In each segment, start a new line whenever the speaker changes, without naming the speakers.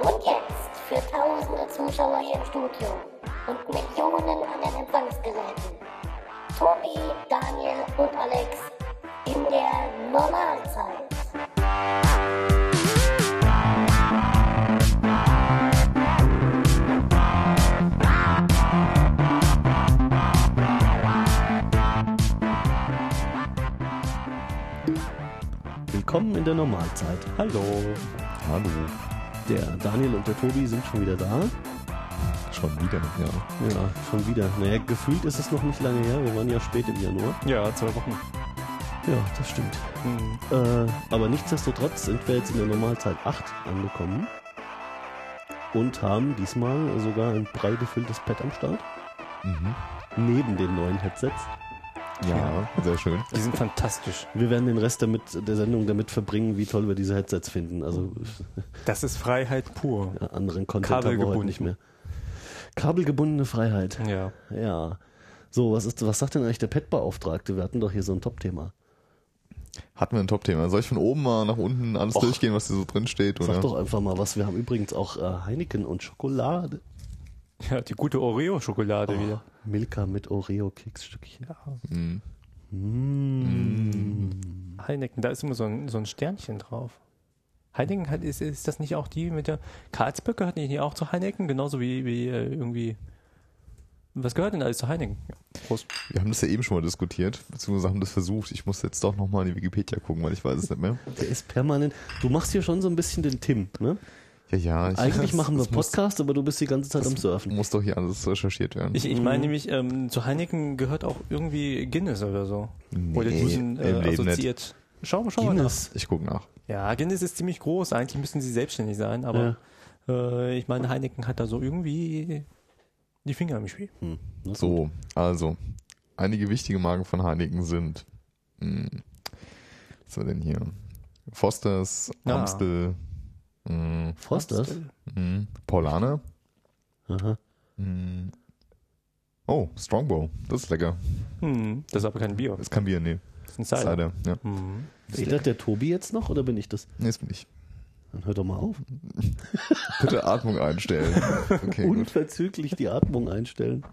Und jetzt für tausende Zuschauer hier im Studio und Millionen an den Empfangsgeräten. Tobi, Daniel und Alex in der Normalzeit.
Willkommen in der Normalzeit. Hallo.
Hallo.
Der Daniel und der Tobi sind schon wieder da.
Schon wieder, ja.
Ja, schon wieder. Naja, gefühlt ist es noch nicht lange her. Wir waren ja spät im Januar.
Ja, zwei Wochen.
Ja, das stimmt. Äh, aber nichtsdestotrotz sind wir jetzt in der Normalzeit 8 angekommen und haben diesmal sogar ein breit gefülltes Pad am Start.
Mhm.
Neben den neuen Headsets.
Ja, sehr schön.
Die sind fantastisch.
Wir werden den Rest damit, der Sendung damit verbringen, wie toll wir diese Headsets finden. Also
Oh.
Das ist Freiheit pur.
äh, anderen Content haben wir heute
Kabelgebunden.
nicht mehr. Kabelgebundene Freiheit.
Ja.
Ja. So, was ist, was sagt denn eigentlich der Pet-Beauftragte? Wir hatten doch hier so ein Top-Thema.
Hatten wir ein Top-Thema. Soll ich von oben mal nach unten alles
Och.
durchgehen, was hier so drin steht?
Sag
Oder?
doch einfach mal was. Wir haben übrigens auch äh, Heineken und Schokolade.
Ja, die gute Oreo-Schokolade wieder.
Milka mit Oreo-Keksstückchen.
Mhm.
Heineken, da ist immer so ein, so ein Sternchen drauf. Heineken hat, ist, ist das nicht auch die mit der Karlsböcke? Hatten die nicht auch zu Heineken? Genauso wie, wie äh, irgendwie. Was gehört denn alles zu Heineken? Ja. Prost.
Wir haben das ja eben schon mal diskutiert, beziehungsweise haben das versucht. Ich muss jetzt doch nochmal in die Wikipedia gucken, weil ich weiß es nicht mehr.
Der ist permanent. Du machst hier schon so ein bisschen den Tim, ne?
Ja, ja. Ich,
Eigentlich machen wir
das muss,
Podcast, aber du bist die ganze Zeit am Surfen.
muss doch hier alles recherchiert werden.
Ich, ich meine nämlich, ähm, zu Heineken gehört auch irgendwie Guinness oder so. Oder
Nee,
diesen
im
äh,
Leben nicht.
assoziiert. Schau, schau mal nach.
Guinness.
Ich gucke nach.
Ja, Guinness ist ziemlich groß. Eigentlich müssen sie selbstständig sein, aber äh, ich meine, Heineken hat da so irgendwie die Finger im Spiel.
So, also, einige wichtige Marken von Heineken sind. Hm. Was haben wir denn hier? Fosters,
Ah.
Amstel, hm,
Forsters?
hm, Paulaner.
Aha.
Mm. Oh, Strongbow. Das ist lecker.
Hm, das ist aber kein Bier,
Das ist kein Bier, nee.
das ist ein
Das ist Cider.
Cider.
Ja.
Hm.
Ist das der Tobi jetzt noch oder bin ich das?
Nee, das bin ich.
Dann hör doch mal auf.
Bitte Atmung einstellen. Okay, gut.
Unverzüglich die Atmung einstellen.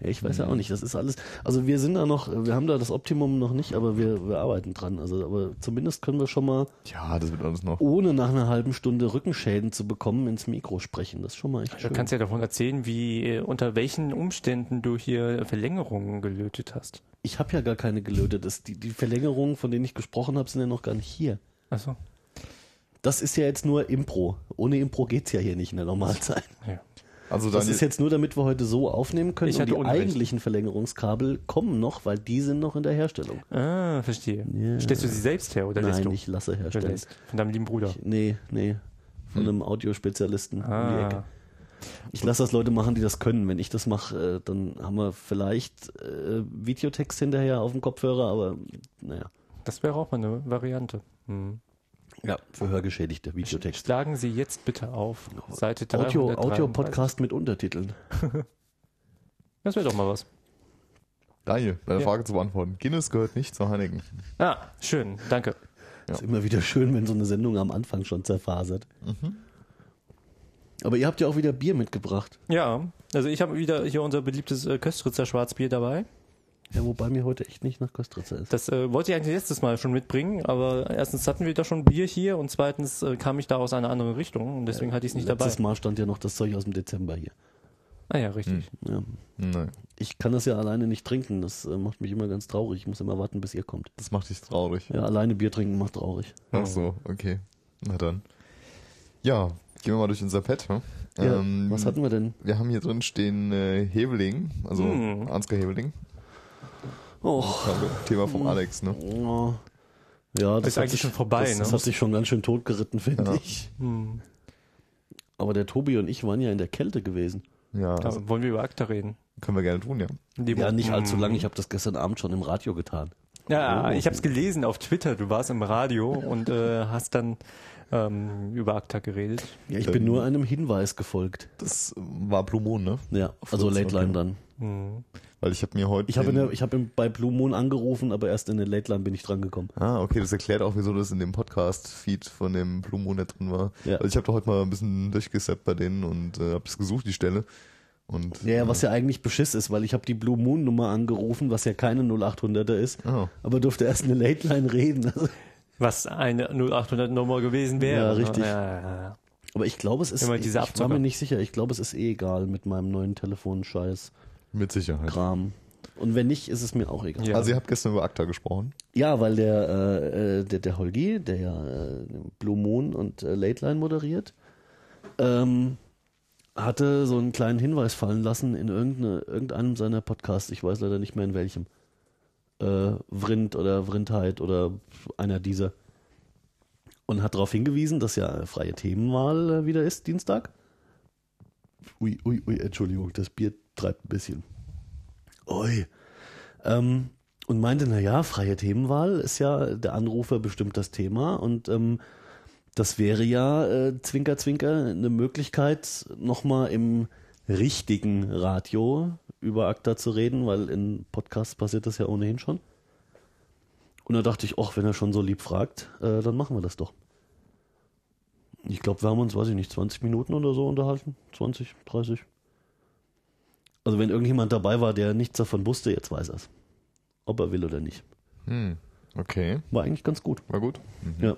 Ja, ich weiß ja
Mhm.
auch nicht, das ist alles. Also wir sind da noch, wir haben da das Optimum noch nicht, aber wir, wir arbeiten dran. Also aber zumindest können wir schon mal,
Ja, das wird alles noch.
ohne nach einer halben Stunde Rückenschäden zu bekommen, ins Mikro sprechen. Das ist schon mal echt
Du
schön.
kannst ja davon erzählen, wie äh, unter welchen Umständen du hier Verlängerungen gelötet hast.
Ich habe ja gar keine gelötet. Das, die, die Verlängerungen, von denen ich gesprochen habe, sind ja noch gar nicht hier.
Achso.
Das ist ja jetzt nur Impro. Ohne Impro geht's ja hier nicht in der Normalzeit.
Ja.
Also
Das
Daniel,
ist jetzt nur, damit wir heute so aufnehmen können.
Ich
Und
hatte
die
Unrecht.
eigentlichen Verlängerungskabel kommen noch, weil die sind noch in der Herstellung.
Ah, verstehe.
Ja.
Stellst du sie selbst her oder lässt
Nein,
du?
ich lasse
Oder
herstellen.
lässt? Von deinem lieben Bruder.
Nee, nee. Von einem Audiospezialisten um die
Hm. Ah,
Ecke. Ich lasse das Leute machen, die das können. Wenn ich das mache, äh, dann haben wir vielleicht äh, Videotext hinterher auf dem Kopfhörer, aber naja.
das wäre auch mal eine Variante. Hm.
Ja, für hörgeschädigte Videotext.
Schlagen Sie jetzt bitte auf Seite 3.
Audio- Audio-Podcast mit Untertiteln.
Das wäre doch mal was.
Daniel, deine
Ja.
Frage zu beantworten. Guinness gehört nicht zu Heineken.
Ah, schön, danke.
Ist immer wieder schön, wenn so eine Sendung am Anfang schon zerfasert.
Mhm.
Aber ihr habt ja auch wieder Bier mitgebracht.
Ja, also ich habe wieder hier unser beliebtes äh, Köstritzer Schwarzbier dabei.
Ja, wobei mir heute echt nicht nach Köstritzer ist.
Das äh, wollte ich eigentlich letztes Mal schon mitbringen, aber erstens hatten wir da schon Bier hier und zweitens äh, kam ich da aus einer anderen Richtung und deswegen hatte ich es nicht dabei.
Letztes Mal stand ja noch das Zeug aus dem Dezember hier.
Ah ja, richtig.
Ja.
Nein,
Ich kann das ja alleine nicht trinken. Das äh, macht mich immer ganz traurig. Ich muss immer warten, bis ihr kommt.
das macht dich traurig.
Ja, alleine Bier trinken macht traurig.
Ach so,
Oh.
okay. Na dann. Ja, gehen wir mal durch unser Pad. Hm?
Ja,
Ähm,
was hatten wir denn?
wir haben hier drin stehen äh, Heveling, also
Hm.
Ansgar Heveling.
Och,
Thema
Hm.
vom Alex, ne?
oh. ja, das
Ist
hat
eigentlich
sich,
schon vorbei,
das,
ne?
das hat sich schon ganz schön totgeritten, finde ich.
Hm.
Aber der Tobi und ich waren ja in der Kälte gewesen.
Ja,
Da wollen wir über Akta reden?
Können wir gerne tun, ja.
also.
Limo.
Ja, nicht allzu
Mm.
lang. Ich habe das gestern Abend schon im Radio getan.
Ja,
Oh.
ich habe es gelesen auf Twitter. Du warst im Radio und äh, hast dann ähm, über ACTA geredet.
Ja, ich bin nur einem Hinweis gefolgt.
Das war Blue Moon, ne?
Ja,
Auf
also
Fritz,
Late Line
okay.
dann.
Mhm.
Weil ich habe mir heute.
Ich habe in
den-
der- ich habe im- bei Blue Moon angerufen, aber erst in der Late Line bin ich dran gekommen.
Ah, okay, das erklärt auch, wieso das in dem Podcast-Feed von dem Blue Moon nicht drin war.
Ja.
Also ich habe da heute mal ein bisschen durchgesappt bei denen und äh, habe das gesucht, die Stelle. Und
Ja, ja, was ja eigentlich Beschiss ist, weil ich habe die Blue Moon Nummer angerufen, was ja keine 0800er ist,
Oh.
Ah.
aber durfte erst in der Late Line reden. Also,
Was eine 0800-Nummer gewesen wäre.
Ja, richtig.
Ja, ja, ja.
aber ich glaube, es ist
Immer
ich
diese
war
Abzocker.
mir nicht sicher, ich glaube, es ist eh egal mit meinem neuen Telefon Scheiß
mit Sicherheit.
Kram. Und wenn nicht, ist es mir auch egal.
Ja.
Also ihr habt gestern über ACTA gesprochen.
Ja, weil der, äh, äh, der, der Holgi, der ja äh, Blue Moon und äh, Late Line moderiert, ähm, hatte so einen kleinen Hinweis fallen lassen in irgendeine, irgendeinem seiner Podcasts, ich weiß leider nicht mehr in welchem. Äh, Vrind oder Vrindheit oder einer dieser. Und hat darauf hingewiesen, dass ja freie Themenwahl äh, wieder ist, Dienstag. Ui, ui, ui, Entschuldigung, das Bier treibt ein bisschen. Ui. Ähm, und meinte, na ja, freie Themenwahl ist ja, der Anrufer bestimmt das Thema und ähm, das wäre ja, äh, Zwinker, Zwinker, eine Möglichkeit, nochmal im richtigen Radio über ACTA zu reden, weil in Podcasts passiert das ja ohnehin schon. Und da dachte ich, ach, wenn er schon so lieb fragt, äh, dann machen wir das doch. Ich glaube, wir haben uns, weiß ich nicht, 20 Minuten oder so unterhalten. 20, 30. Also wenn irgendjemand dabei war, der nichts davon wusste, jetzt weiß er es. Ob er will oder nicht.
Hm. Okay,
War eigentlich ganz gut.
war gut.
Mhm.
Ja.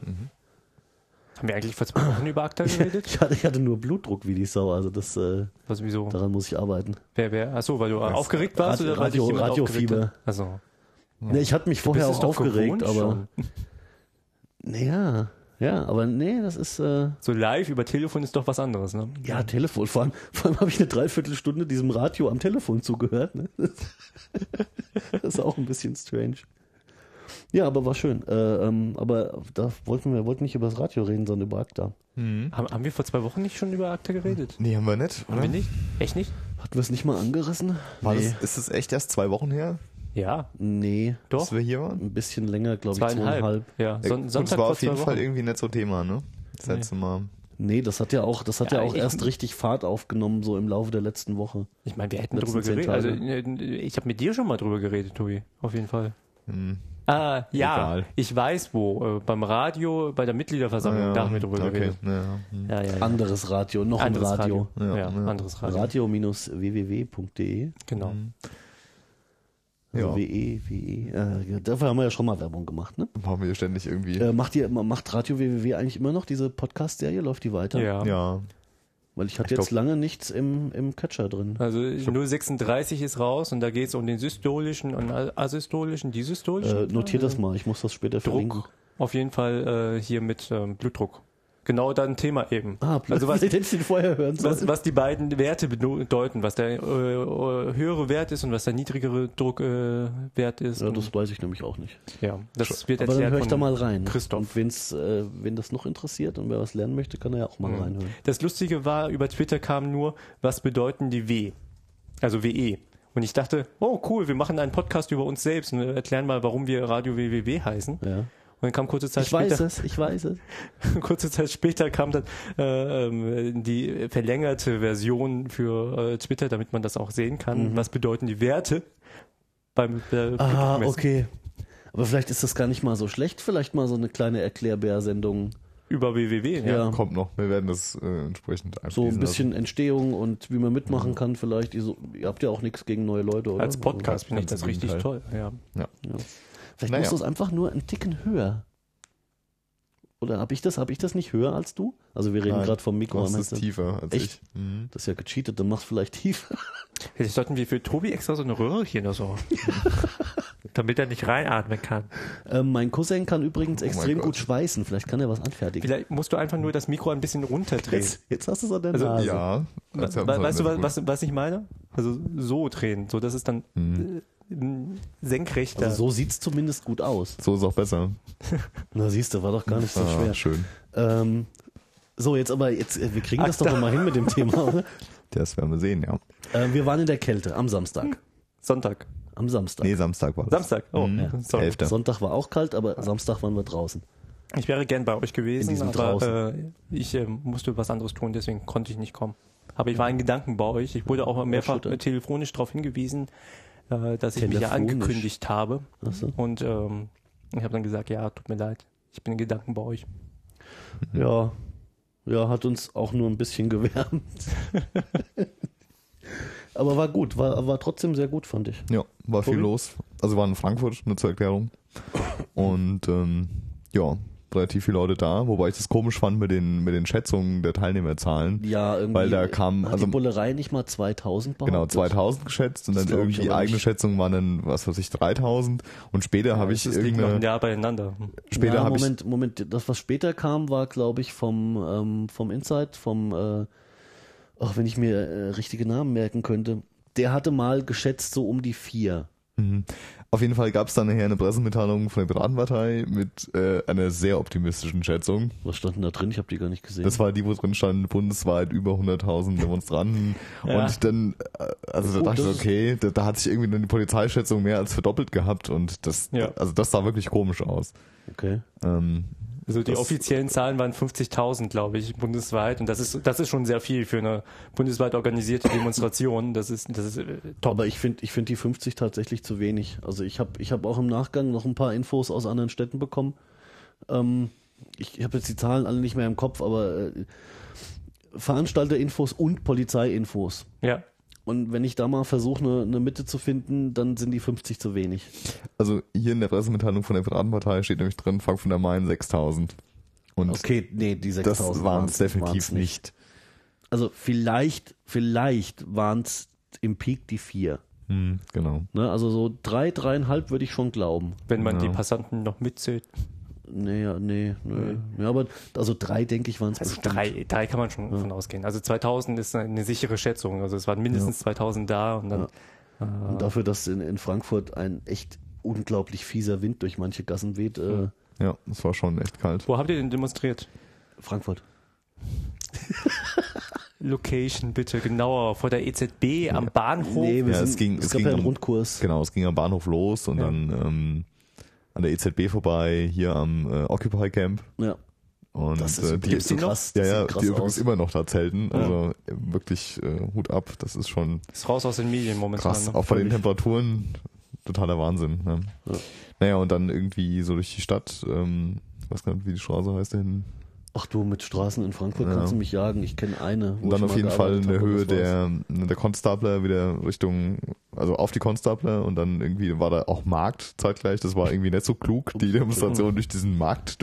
Haben wir eigentlich vor zwei Wochen über ACTA geredet?
Ich hatte, ich hatte nur Blutdruck wie die Sau, also das, äh,
Was, wieso?
daran muss ich arbeiten.
Wer, wer? Achso, weil du
Was?
aufgeregt warst?
Radio-
oder weil dich
Radio-
jemand aufgeregt
Radiofieber.
hat? Also, Achso.
Nee, ich hatte mich vorher
Bist
auch
es doch
aufgeregt,
gewohnt
aber.
schon.
Naja, ja, aber nee, das ist. Äh,
So live über Telefon ist doch was anderes, ne?
ja, Telefon. Vor allem, vor allem habe ich eine Dreiviertelstunde diesem Radio am Telefon zugehört. Ne? Das ist auch ein bisschen strange. Ja, aber war schön. Äh, ähm, aber da wollten wir wollten nicht über das Radio reden, sondern über ACTA.
Haben, haben wir vor zwei Wochen nicht schon über ACTA geredet?
Nee, haben wir nicht,
Haben
oder?
wir nicht? Echt nicht?
Hatten wir es nicht mal angerissen?
War
nee.
das, ist das echt erst zwei Wochen her,
Ja,
nee,
doch.
dass wir hier waren?
ein bisschen länger, glaube ich,
Zweieinhalb.
zweieinhalb.
Ja,
Ja,
Son
gut,
Sonntag
es war
vor
auf
zwei
jeden
Wochen.
Fall irgendwie nicht so Thema, ne? Das letzte Mal.
Nee, das hat ja auch, das hat
Ja,
ja, auch
ich-
erst richtig Fahrt aufgenommen, so im Laufe der letzten Woche.
Ich meine, wir hätten
Letzten
drüber
zehn
geredet. Also,
Tage.
äh, ich habe mit dir schon mal drüber geredet, Tobi. Auf jeden Fall.
Hm.
Ah, ja.
Egal.
Ich weiß wo. Äh, beim Radio, bei der Mitgliederversammlung, da haben wir drüber
Ah, okay.
geredet. Mhm.
Ja, hm.
Ja, ja, ja.
Anderes Radio, noch
Anderes
ein Radio.
Radio. Ja,
Ja, ja.
anderes Radio.
Radio-www.de.
Genau.
Hm.
Also
ja.
WE, WE. Äh, ja, dafür haben wir ja schon mal Werbung gemacht, ne?
Machen wir hier ständig irgendwie.
Äh, macht, ihr, macht Radio WWW eigentlich immer noch diese Podcast-Serie? Läuft die weiter?
Ja.
ja.
Weil ich hatte
Ich
jetzt
glaub-
lange nichts im, im Catcher drin.
Also 036 ist raus und da geht es um den systolischen und a- asystolischen, die
Äh,
systolischen.
notiert das mal, ich muss das später verlinken.
Druck. Auf jeden Fall äh, hier mit ähm, Blutdruck. Genau dein Thema eben.
Ah,
also
plötzlich
was,
hätte ich den vorher hören
was,
sollen.
was die beiden Werte bedeuten, was der äh, äh, höhere Wert ist und was der niedrigere Druckwert äh, Wert ist.
Ja,
Und-
das weiß ich nämlich auch nicht.
ja, das wird
Aber dann
erklärt
höre ich
von
da mal rein.
Christoph.
Und wen's, äh, wen das noch interessiert und wer was lernen möchte, kann er ja auch mal
Mhm.
reinhören.
Das Lustige war, über Twitter kam nur, was bedeuten die W? Also WE. Und ich dachte, oh cool, wir machen einen Podcast über uns selbst und äh, erklären mal, warum wir Radio WWW heißen. Und
Ja.
dann kam kurze Zeit
Ich weiß
später,
es, ich weiß es.
kurze Zeit später kam dann äh, ähm, die verlängerte Version für äh, Twitter, damit man das auch sehen kann. Was bedeuten die Werte beim äh,
Ah,
Blutdruckmessen.
okay. Aber vielleicht ist das gar nicht mal so schlecht, vielleicht mal so eine kleine Erklärbär-Sendung.
über WWW? Ja.
Ja.
Kommt noch, wir werden das äh, entsprechend
So ein
einfließen lassen.
bisschen Entstehung und wie man mitmachen kann, vielleicht. Ihr, so, ihr habt ja auch nichts gegen neue Leute, oder? Also,
Als Podcast finde ich
Ganz
das
im
richtig
Gegenteil.
toll. Ja.
Vielleicht
Naja.
musst du es einfach nur einen Ticken höher. Oder habe ich das, habe ich das nicht höher als du? Also wir reden
Nein,
gerade vom Mikro.
Das
meinst
ist
du?
tiefer als
Echt?
ich. Mhm.
das ist ja gecheatet, dann mach's vielleicht tiefer.
Vielleicht sollten wir für Tobi extra so eine Röhre hier noch so. damit er nicht reinatmen kann.
Ähm, mein Cousin kann übrigens
Oh mein
extrem
Gott.
gut schweißen, vielleicht kann er was anfertigen.
Vielleicht musst du einfach nur das Mikro ein bisschen runterdrehen.
Jetzt, jetzt hast du es an der
Also,
Nase.
Ja. als
We
haben sie
weißt du,
alle
was,
gut.
was, was ich meine? Also so drehen, so dass es dann äh, m- senkrechter.
Also so sieht's zumindest gut aus.
So ist auch besser.
Na siehst du, war doch gar nicht so
Ah,
schwer.
Schön.
Ähm, so, jetzt aber, jetzt, äh, wir kriegen das doch
Akta.
nochmal hin mit dem Thema, oder?
Das werden wir sehen, ja.
Äh, wir waren in der Kälte am Samstag.
Sonntag.
Am Samstag.
Nee, Samstag war das.
Samstag. Oh,
Mhm.
sorry.
Elfter.
Sonntag war auch kalt, aber Samstag waren wir draußen.
Ich wäre gern bei euch gewesen,
In diesem
aber äh, ich äh, musste was anderes tun, deswegen konnte ich nicht kommen. Aber ich war in Gedanken bei euch. Ich wurde auch mehrfach
schütternd.
telefonisch darauf hingewiesen, äh, dass ich mich ja
Telefonisch.
angekündigt habe.
Ach so.
Und ähm, ich habe dann gesagt, ja, tut mir leid, ich bin in Gedanken bei euch.
Ja. Ja, hat uns auch nur ein bisschen gewärmt. aber war gut, war, war trotzdem sehr gut, fand ich.
Ja, war viel
Tobi?
los. Also waren in Frankfurt, nur zur Erklärung. Und ähm, ja, relativ viele Leute da, wobei ich das komisch fand mit den, mit den Schätzungen der Teilnehmerzahlen.
Ja, irgendwie.
Weil da kam-
hat
also-
die Bullerei nicht mal 2000 behauptet.
Genau, 2000 geschätzt und
Das
dann
glaub ich
irgendwie
aber
eigene
nicht.
Schätzungen waren dann, was weiß ich, 3000 und später habe ich
das liegt noch ein
irgendeine,
Jahr beieinander.
später
ja,
habe ich,
Moment, Moment, das was später kam, war glaube ich vom ähm, vom Insight, vom äh, ach, wenn ich mir äh, richtige Namen merken könnte. Der hatte mal geschätzt so um die vier.
auf jeden Fall gab es dann nachher eine Pressemitteilung von der Piratenpartei mit äh, einer sehr optimistischen Schätzung.
Was stand denn da drin? Ich habe die gar nicht gesehen.
Das war die, wo drin stand, bundesweit über 100.000 Demonstranten.
Ja.
Und dann, äh, also da
Gut,
dachte ich,
das ist-
okay, da, da hat sich irgendwie dann die Polizeischätzung mehr als verdoppelt gehabt und das,
Ja.
also das sah wirklich komisch aus.
okay.
Ähm,
Also die
Das-
offiziellen Zahlen waren 50.000, glaube ich, bundesweit. Und das ist, das ist schon sehr viel für eine bundesweit organisierte Demonstration. Das ist, das ist äh, top.
Aber ich finde ich find die 50 tatsächlich zu wenig. Also ich habe ich hab auch im Nachgang noch ein paar Infos aus anderen Städten bekommen. Ähm, ich habe jetzt die Zahlen alle nicht mehr im Kopf, aber äh, Veranstalterinfos und Polizeiinfos.
Ja.
Und wenn ich da mal versuche, eine ne Mitte zu finden, dann sind die 50 zu wenig.
also hier in der Pressemitteilung von der Piratenpartei steht nämlich drin, Frankfurt am Main 6.000. Und
Okay, nee, die 6000.
das waren es definitiv nicht.
Also vielleicht, vielleicht waren es im Peak die vier.
Hm, genau.
Ne? Also so drei, dreieinhalb würde ich schon glauben.
Wenn man
Ja.
die Passanten noch mitzählt.
Nee, ja, nee, nee. Ja, aber also drei, denke ich, waren es
Also
bestimmt.
drei, drei kann man schon von ausgehen. Also 2000 ist eine, eine sichere Schätzung. Also es waren mindestens 2000 da und dann
Und dafür, dass in, in Frankfurt ein echt unglaublich fieser Wind durch manche Gassen weht. Äh,
Ja, es war schon echt kalt.
Wo habt ihr denn demonstriert?
Frankfurt.
Location bitte, genauer, vor der EZB am Bahnhof.
Nee, wir
Ja,
sind,
es ging-
es
es
gab
ging
ja einen
um-
Rundkurs.
Genau, es ging am Bahnhof los und
Ja.
dann ähm, an der EZB vorbei, hier am äh, Occupy Camp.
Ja,
Und
das ist
äh, die,
übrigens so krass.
Ja,
das
ja,
sieht krass
die übrigens
aus.
immer noch da zelten. Also äh, wirklich äh, Hut ab, das ist schon
Ist raus aus den Medien momentan.
krass.
ne?
Auch bei den Temperaturen totaler Wahnsinn. Ne?
Ja.
Naja, und dann irgendwie so durch die Stadt, ähm, weiß gar nicht, wie die Straße heißt da hinten.
Ach du, mit Straßen in Frankfurt
Ja.
kannst du mich jagen. Ich kenne eine. wo
Und dann
ich
auf
mal
jeden Fall in
gearbeitet
der
habe,
Höhe
das war's.
der, der Konstabler wieder Richtung, also auf die Konstabler und dann irgendwie war da auch Markt zeitgleich. Das war irgendwie nicht so klug, die Demonstration durch diesen Markt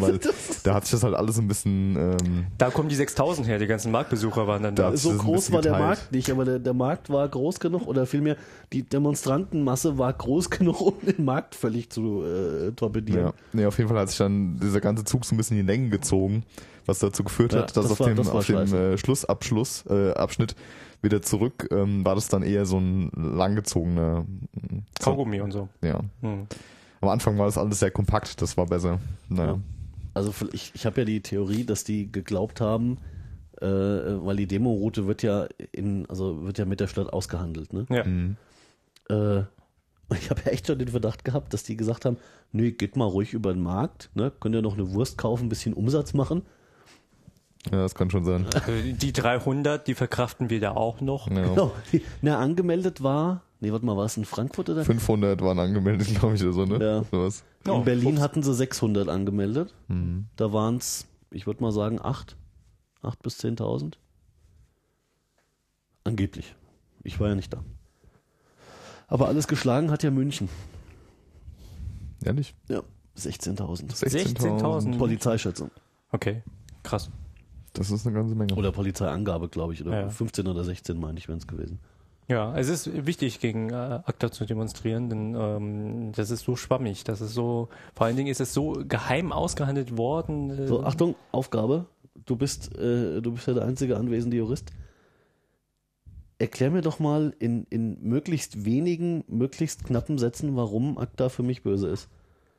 weil da hat sich das halt alles ein bisschen, ähm,
Da kommen die 6000 her, die ganzen Marktbesucher waren dann
Da-
da.
Das
So
ist ein
groß
bisschen
war der
geteilt.
Markt nicht, aber der, der Markt war groß genug oder vielmehr die Demonstrantenmasse war groß genug, um den Markt völlig zu äh, torpedieren.
Ja. Nee, auf jeden Fall hat sich dann dieser ganze Zug so ein bisschen in die Längen gezogen, was dazu geführt
Ja,
hat, dass
das
auf
war-
dem,
das war
auf dem
scheiße.
äh, Schlussabschluss, äh, Abschnitt wieder zurück, ähm, war das dann eher so ein langgezogener mm,
Kaugummi und so.
Ja.
Hm.
Am Anfang war das alles sehr kompakt, das war besser. Naja.
Ja. Also vielleicht- ich, ich habe ja die Theorie, dass die geglaubt haben, äh, weil die Demo-Route wird ja in, also wird ja mit der Stadt ausgehandelt, ne?
Ja.
Äh, ich habe ja echt schon den Verdacht gehabt, dass die gesagt haben, nee, geht mal ruhig über den Markt, ne? Könnt ihr noch eine Wurst kaufen, ein bisschen Umsatz machen.
Ja. das kann schon sein.
Also die 300, die verkraften wir da auch noch.
Ja.
Genau. Na, angemeldet war, nee, warte mal, war es in Frankfurt oder?
500 waren angemeldet, glaube ich, oder so, ne?
Ja.
Sowas.
Oh,
in Berlin hatten sie 600 angemeldet. Da waren es, ich würde mal sagen, 8. 8 bis 10.000. Angeblich. Ich war ja nicht da. Aber alles geschlagen hat ja München.
Ehrlich?
Ja, 16.000.
16.000.
Polizeischätzung.
Okay, krass.
Das ist eine ganze Menge.
Oder Polizeiangabe, glaube ich. Oder
Ja.
15 oder 16, meine ich, wären es gewesen.
Ja, es ist wichtig, gegen äh, ACTA zu demonstrieren, denn ähm, das ist so schwammig. Das ist so, vor allen Dingen ist es so geheim ausgehandelt worden. Äh,
So, Achtung, Aufgabe. Du bist, äh, du bist ja der einzige anwesende Jurist. Erklär mir doch mal in, in möglichst wenigen, möglichst knappen Sätzen, warum ACTA für mich böse ist.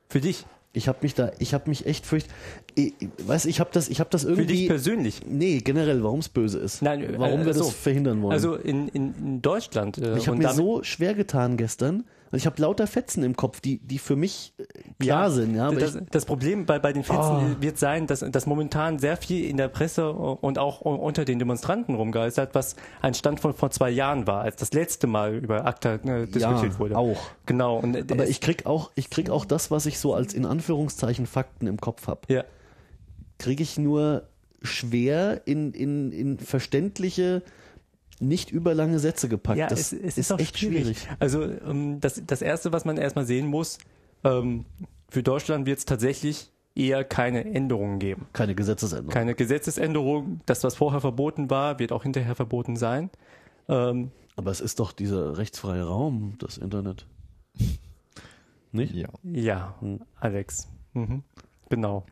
Für dich.
Ich habe mich da, ich habe mich echt fürcht, ich, weiß, ich habe das, ich habe das
Für dich
irgendwie,
persönlich.
nee, generell, warum es böse ist,
Nein,
warum
äh,
wir
so.
das verhindern wollen.
Also in, in, in Deutschland. Äh,
ich habe
und
mir
damit-
so schwer getan gestern. Also ich habe lauter Fetzen im Kopf, die, die für mich äh, klar sind. Ja, aber
das,
ich,
das Problem bei, bei den Fetzen
Oh.
wird sein, dass, dass momentan sehr viel in der Presse und auch unter den Demonstranten rumgeistert, was ein Stand von vor zwei Jahren war, als das letzte Mal über ACTA äh, diskutiert wurde.
auch.
Genau. Und, äh,
aber ich krieg auch, ich krieg auch das, was ich so als in Anführungszeichen Fakten im Kopf habe.
ja.
kriege ich nur schwer in, in, in verständliche, nicht überlange Sätze gepackt.
Ja,
das
es, es ist, auch
echt schwierig.
Also ähm, das, das Erste, was man erstmal sehen muss, ähm, für Deutschland wird es tatsächlich eher keine Änderungen geben.
Keine Gesetzesänderung.
Keine Gesetzesänderung. Das, was vorher verboten war, wird auch hinterher verboten sein. Ähm,
Aber es ist doch dieser rechtsfreie Raum, das Internet. Nicht?
Ja.
ja, Alex. Mhm. Genau.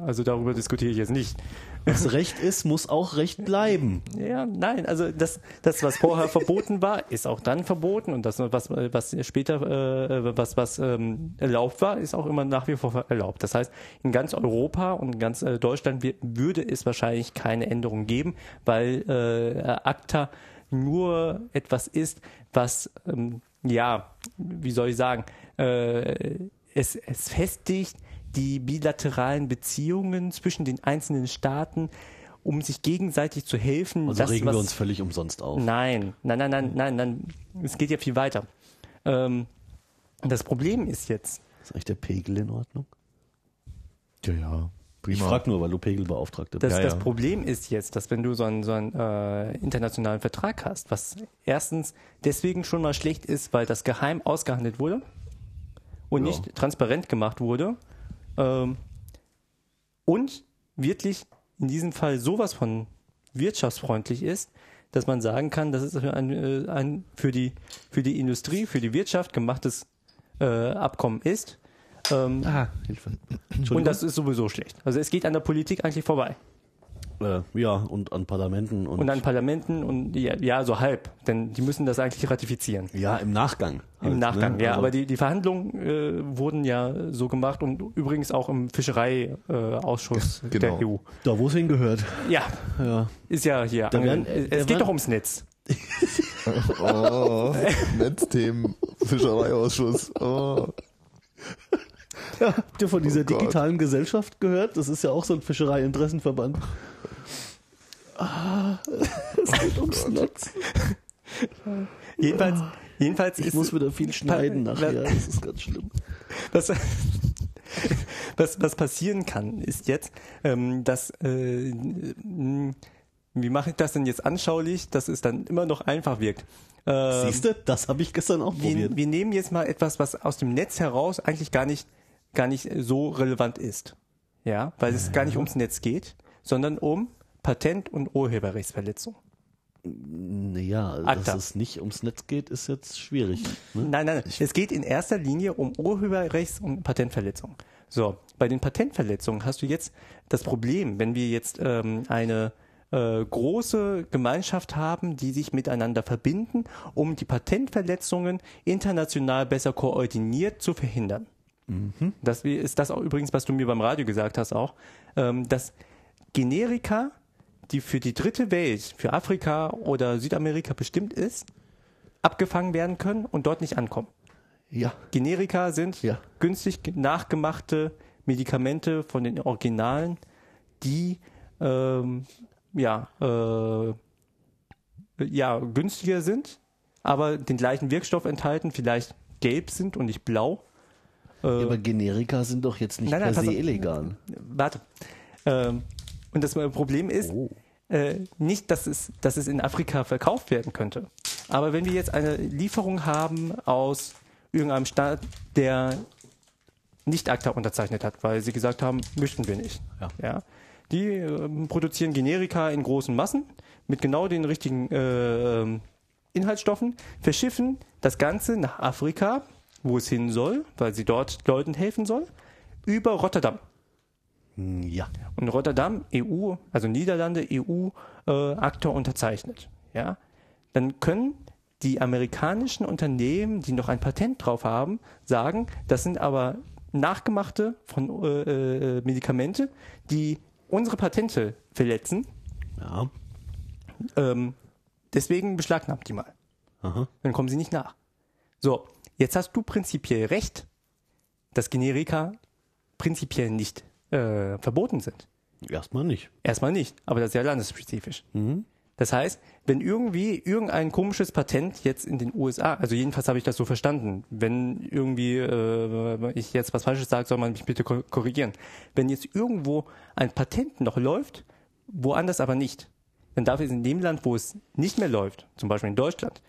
Also darüber diskutiere ich jetzt nicht.
Was Recht ist, muss auch Recht bleiben.
Ja, nein, also das, das was vorher verboten war, ist auch dann verboten und das, was, was später, äh, was, was ähm, erlaubt war, ist auch immer nach wie vor erlaubt. Das heißt, in ganz Europa und in ganz äh, Deutschland wird, würde es wahrscheinlich keine Änderung geben, weil äh, ACTA nur etwas ist, was, ähm, ja, wie soll ich sagen, äh, es, es festigt die bilateralen Beziehungen zwischen den einzelnen Staaten, um sich gegenseitig zu helfen.
Also
das,
regen
was-
wir uns völlig umsonst auf.
Nein, nein, nein, nein, nein, nein. Es geht ja viel weiter. Ähm, das Problem ist jetzt,
Ist eigentlich der Pegel in Ordnung?
Ja, ja. Prima.
Ich frage nur, weil du Pegelbeauftragte
das,
bist.
das
ja.
Problem ist jetzt, dass wenn du so einen, so einen äh, internationalen Vertrag hast, was erstens deswegen schon mal schlecht ist, weil das geheim ausgehandelt wurde und
Ja.
nicht transparent gemacht wurde ähm, und wirklich in diesem Fall sowas von wirtschaftsfreundlich ist, dass man sagen kann, das ist für, ein, äh, ein, für, die, für die Industrie, für die Wirtschaft gemachtes äh, Abkommen ist. Ähm,
Ah, Hilfe.
und
Entschuldigung.
das ist sowieso schlecht. Also es geht an der Politik eigentlich vorbei.
äh, ja, und an Parlamenten und,
Und an Parlamenten und ja, ja, so halb. Denn die müssen das eigentlich ratifizieren.
ja, im Nachgang.
Im
halt,
Nachgang,
ne?
ja.
Also-
Aber die, die Verhandlungen äh, wurden ja so gemacht und übrigens auch im Fischereiausschuss äh,
Genau.
der EU.
da, wo es hingehört.
Ja,
Ja.
ist ja hier.
Da werden-
es
da
es geht
werden-
doch ums Netz.
Oh, Netzthemen, Fischereiausschuss. Oh.
Ja, habt ihr von dieser
Gott.
digitalen Gesellschaft gehört? Das ist ja auch so ein Fischereiinteressenverband. Ah, Oh
Jedenfalls, jedenfalls
Ich
ist
muss wieder viel schneiden
Pa-
nachher. Das ist ganz schlimm.
was, was, was passieren kann, ist jetzt, ähm, dass, äh, mh, wie mache ich das denn jetzt anschaulich, dass es dann immer noch einfach wirkt. Ähm,
Siehst du, das habe ich gestern auch
wir,
probiert.
wir nehmen jetzt mal etwas, was aus dem Netz heraus eigentlich gar nicht, gar nicht äh, so relevant ist. Ja, weil es gar nicht ums Netz geht, sondern um Patent- und Urheberrechtsverletzung.
Naja, dass
Akta.
es nicht ums Netz geht, ist jetzt schwierig. Ne?
Nein, nein, es geht in erster Linie um Urheberrechts- und Patentverletzung. So, bei den Patentverletzungen hast du jetzt das Problem, wenn wir jetzt ähm, eine äh, große Gemeinschaft haben, die sich miteinander verbinden, um die Patentverletzungen international besser koordiniert zu verhindern. Das wie- ist das auch übrigens, was du mir beim Radio gesagt hast auch, ähm, dass Generika, die für die dritte Welt, für Afrika oder Südamerika bestimmt ist, abgefangen werden können und dort nicht ankommen.
Ja,
Generika sind
Ja.
günstig ge- nachgemachte Medikamente von den Originalen, die ähm, ja, äh, ja günstiger sind, aber den gleichen Wirkstoff enthalten, vielleicht gelb sind und nicht blau.
Äh. aber Generika sind doch jetzt nicht
Nein, nein,
per se
pass auf.
illegal.
Warte. Ähm, und das Problem ist äh, nicht, dass es, dass es in Afrika verkauft werden könnte. Aber wenn wir jetzt eine Lieferung haben aus irgendeinem Staat, der nicht ACTA unterzeichnet hat, weil sie gesagt haben, möchten wir nicht.
Ja.
Die ähm, produzieren Generika in großen Massen mit genau den richtigen äh, ähm, Inhaltsstoffen, verschiffen das Ganze nach Afrika, wo es hin soll, weil sie dort Leuten helfen soll, über Rotterdam.
Ja.
Und Rotterdam, EU, also Niederlande, EU, äh, Aktor unterzeichnet. Ja? Dann können die amerikanischen Unternehmen, die noch ein Patent drauf haben, sagen, das sind aber nachgemachte von äh, äh, Medikamente, die unsere Patente verletzen.
Ja.
Ähm, deswegen beschlagnahmt die mal.
Aha.
Dann kommen sie nicht nach. So, jetzt hast du prinzipiell recht, dass Generika prinzipiell nicht äh, verboten sind.
Erstmal nicht.
Erstmal nicht, aber das ist ja landesspezifisch. Das heißt, wenn irgendwie irgendein komisches Patent jetzt in den USA, also jedenfalls habe ich das so verstanden, wenn irgendwie äh, ich jetzt was Falsches sage, soll man mich bitte kor- korrigieren. Wenn jetzt irgendwo ein Patent noch läuft, woanders aber nicht, dann darf es in dem Land, wo es nicht mehr läuft, zum Beispiel in Deutschland,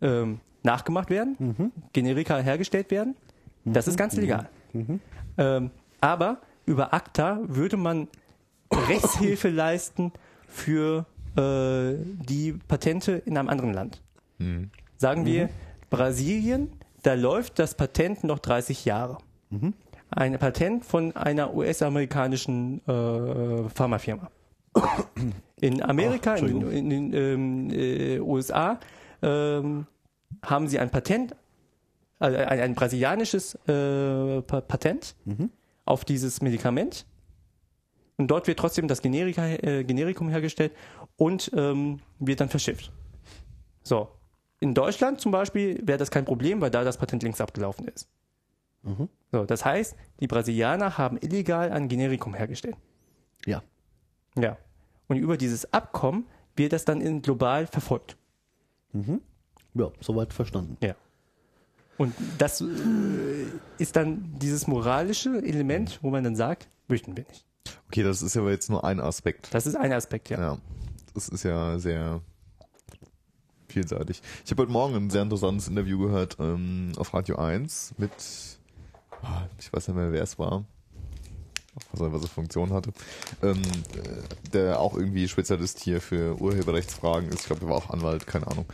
ähm, nachgemacht werden, Generika hergestellt werden. Das ist ganz legal. Ähm, aber über ACTA würde man Rechtshilfe leisten für äh, die Patente in einem anderen Land. Sagen wir Brasilien, da läuft das Patent noch 30 Jahre. Ein Patent von einer US-amerikanischen äh, Pharmafirma. In Amerika, in, den- in den ähm, äh, USA, ähm, haben sie ein Patent, äh, ein, ein brasilianisches äh, Pa- Patent auf dieses Medikament. Und dort wird trotzdem das Generika, äh, Generikum hergestellt und ähm, wird dann verschifft. So. In Deutschland zum Beispiel wäre das kein Problem, weil da das Patent links abgelaufen ist. So, das heißt, die Brasilianer haben illegal ein Generikum hergestellt.
Ja.
Ja. Und über dieses Abkommen wird das dann in global verfolgt.
Ja, soweit verstanden.
Ja. Und das äh, ist dann dieses moralische Element, wo man dann sagt, möchten wir nicht.
Okay, das ist aber jetzt nur ein Aspekt.
Das ist ein Aspekt, ja.
Ja, das ist ja sehr vielseitig. Ich habe heute Morgen ein sehr interessantes Interview gehört ähm, auf Radio 1 mit, ah, ich weiß nicht mehr, wer es war, also was er für Funktion hatte, ähm, äh, der auch irgendwie Spezialist hier für Urheberrechtsfragen ist. Ich glaube, der war auch Anwalt, keine Ahnung.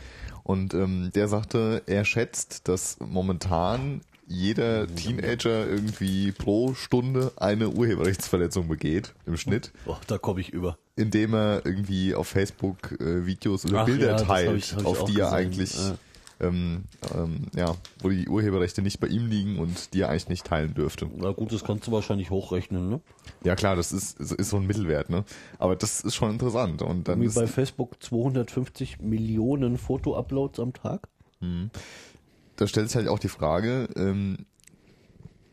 Und ähm, der sagte, er schätzt, dass momentan jeder Teenager irgendwie pro Stunde eine Urheberrechtsverletzung begeht, im Schnitt
Oh, da komme ich über.
indem er irgendwie auf Facebook äh, Videos oder
Ach
Bilder
ja, das
teilt,
hab ich- hab ich
auf
auch
die er
gesehen.
eigentlich, ähm, ähm, ja, wo die Urheberrechte nicht bei ihm liegen und die er eigentlich nicht teilen dürfte.
Na gut, das kannst du wahrscheinlich hochrechnen, ne?
Ja klar, das ist, ist ist so ein Mittelwert, ne? Aber das ist schon interessant und dann
Wie
ist,
bei Facebook 250 Millionen Foto-Uploads am Tag.
da stellt sich halt auch die Frage, ähm,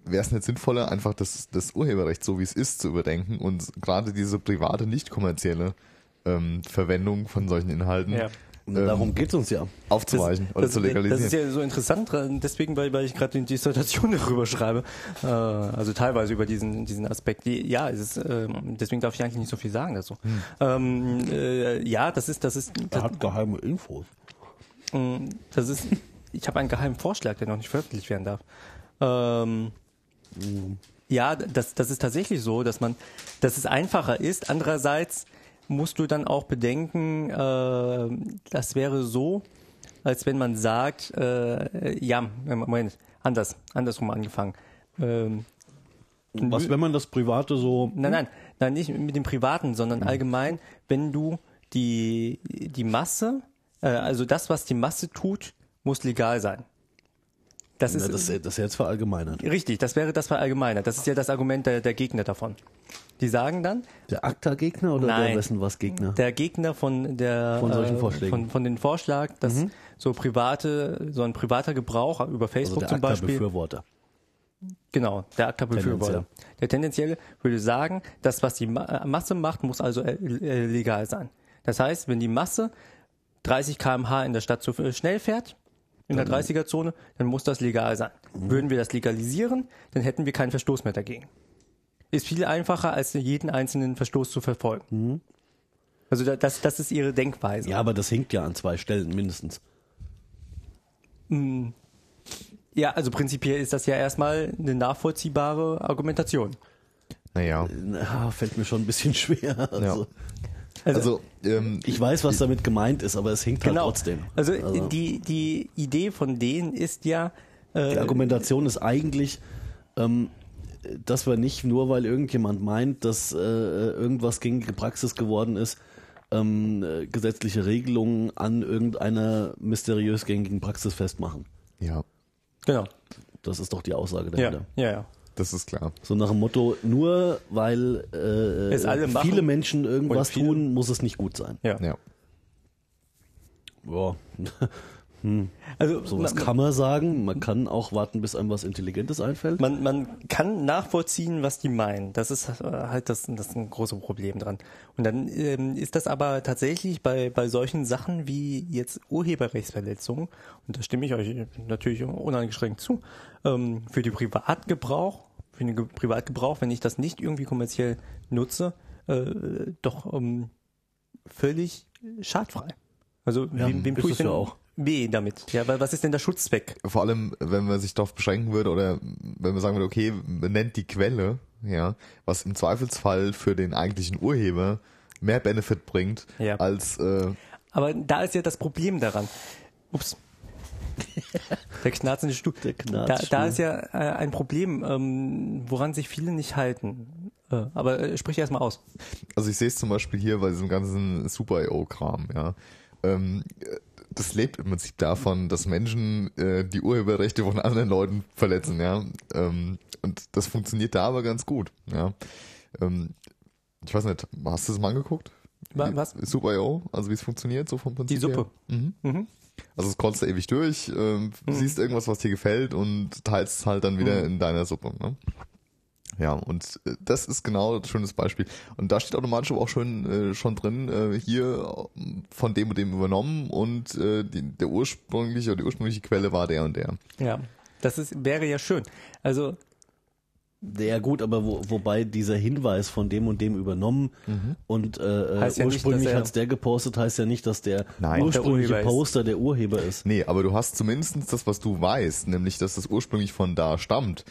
wäre es nicht sinnvoller, einfach das, das Urheberrecht so wie es ist zu überdenken und gerade diese private, nicht kommerzielle ähm, Verwendung von solchen Inhalten
Ja.
ähm,
Darum geht's uns ja.
aufzuweichen oder
das,
zu legalisieren.
Das ist ja so interessant, dran, deswegen, weil, weil ich gerade die Dissertation darüber schreibe, äh, also teilweise über diesen, diesen Aspekt. Die- Ja, es ist, ähm, deswegen darf ich eigentlich nicht so viel sagen dazu.
Hm.
Ähm, äh, ja, das ist, das ist,
Er
das,
hat geheime Infos.
ähm, das ist, ich habe einen geheimen Vorschlag, der noch nicht veröffentlicht werden darf. Ähm, ja, das, das ist tatsächlich so, dass man, dass es einfacher ist. Andererseits musst du dann auch bedenken, äh, das wäre so, als wenn man sagt, äh, ja, Moment, anders, andersrum angefangen. Ähm,
Was, wenn man das Private so.
Nein, nein, nein, nicht mit dem Privaten, sondern
Hm.
allgemein, wenn du die, die Masse, äh, also das, was die Masse tut, muss legal sein. Das
Na,
ist
das, das ist jetzt verallgemeinert.
richtig, das wäre das verallgemeiner. Das ist ja das Argument der, der Gegner davon. Die sagen dann,
Der ACTA-Gegner oder
Nein.
der Wessen was Gegner?
der Gegner von der
Von solchen
äh,
Vorschlägen. Mhm.
Von, von dem Vorschlag, dass so private, so ein privater Gebrauch über
also
Facebook
der
zum Beispiel
ACTA-Befürworter.
Genau, der ACTA-Befürworter. Der tendenzielle würde sagen, das, was die Ma äh, Masse macht, muss also äh, äh, legal sein. Das heißt, wenn die Masse 30 km/h in der Stadt zu f- schnell fährt, in der 30er-Zone, dann muss das legal sein. Würden wir das legalisieren, dann hätten wir keinen Verstoß mehr dagegen. Ist viel einfacher, als jeden einzelnen Verstoß zu verfolgen. Also da- das, das ist ihre Denkweise.
Ja, aber das hinkt ja an zwei Stellen mindestens.
ja, also prinzipiell ist das ja erstmal eine nachvollziehbare Argumentation.
naja.
Na, fällt mir schon ein bisschen schwer. Also,
Also, ähm,
Ich weiß, was damit gemeint ist, aber es hinkt
Genau.
halt trotzdem.
Also, Die, die Idee von denen ist ja,
Die
äh,
Argumentation ist eigentlich, ähm, dass wir nicht nur, weil irgendjemand meint, dass äh, irgendwas gängige Praxis geworden ist, ähm, äh, gesetzliche Regelungen an irgendeiner mysteriös gängigen Praxis festmachen.
ja.
genau.
Das ist doch die Aussage
Ja,
dahinter.
ja, ja.
Das ist klar.
So nach dem Motto, nur weil
Es
äh,
alle machen
viele Menschen irgendwas
und viele-
tun, muss es nicht gut sein.
ja.
Ja.
Ja.
Also
Sowas
man,
kann man sagen. Man kann auch warten, bis einem was Intelligentes einfällt.
man, man kann nachvollziehen, was die meinen. Das ist äh, halt das, das ist ein großes Problem dran. Und dann ähm, ist das aber tatsächlich bei, bei solchen Sachen wie jetzt Urheberrechtsverletzungen, und da stimme ich euch natürlich uneingeschränkt zu, ähm, für den Privatgebrauch, für den Ge- Privatgebrauch, wenn ich das nicht irgendwie kommerziell nutze, äh, doch ähm, völlig schadfrei. Also
Ja,
wem, wem
ist
tue ich
es ja
denn
auch.
weh damit? Ja, weil was ist denn der Schutzzweck?
Vor allem, wenn man sich darauf beschränken würde oder wenn man sagen würde, okay, man nennt die Quelle, ja, was im Zweifelsfall für den eigentlichen Urheber mehr Benefit bringt,
Ja.
als äh,
Aber da ist ja das Problem daran. Ups. Der knarzende Stuhl.
Der
Da,
Knarzstuhl.
da ist ja äh, ein Problem, ähm, woran sich viele nicht halten. Äh, aber äh, sprich erst mal aus.
also ich sehe es zum Beispiel hier bei diesem ganzen Super-IO-Kram, ja. Ähm, das lebt im Prinzip davon, dass Menschen äh, die Urheberrechte von anderen Leuten verletzen, ja. Ähm, und das funktioniert da aber ganz gut, ja. Ähm, ich weiß nicht, hast du es mal angeguckt?
Wa- was?
Super.io, also wie es funktioniert, so vom Prinzip
Die Suppe.
Her. Mhm. Also es scrollst du ewig durch, ähm, siehst irgendwas, was dir gefällt und teilst es halt dann wieder in deiner Suppe, ne? Ja, und äh, das ist genau ein schönes Beispiel. Und da steht automatisch aber auch schön äh, schon drin, äh, hier äh, von dem und dem übernommen und äh, die, der ursprüngliche oder die ursprüngliche Quelle war der und der.
Ja. Das ist, wäre ja schön. Also,
Ja gut, aber wo, wobei dieser Hinweis von dem und dem übernommen und äh,
Mhm. Heißt
äh,
ja nicht,
ursprünglich
dass er-
hat's der gepostet, heißt ja nicht, dass der
Nein.
ursprüngliche
Der Urheber ist.
Poster der Urheber ist.
Nee, aber du hast zumindestens das, was du weißt, nämlich, dass das ursprünglich von da stammt.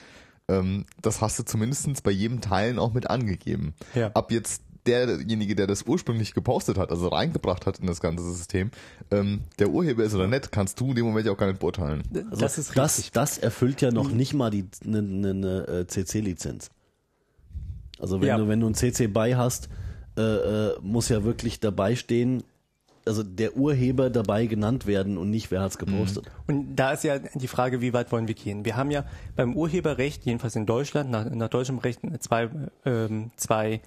Ähm, das hast du zumindestens bei jedem Teilen auch mit angegeben.
Ja.
Ab jetzt derjenige, der das ursprünglich gepostet hat, also reingebracht hat in das ganze System, ähm, der Urheber ist oder nicht, kannst du in dem Moment ja auch gar nicht beurteilen.
d-
Also
das ist richtig.
das, das erfüllt ja
Mhm.
noch nicht mal die eine ne, ne, äh, CC-Lizenz. Also wenn
Ja.
du wenn du ein CC BY hast, äh, äh, muss ja wirklich dabei stehen, also der Urheber dabei genannt werden und nicht wer hat's
Mhm.
gepostet.
Und da ist ja die Frage, wie weit wollen wir gehen? Wir haben ja beim Urheberrecht, jedenfalls in Deutschland, nach, nach deutschem Recht zwei, ähm, zwei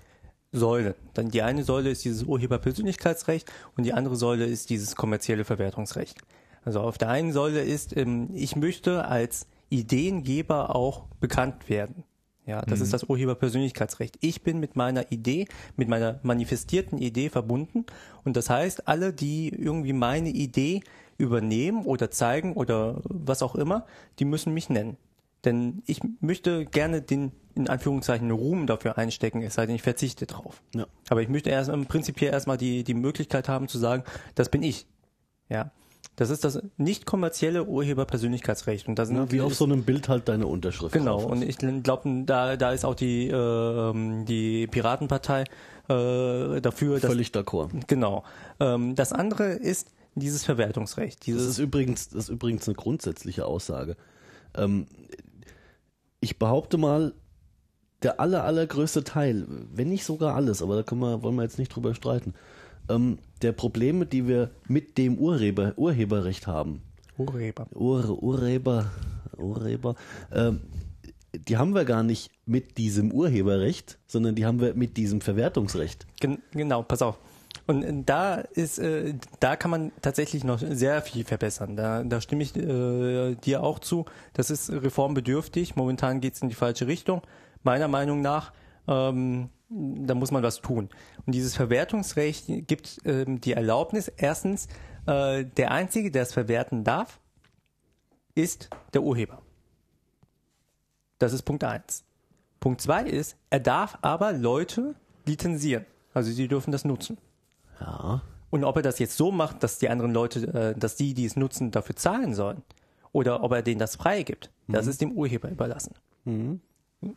Säulen. Dann die eine Säule ist dieses Urheberpersönlichkeitsrecht und die andere Säule ist dieses kommerzielle Verwertungsrecht. Also auf der einen Säule ist, ähm, ich möchte als Ideengeber auch bekannt werden. Ja, das
Mhm.
ist das Urheberpersönlichkeitsrecht. Ich bin mit meiner Idee, mit meiner manifestierten Idee verbunden. Und das heißt, alle, die irgendwie meine Idee übernehmen oder zeigen oder was auch immer, die müssen mich nennen. Denn ich möchte gerne den, in Anführungszeichen, Ruhm dafür einstecken, es sei denn, ich verzichte drauf.
Ja.
Aber ich möchte erst, prinzipiell erstmal die, die Möglichkeit haben zu sagen, das bin ich. Ja. Das ist das nicht kommerzielle Urheberpersönlichkeitsrecht. Und da sind
Na, wie auf so einem Bild halt deine Unterschrift.
Genau,
drauf
und ich glaube, da, da ist auch die, äh, ähm, die Piratenpartei äh, dafür,
ist.
dass,
völlig d'accord.
genau. Ähm, das andere ist dieses Verwertungsrecht.
Das
Dieses,
ist übrigens, das ist übrigens eine grundsätzliche Aussage. Ähm, ich behaupte mal, der aller, allergrößte Teil, wenn nicht sogar alles, aber da können wir, wollen wir jetzt nicht drüber streiten, ähm, der Probleme, die wir mit dem Urheber, Urheberrecht haben,
Urheber.
Ur, Urheber, Urheber, ähm, die haben wir gar nicht mit diesem Urheberrecht, sondern die haben wir mit diesem Verwertungsrecht.
Gen genau, pass auf. Und äh, da ist, äh, da kann man tatsächlich noch sehr viel verbessern. Da, da stimme ich äh, dir auch zu. Das ist reformbedürftig. Momentan geht es in die falsche Richtung. Meiner Meinung nach, ähm, da muss man was tun. Und dieses Verwertungsrecht gibt ähm, die Erlaubnis, erstens, äh, der Einzige, der es verwerten darf, ist der Urheber. Das ist Punkt eins. Punkt zwei ist, er darf aber Leute lizenzieren. Also sie dürfen das nutzen.
Ja.
Und ob er das jetzt so macht, dass die anderen Leute, äh, dass die, die es nutzen, dafür zahlen sollen, oder ob er denen das freigibt, das
Mhm.
ist dem Urheber überlassen.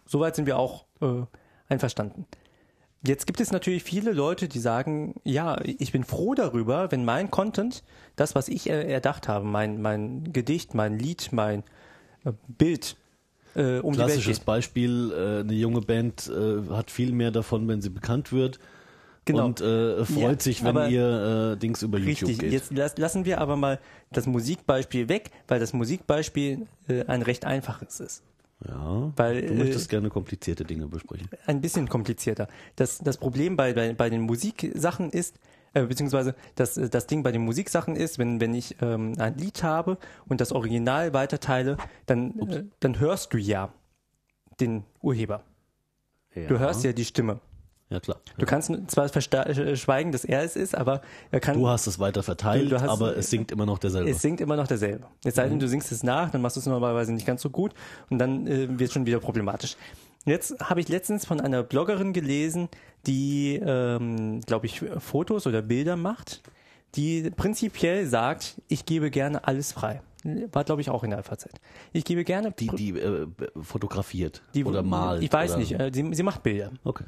Soweit sind wir auch äh, einverstanden. Jetzt gibt es natürlich viele Leute, die sagen, ja, ich bin froh darüber, wenn mein Content, das, was ich äh, erdacht habe, mein, mein Gedicht, mein Lied, mein äh, Bild, äh, um die Welt
klassisches
geht.
Beispiel, äh, eine junge Band äh, hat viel mehr davon, wenn sie bekannt wird,
Genau.
und äh, freut
Ja,
sich, wenn
aber-
ihr äh, Dings über YouTube
Richtig,
geht.
jetzt las- lassen wir aber mal das Musikbeispiel weg, weil das Musikbeispiel äh, ein recht einfaches ist.
ja,
weil,
du
äh,
möchtest gerne komplizierte Dinge besprechen.
ein bisschen komplizierter. Das, das Problem bei, bei, bei den Musiksachen ist, äh, beziehungsweise das, äh, das Ding bei den Musiksachen ist, wenn, wenn ich ähm, ein Lied habe und das Original weiterteile, dann, äh, dann hörst du ja den Urheber.
Ja.
Du hörst ja die Stimme.
Ja, klar.
Du kannst zwar versta- äh, schweigen, dass er es ist, aber er kann.
Du hast es weiter verteilt,
Du hast-
aber es singt immer noch derselbe.
Es singt immer noch derselbe. Es sei denn,
Mhm.
du singst es nach, dann machst du es normalerweise nicht ganz so gut und dann äh, wird es schon wieder problematisch. Jetzt habe ich letztens von einer Bloggerin gelesen, die, ähm, glaube ich, Fotos oder Bilder macht, die prinzipiell sagt, ich gebe gerne alles frei. War, glaube ich, auch in der FAZ. Ich gebe gerne
die, die äh, b- fotografiert oder malt.
Ich weiß
oder,
nicht. äh, Sie, sie macht Bilder.
Okay.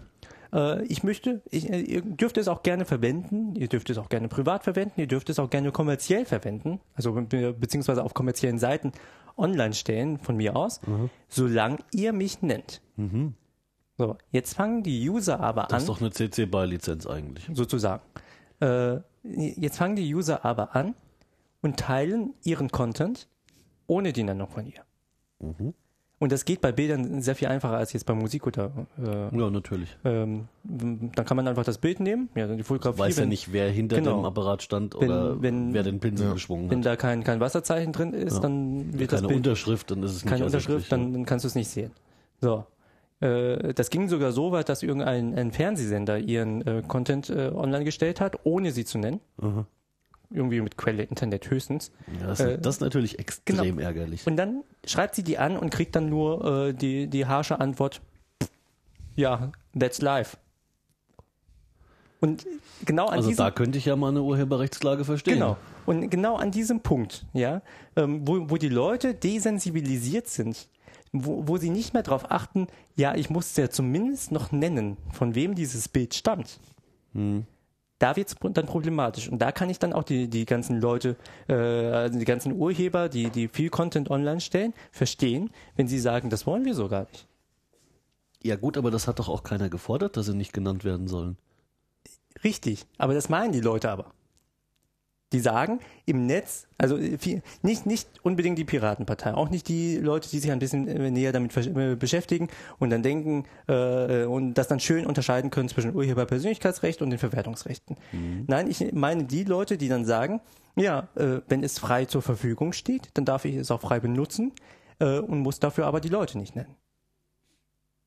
Äh, ich möchte, ich, äh, ihr dürft es auch gerne verwenden, ihr dürft es auch gerne privat verwenden, ihr dürft es auch gerne kommerziell verwenden, also be beziehungsweise auf kommerziellen Seiten online stellen, von mir aus,
Mhm.
solange ihr mich nennt. So, jetzt fangen die User aber
Das
an,
ist doch eine CC BY Lizenz eigentlich.
sozusagen. Äh, jetzt fangen die User aber an und teilen ihren Content ohne die Nennung von ihr.
Mhm.
Und das geht bei Bildern sehr viel einfacher als jetzt bei Musik oder äh,
Ja, natürlich.
ähm, dann kann man einfach das Bild nehmen, ja, dann die Fotografie.
Weiß ja
wenn-
nicht, wer hinter
Genau.
dem Apparat stand
Wenn-
oder
wenn-
wer den Pinsel geschwungen
Wenn
hat.
da kein, kein Wasserzeichen drin ist, dann wird das
ne? Keine
Bild
Unterschrift, dann ist es nicht
keine Unterschrift,
ersichtlich, ne?
dann, dann kannst du es nicht sehen. So. Äh, Das ging sogar so weit, dass irgendein ein Fernsehsender ihren äh, Content äh, online gestellt hat, ohne sie zu nennen.
Mhm.
Irgendwie mit Quelle Internet höchstens.
Ja, das,
äh,
das ist natürlich extrem
genau.
ärgerlich.
Und dann schreibt sie die an und kriegt dann nur äh, die, die harsche Antwort, ja, that's life. Und genau an
Also
diesem
da könnte ich ja mal eine Urheberrechtsklage verstehen.
Genau. Und genau an diesem Punkt, ja, ähm, wo, wo die Leute desensibilisiert sind, wo, wo sie nicht mehr darauf achten, ja, ich muss ja zumindest noch nennen, von wem dieses Bild stammt. Da wird es dann problematisch. Und da kann ich dann auch die, die ganzen Leute, äh, also die ganzen Urheber, die, die viel Content online stellen, verstehen, wenn sie sagen, das wollen wir so gar nicht.
Ja gut, aber das hat doch auch keiner gefordert, dass sie nicht genannt werden sollen.
Richtig, aber das meinen die Leute aber. Die sagen im Netz, also äh, viel, nicht, nicht unbedingt die Piratenpartei, auch nicht die Leute, die sich ein bisschen äh, näher damit versch- äh, beschäftigen und dann denken äh, äh, und das dann schön unterscheiden können zwischen Urheberpersönlichkeitsrecht und den Verwertungsrechten. Nein, ich meine die Leute, die dann sagen, ja, äh, wenn es frei zur Verfügung steht, dann darf ich es auch frei benutzen äh, und muss dafür aber die Leute nicht nennen.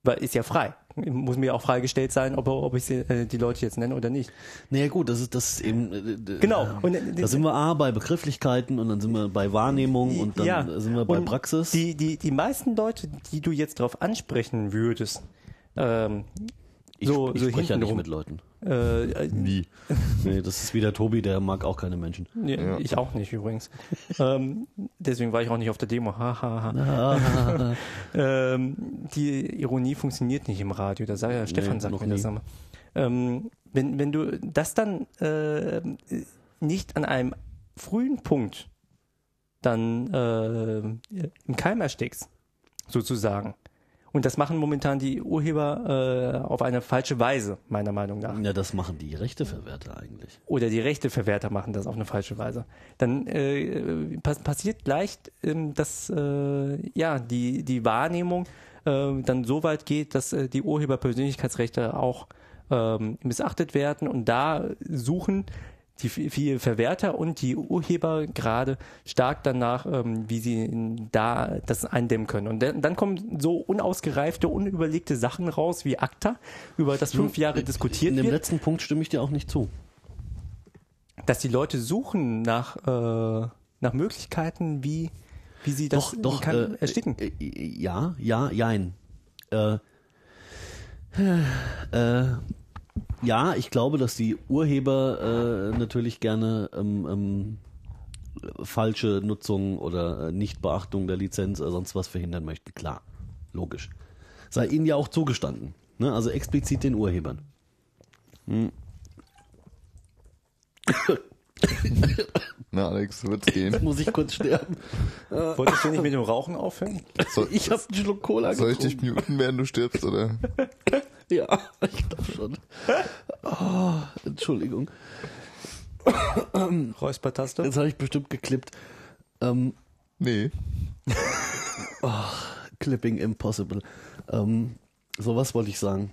Weil ist ja frei. Muss mir auch freigestellt sein, ob, ob ich sie, äh, die Leute jetzt nenne oder nicht.
Naja gut, das ist, das ist eben... äh, äh,
Genau.
äh,
Und, äh,
da sind wir A bei Begrifflichkeiten und dann sind wir bei Wahrnehmung und dann äh,
Ja.
sind wir bei
Und
Praxis.
Die, die, die meisten Leute, die du jetzt drauf ansprechen würdest, ähm,
ich
so-
ich
so
spreche ja nicht
hintenrum.
mit Leuten.
äh, äh,
Nie.
Nee, das ist wie der Tobi, der mag auch keine Menschen.
ja, ich auch nicht übrigens. ähm, deswegen war ich auch nicht auf der Demo. Ha, ha, ha.
Ah.
ähm, die Ironie funktioniert nicht im Radio. Da sagt ja, Stefan sagt
noch
mir
nie.
das immer. Ähm, wenn, wenn du das dann äh, nicht an einem frühen Punkt dann äh, im Keim erstickst, sozusagen. Und das machen momentan die Urheber äh, auf eine falsche Weise, meiner Meinung nach
Ja, das machen die Rechteverwerter eigentlich.
oder die Rechteverwerter machen das auf eine falsche Weise, dann äh, pass passiert leicht, ähm, dass äh, ja die die Wahrnehmung äh, dann so weit geht, dass äh, die Urheberpersönlichkeitsrechte auch ähm, missachtet werden und da suchen die vi- viele Verwerter und die Urheber gerade stark danach, ähm, wie sie da das eindämmen können. Und dann dann kommen so unausgereifte, unüberlegte Sachen raus wie ACTA, über das fünf Jahre diskutiert
In dem
wird
letzten Punkt stimme ich dir auch nicht zu.
dass die Leute suchen nach, äh, nach Möglichkeiten, wie, wie sie das
doch, doch.
kann, ersticken.
Äh, äh, ja, ja, jein. Äh, äh, ja, ich glaube, dass die Urheber äh, natürlich gerne ähm, ähm, falsche Nutzung oder äh, Nichtbeachtung der Lizenz oder sonst was verhindern möchten. Klar, logisch. Sei ihnen ja auch zugestanden. Ne? Also explizit den Urhebern.
Na, Alex, wird's gehen.
Muss ich kurz sterben?
Wolltest du nicht mit dem Rauchen aufhören?
So,
Ich habe einen Schluck Cola
soll ich
getrunken.
dich muten, während du stirbst, oder?
Ja, ich glaube schon. Oh, Entschuldigung.
Räuspertaste.
Jetzt habe ich bestimmt geklippt. Ähm,
Nee.
Clipping Impossible. Ähm, so was wollte ich sagen.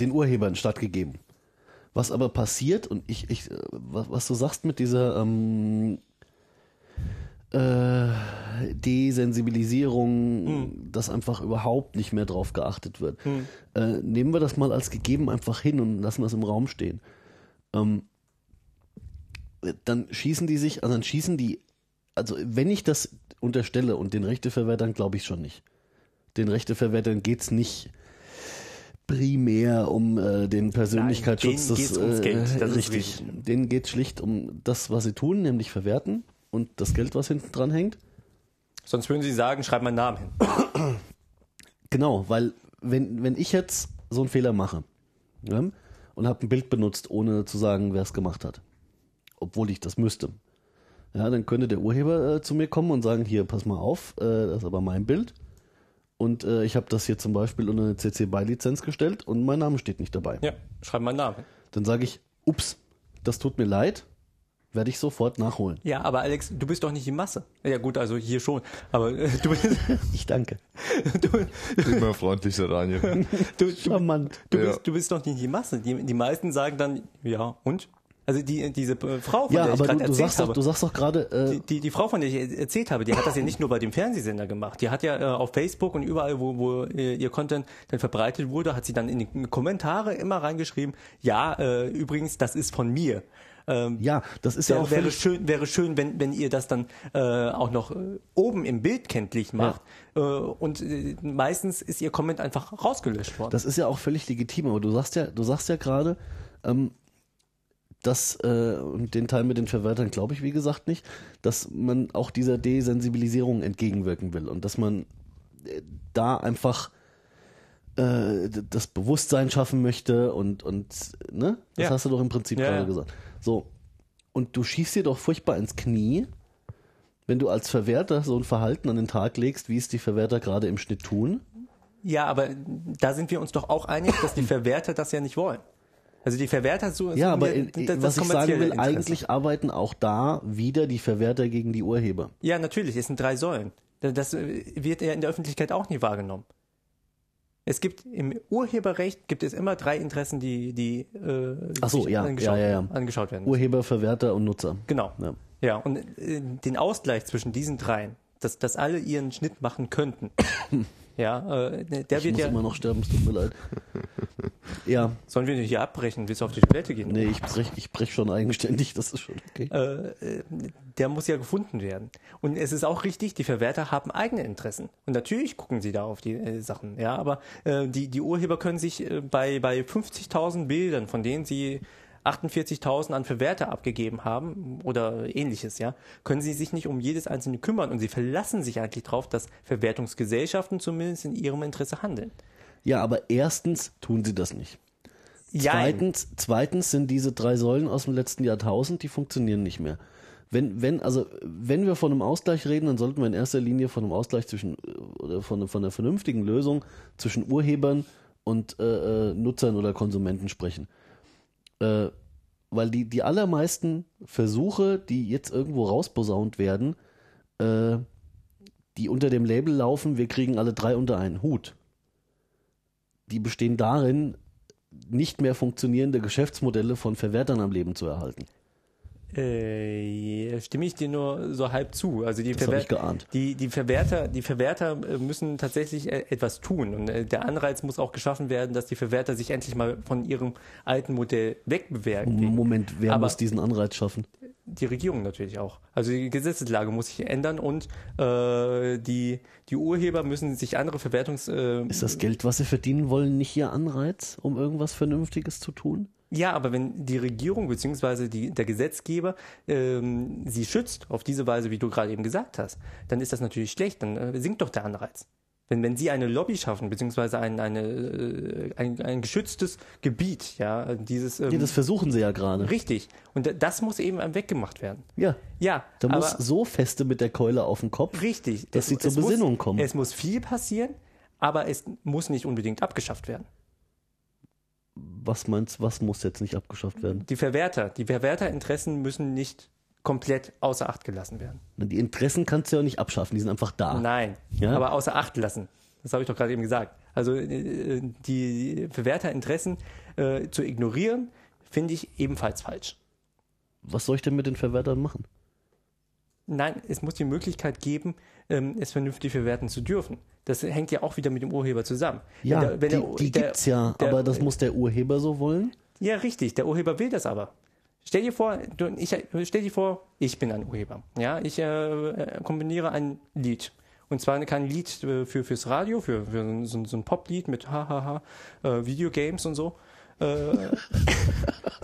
Den Urhebern stattgegeben. Was aber passiert, und ich, ich äh, was, was du sagst mit dieser ähm, äh, Desensibilisierung,
Hm.
dass einfach überhaupt nicht mehr drauf geachtet wird. Äh, nehmen wir das mal als gegeben einfach hin und lassen das im Raum stehen. Ähm, dann schießen die sich, also dann schießen die, also wenn ich das unterstelle und den Rechteverwertern glaube ich schon nicht. Den Rechteverwertern geht es nicht primär um äh, den Persönlichkeitsschutz. äh,
denen geht's ums Geld, das ist
richtig. Denen geht es schlicht um das, was sie tun, nämlich verwerten und das Geld, was hinten dran hängt.
Sonst würden sie sagen, schreib meinen Namen hin.
Genau, weil wenn, wenn ich jetzt so einen Fehler mache ja, und habe ein Bild benutzt, ohne zu sagen, wer es gemacht hat, obwohl ich das müsste, ja, dann könnte der Urheber äh, zu mir kommen und sagen, hier, pass mal auf, äh, das ist aber mein Bild und äh, ich habe das hier zum Beispiel unter eine CC-BY-Lizenz gestellt und mein Name steht nicht dabei.
Ja, schreib meinen Namen hin.
Dann sage ich, ups, das tut mir leid, werde ich sofort nachholen.
Ja, aber Alex, du bist doch nicht die Masse. Ja gut, also hier schon. Aber äh, du, bist,
Ich danke.
du,
Immer freundlicher, Daniel.
du, du,
Charmant.
du,
Ja.
bist, du bist doch nicht die Masse. Die, die meisten sagen dann, ja und? Also die, diese äh, Frau, von
Ja,
der ich
aber du,
gerade
du
erzählt
sagst doch,
habe,
du sagst doch gerade, äh,
die, die, die Frau, von der ich er- erzählt habe, die hat das ja nicht nur bei dem Fernsehsender gemacht. Die hat ja äh, auf Facebook und überall, wo, wo äh, ihr Content dann verbreitet wurde, hat sie dann in die Kommentare immer reingeschrieben, ja, äh, übrigens, das ist von mir. Ähm,
ja, das ist ja,
Wär-
auch
wäre
völlig
schön, wäre schön, wenn, wenn ihr das dann äh, auch noch äh, oben im Bild kenntlich macht. Äh, und äh, meistens ist ihr Comment einfach rausgelöscht worden.
Das ist ja auch völlig legitim, aber du sagst ja, du sagst ja gerade, ähm, dass, äh, und den Teil mit den Verwaltern glaube ich, wie gesagt, nicht, dass man auch dieser Desensibilisierung entgegenwirken will und dass man äh, da einfach äh, d- das Bewusstsein schaffen möchte und, und ne? Das
Ja.
hast du doch im Prinzip
Ja,
gerade
ja.
gesagt. So. Und du schießt dir doch furchtbar ins Knie, wenn du als Verwerter so ein Verhalten an den Tag legst, wie es die Verwerter gerade im Schnitt tun.
ja, aber da sind wir uns doch auch einig, dass die Verwerter das ja nicht wollen. Also die Verwerter so
Ja,
so-
aber in,
das- das
was ich sagen
kommerzielle
will,
Interesse.
eigentlich arbeiten auch da wieder die Verwerter gegen die Urheber.
Ja, natürlich, es sind drei Säulen. Da- Das äh, wird ja in der Öffentlichkeit auch nie wahrgenommen. Es gibt im Urheberrecht gibt es immer drei Interessen, die die äh,
Ach so,
sich
ja,
angeschaut,
ja, ja, ja.
angeschaut werden. müssen.
Urheber, Verwerter und Nutzer.
Genau.
Ja.
Ja, und äh, den Ausgleich zwischen diesen dreien, dass, dass alle ihren Schnitt machen könnten. ja, äh, der
Ich
wird
muss
ja.
immer noch sterben, es tut mir leid. ja,
Sollen wir nicht hier abbrechen, bis auf die Toilette gehen?
nee, ich brech, ich brech schon eigenständig, das ist schon okay.
Äh, äh, der muss ja gefunden werden. Und es ist auch richtig, die Verwerter haben eigene Interessen. Und natürlich gucken sie da auf die äh, Sachen. Ja, aber äh, die, die Urheber können sich äh, bei, bei 50.000 Bildern, von denen sie 48.000 an Verwerter abgegeben haben oder ähnliches, ja, können sie sich nicht um jedes einzelne kümmern und sie verlassen sich eigentlich darauf, dass Verwertungsgesellschaften zumindest in ihrem Interesse handeln.
Ja, aber erstens tun sie das nicht.
Jein.
Zweitens, zweitens sind diese drei Säulen aus dem letzten Jahrtausend, die funktionieren nicht mehr. Wenn, wenn, also, wenn wir von einem Ausgleich reden, dann sollten wir in erster Linie von einem Ausgleich zwischen, äh, oder von, von einer vernünftigen Lösung zwischen Urhebern und äh, äh, Nutzern oder Konsumenten sprechen. Äh, weil die, die allermeisten Versuche, die jetzt irgendwo rausposaunt werden, äh, die unter dem Label laufen, wir kriegen alle drei unter einen Hut, die bestehen darin, nicht mehr funktionierende Geschäftsmodelle von Verwertern am Leben zu erhalten.
Äh, stimme ich dir nur so halb zu. Also die,
Das hab ich geahnt.
die, die Verwerter, die Verwerter äh, müssen tatsächlich äh, etwas tun und äh, der Anreiz muss auch geschaffen werden, dass die Verwerter sich endlich mal von ihrem alten Modell wegbewegen.
Moment, wer
Aber-
muss diesen Anreiz schaffen?
Die Regierung natürlich auch. Also die Gesetzeslage muss sich ändern und äh, die, die Urheber müssen sich andere Verwertungs äh,
Ist das Geld, was sie verdienen wollen, nicht ihr Anreiz, um irgendwas Vernünftiges zu tun?
Ja, aber wenn die Regierung beziehungsweise Die, der Gesetzgeber ähm, sie schützt auf diese Weise, wie du gerade eben gesagt hast, dann ist das natürlich schlecht, dann äh, sinkt doch der Anreiz. Wenn, wenn sie eine Lobby schaffen, beziehungsweise ein, eine, äh, ein, ein geschütztes Gebiet, ja, dieses ähm,
Ja, das versuchen sie ja gerade.
richtig. Und da- das muss eben weggemacht werden.
Ja,
Ja,
da muss
aber-
so feste mit der Keule auf den Kopf.
Richtig.
Dass sie zur Besinnung
muss,
kommen.
Es muss viel passieren, aber es muss nicht unbedingt abgeschafft werden.
was meinst, was muss jetzt nicht abgeschafft werden?
Die Verwerter, die Verwerterinteressen müssen nicht komplett außer Acht gelassen werden.
Die Interessen kannst du ja nicht abschaffen, die sind einfach da.
Nein,
Ja.
aber außer Acht lassen. Das habe ich doch gerade eben gesagt. Also äh, die Verwerterinteressen äh, zu ignorieren, finde ich ebenfalls falsch.
Was soll ich denn mit den Verwertern machen?
Nein, es muss die Möglichkeit geben, ähm, es vernünftig verwerten zu dürfen. Das hängt ja auch wieder mit dem Urheber zusammen.
Ja,
Wenn der- wenn der-
die, die
der-
gibt's ja,
der-
aber das muss der Urheber so wollen.
Ja, richtig. Der Urheber will das aber. Stell dir vor, du, ich, stell dir vor, ich bin ein Urheber. Ja, ich äh, äh, kombiniere ein Lied. Und zwar kein Lied äh, für, fürs Radio, für, für so, so ein Poplied mit hahaha, äh, Videogames und so. Äh,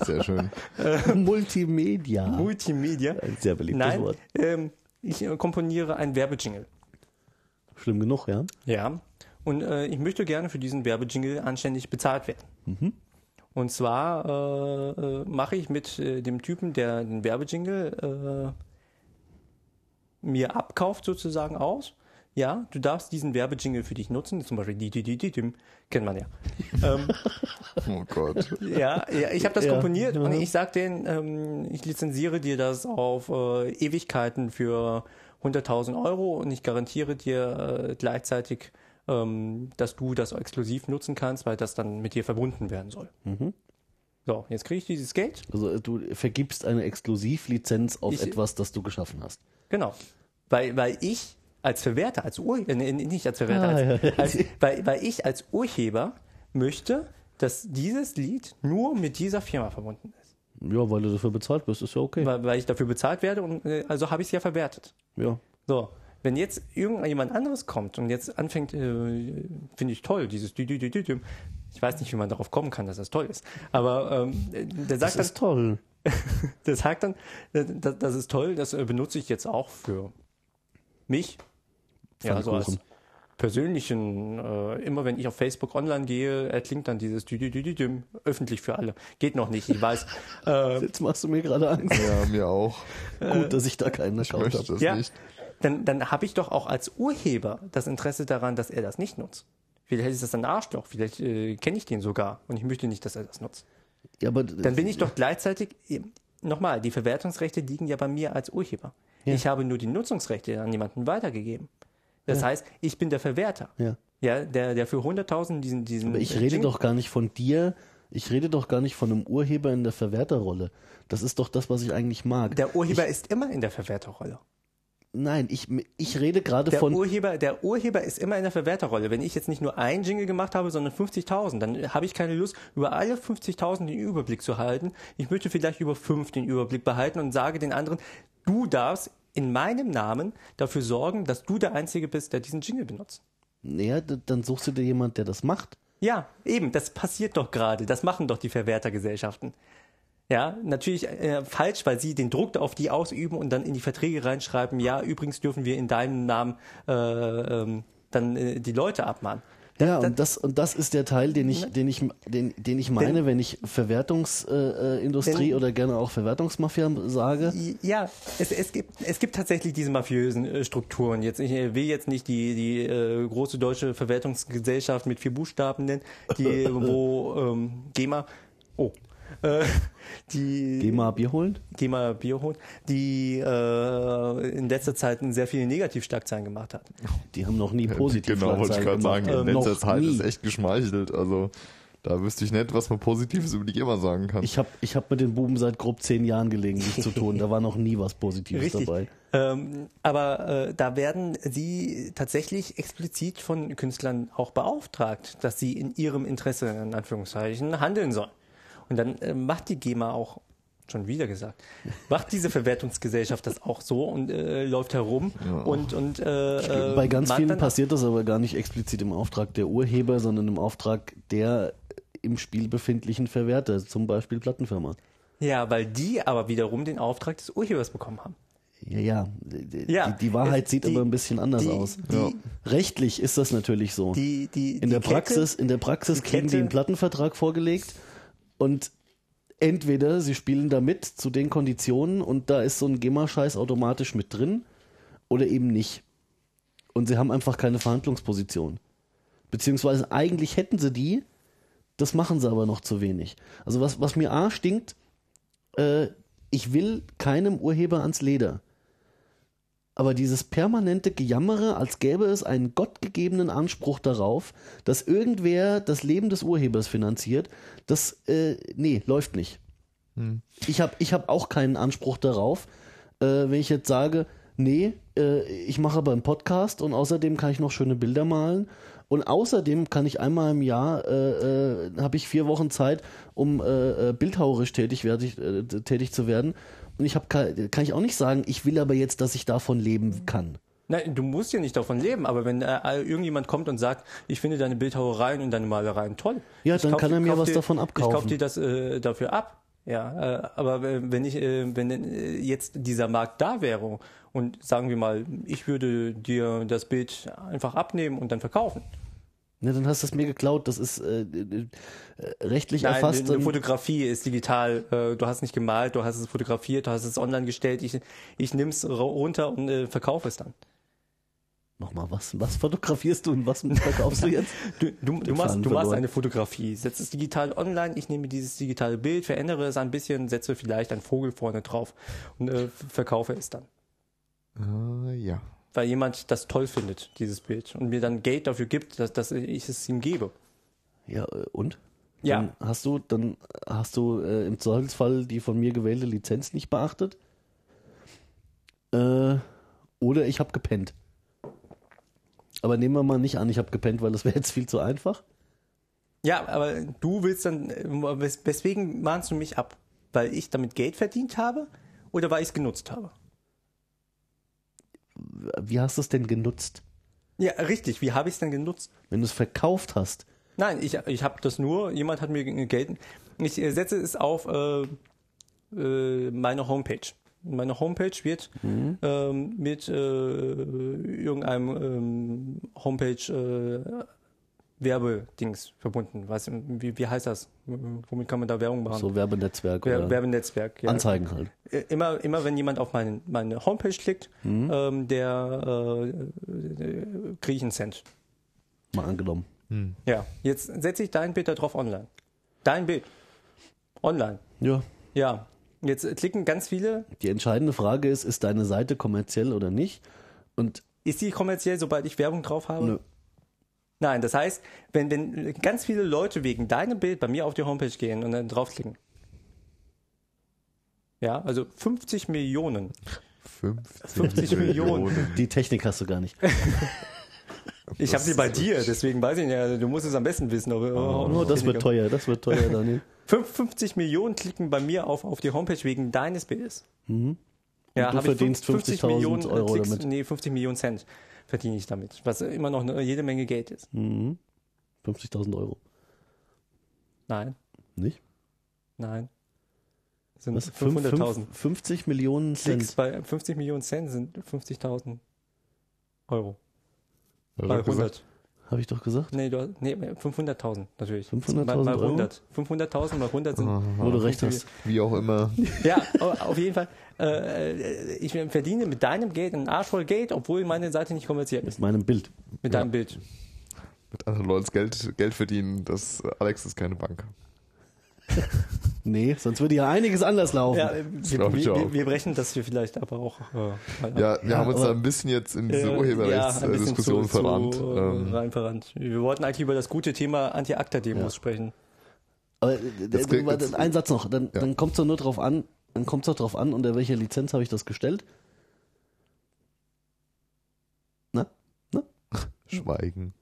Sehr schön.
Multimedia.
Multimedia.
Ein sehr beliebtes
Nein,
Wort.
ähm, ich äh, komponiere einen Werbejingle.
Schlimm genug, ja.
Ja. Und äh, ich möchte gerne für diesen Werbejingle anständig bezahlt werden. Und zwar äh, äh, mache ich mit äh, dem Typen, der den Werbejingle äh, mir abkauft, sozusagen aus. Ja, du darfst diesen Werbejingle für dich nutzen, zum Beispiel die, die, die, die, die kennt man ja. ähm,
Oh Gott.
ja, ja, ich habe das
Ja.
komponiert und
Mhm.
ich sag denen, ähm, ich lizenziere dir das auf äh, Ewigkeiten für 100.000 Euro und ich garantiere dir äh, gleichzeitig, ähm, dass du das exklusiv nutzen kannst, weil das dann mit dir verbunden werden soll.
Mhm.
So, jetzt kriege ich dieses Geld.
Also äh, du vergibst eine Exklusivlizenz auf
Ich-
etwas, das du geschaffen hast.
Genau. Weil, weil ich als Verwerter, als Urheber, nee, nee, nicht als Verwerter,
Ah,
als,
ja.
als, weil, weil ich als Urheber möchte, dass dieses Lied nur mit dieser Firma verbunden ist.
Ja, weil du dafür bezahlt wirst, ist ja okay.
weil, weil ich dafür bezahlt werde und äh, also habe ich es ja verwertet.
Ja.
So, wenn jetzt irgendjemand anderes kommt und jetzt anfängt, äh, finde ich toll, dieses Dü- Dü- Dü- Dü- Dü. ich weiß nicht, wie man darauf kommen kann, dass das toll ist. Aber ähm, äh, der sagt
Das ist toll.
dann, der sagt dann, äh, das, das ist toll, das äh, benutze ich jetzt auch für mich. Ja, so als
Pfannkuchen.
persönlichen, äh, immer wenn ich auf Facebook online gehe, erklingt dann dieses Dü- Dü- Dü- Dü- Dü, öffentlich für alle. Geht noch nicht, ich weiß. äh,
Jetzt machst du mir gerade Angst.
Ja, mir auch.
Gut, dass ich da keinen
Ich
Account
möchte
habe.
das
ja,
nicht.
dann, dann habe ich doch auch als Urheber das Interesse daran, dass er das nicht nutzt. Vielleicht ist das ein Arschloch, vielleicht äh, kenne ich den sogar und ich möchte nicht, dass er das nutzt.
Ja, aber
Dann bin ich doch gleichzeitig, äh, nochmal, die Verwertungsrechte liegen ja bei mir als Urheber. Ich habe nur die Nutzungsrechte an jemanden weitergegeben. Das heißt, ich bin der Verwerter.
Ja.
Ja, der, der für 100.000 diesen, diesen.
Aber ich rede doch gar nicht von dir. Ich rede doch gar nicht von einem Urheber in der Verwerterrolle. Das ist doch das, was ich eigentlich mag.
Der Urheber ist immer in der Verwerterrolle.
Nein, ich, ich rede gerade
Der
von.
Urheber, der Urheber ist immer in der Verwerterrolle. Wenn ich jetzt nicht nur einen Jingle gemacht habe, sondern 50.000, dann habe ich keine Lust, über alle 50.000 den Überblick zu halten. Ich möchte vielleicht über fünf den Überblick behalten und sage den anderen, du darfst in meinem Namen dafür sorgen, dass du der Einzige bist, der diesen Jingle benutzt.
Naja, d- dann suchst du dir jemand, der das macht.
Ja, eben, das passiert doch gerade. Das machen doch die Verwertergesellschaften. Ja, natürlich äh, falsch, weil sie den Druck auf die ausüben und dann in die Verträge reinschreiben, ja, übrigens dürfen wir in deinem Namen äh, ähm, dann äh, die Leute abmahnen.
Ja, und das, und das ist der Teil, den
Ne?
ich, den ich, den, den ich meine, wenn ich Verwertungsindustrie äh, Industrie
Denn-
oder gerne auch Verwertungsmafia sage.
Ja, es, es, gibt, es gibt tatsächlich diese mafiösen äh, Strukturen. Jetzt, ich äh, will jetzt nicht die, die äh, große deutsche Verwertungsgesellschaft mit vier Buchstaben nennen, die, wo ähm, GEMA, oh, äh, die...
Geh mal Bier holen.
Geh mal Bier holen, die äh, in letzter Zeit sehr viele Negativschlagzeilen gemacht hat.
Die haben noch nie positiv
Genau, wollte ich
Schlagzeilen gemacht.
gerade sagen. In
Äh,
Ähm,
letzter
noch
Zeit
nie.
ist echt geschmeichelt. Also da wüsste ich nicht, was man Positives über die GEMA sagen kann.
Ich habe ich hab mit den Buben seit grob zehn Jahren gelegentlich zu tun. Da war noch nie was Positives dabei.
Ähm, aber äh, da werden sie tatsächlich explizit von Künstlern auch beauftragt, dass sie in ihrem Interesse, in Anführungszeichen, handeln sollen. Und dann äh, macht die GEMA auch, schon wieder gesagt, macht diese Verwertungsgesellschaft das auch so und äh, läuft herum und, und äh, äh,
Bei ganz
mahnt
vielen
dann
passiert das aber gar nicht explizit im Auftrag der Urheber, sondern im Auftrag der im Spiel befindlichen Verwerter, zum Beispiel Plattenfirma.
Ja, weil die aber wiederum den Auftrag des Urhebers bekommen haben.
Ja, ja. Die,
Ja,
die, die Wahrheit
es-
sieht
die-
aber ein bisschen anders
die-
aus.
die- Ja.
Rechtlich ist das natürlich so.
Die, die,
in
die
der
Kette-
Praxis, in der Praxis
die
kriegen die
Kette-
einen Plattenvertrag vorgelegt und entweder sie spielen da mit zu den Konditionen und da ist so ein GEMA-Scheiß automatisch mit drin oder eben nicht. Und sie haben einfach keine Verhandlungsposition. Beziehungsweise eigentlich hätten sie die, Das machen sie aber noch zu wenig. Also was, was mir A stinkt, äh, ich will keinem Urheber ans Leder. Aber dieses permanente Gejammere, als gäbe es einen gottgegebenen Anspruch darauf, dass irgendwer das Leben des Urhebers finanziert, das, äh, nee, läuft nicht. Ich habe ich hab auch keinen Anspruch darauf, äh, wenn ich jetzt sage, nee, äh, ich mache aber einen Podcast und außerdem kann ich noch schöne Bilder malen und außerdem kann ich einmal im Jahr, äh, äh, habe ich vier Wochen Zeit, um äh, äh, bildhauerisch tätig, werdig, äh, tätig zu werden. Und ich habe kann, kann ich auch nicht sagen, ich will aber jetzt, dass ich davon leben kann.
Nein, du musst ja nicht davon leben, aber wenn äh, irgendjemand kommt und sagt, ich finde deine Bildhauereien und deine Malereien toll.
Ja,
ich
dann kann er mir was
dir,
davon
Ich
abkaufen.
kaufe dir das äh, dafür ab. Ja, äh, aber äh, wenn ich, äh, wenn äh, jetzt dieser Markt da wäre und sagen wir mal, ich würde dir das Bild einfach abnehmen und dann verkaufen.
Ne, dann hast du es mir geklaut, das ist äh, äh, rechtlich
Nein,
erfasst.
eine
und-
Fotografie ist digital. Äh, Du hast nicht gemalt, du hast es fotografiert, du hast es online gestellt. Ich, ich nehme es runter und äh, verkaufe es dann.
Nochmal, was, was fotografierst du und was verkaufst du jetzt?
Du, du, du,
Faden
machst, du machst
verloren.
eine Fotografie, setzt es digital online, ich nehme dieses digitale Bild, verändere es ein bisschen, setze vielleicht einen Vogel vorne drauf und äh, verkaufe es dann.
Ah, ja.
Weil jemand das toll findet, dieses Bild, und mir dann Geld dafür gibt, dass, dass ich es ihm gebe.
Ja, äh, und?
Ja.
Dann hast du, dann hast du äh, im Zweifelsfall die von mir gewählte Lizenz nicht beachtet. Äh, oder ich habe gepennt. Aber nehmen wir mal nicht an, ich habe gepennt, weil das wäre jetzt viel zu einfach.
Ja, aber du willst dann, äh, wes- weswegen mahnst du mich ab? Weil ich damit Geld verdient habe oder weil ich es genutzt habe?
Wie hast du es denn genutzt?
Ja, richtig, wie habe ich es denn genutzt?
Wenn du es verkauft hast,
Nein, ich, ich habe das nur, jemand hat mir ge- Geld. Ich äh, setze es auf äh, äh, meine Homepage. Meine Homepage wird ähm, mit äh, irgendeinem ähm, Homepage äh, Werbedings verbunden. Was, wie, wie heißt das? Womit kann man da Werbung machen?
so Werbenetzwerk
Wer-
oder
Werbenetzwerk. Ja.
Anzeigen halt.
Äh, Immer, immer wenn jemand auf meine, meine Homepage klickt, ähm, der äh, äh, kriege ich einen Cent.
Mal angenommen.
Ja, jetzt setze ich dein Bild da drauf online. Dein Bild. Online.
Ja.
Ja. Jetzt klicken ganz viele.
Die entscheidende Frage ist, ist deine Seite kommerziell oder nicht? Und ne,
Ist die kommerziell, sobald ich Werbung drauf habe?
Nö.
Nein, das heißt, wenn, wenn ganz viele Leute wegen deinem Bild bei mir auf die Homepage gehen und dann draufklicken. Ja, also 50 Millionen.
50,
50 Millionen.
die Technik hast du gar nicht.
Ich habe sie bei dir, deswegen weiß ich nicht. Also du musst es am besten wissen. Ob,
Oh, das wird teuer, das wird teuer, Daniel.
55 Millionen klicken bei mir auf, auf die Homepage wegen deines Bildes.
Mhm,
Ja,
du
hab ich
verdienst 50.000
Millionen
Euro
Klicks,
damit.
Nee, 50 Millionen Cent verdiene ich damit, was immer noch eine, jede Menge Geld ist.
50.000 mhm. Euro.
Nein,
Nicht?
nein. Das sind
Was? Fünf-
500.000.
fünf- 50 Millionen
Klicks
Cent.
bei 50 Millionen Cent sind 50.000 Euro. Bei
100.
100.
Habe ich doch gesagt.
Nee, du, hast- nee 500.000 natürlich.
500.000
Bei- bei
Euro?
100. 500.000 mal 100 sind
Wo du recht hast.
Wie auch immer.
Ja, au- auf jeden Fall. Äh, ich verdiene mit deinem Geld einen Arsch voll Geld, obwohl meine Seite nicht kommerziell ist.
Mit meinem Bild.
Mit deinem Bild.
Mit anderen Leuten Geld, Geld verdienen, das Alex ist keine Bank.
Nee, sonst würde ja einiges anders laufen.
Ja, äh, wir,
glaub ich
wir,
auch.
wir, wir brechen das hier vielleicht aber auch. Äh, mal ab.
Ja, wir haben uns
aber-
da ein bisschen jetzt in diese
Äh, ja, ein bisschen
Urheberrechtsdiskussion
zu- zu,
verrannt.
äh,
Ähm,
rein verrannt. Wir wollten eigentlich über das gute Thema Anti-Akta-Demos sprechen.
Aber äh,
Das klingt-
warte,
das-
ein Satz noch. Dann, dann kommt es doch nur drauf an, dann kommt es doch drauf an, unter welcher Lizenz habe ich das gestellt? Na? Na?
Schweigen.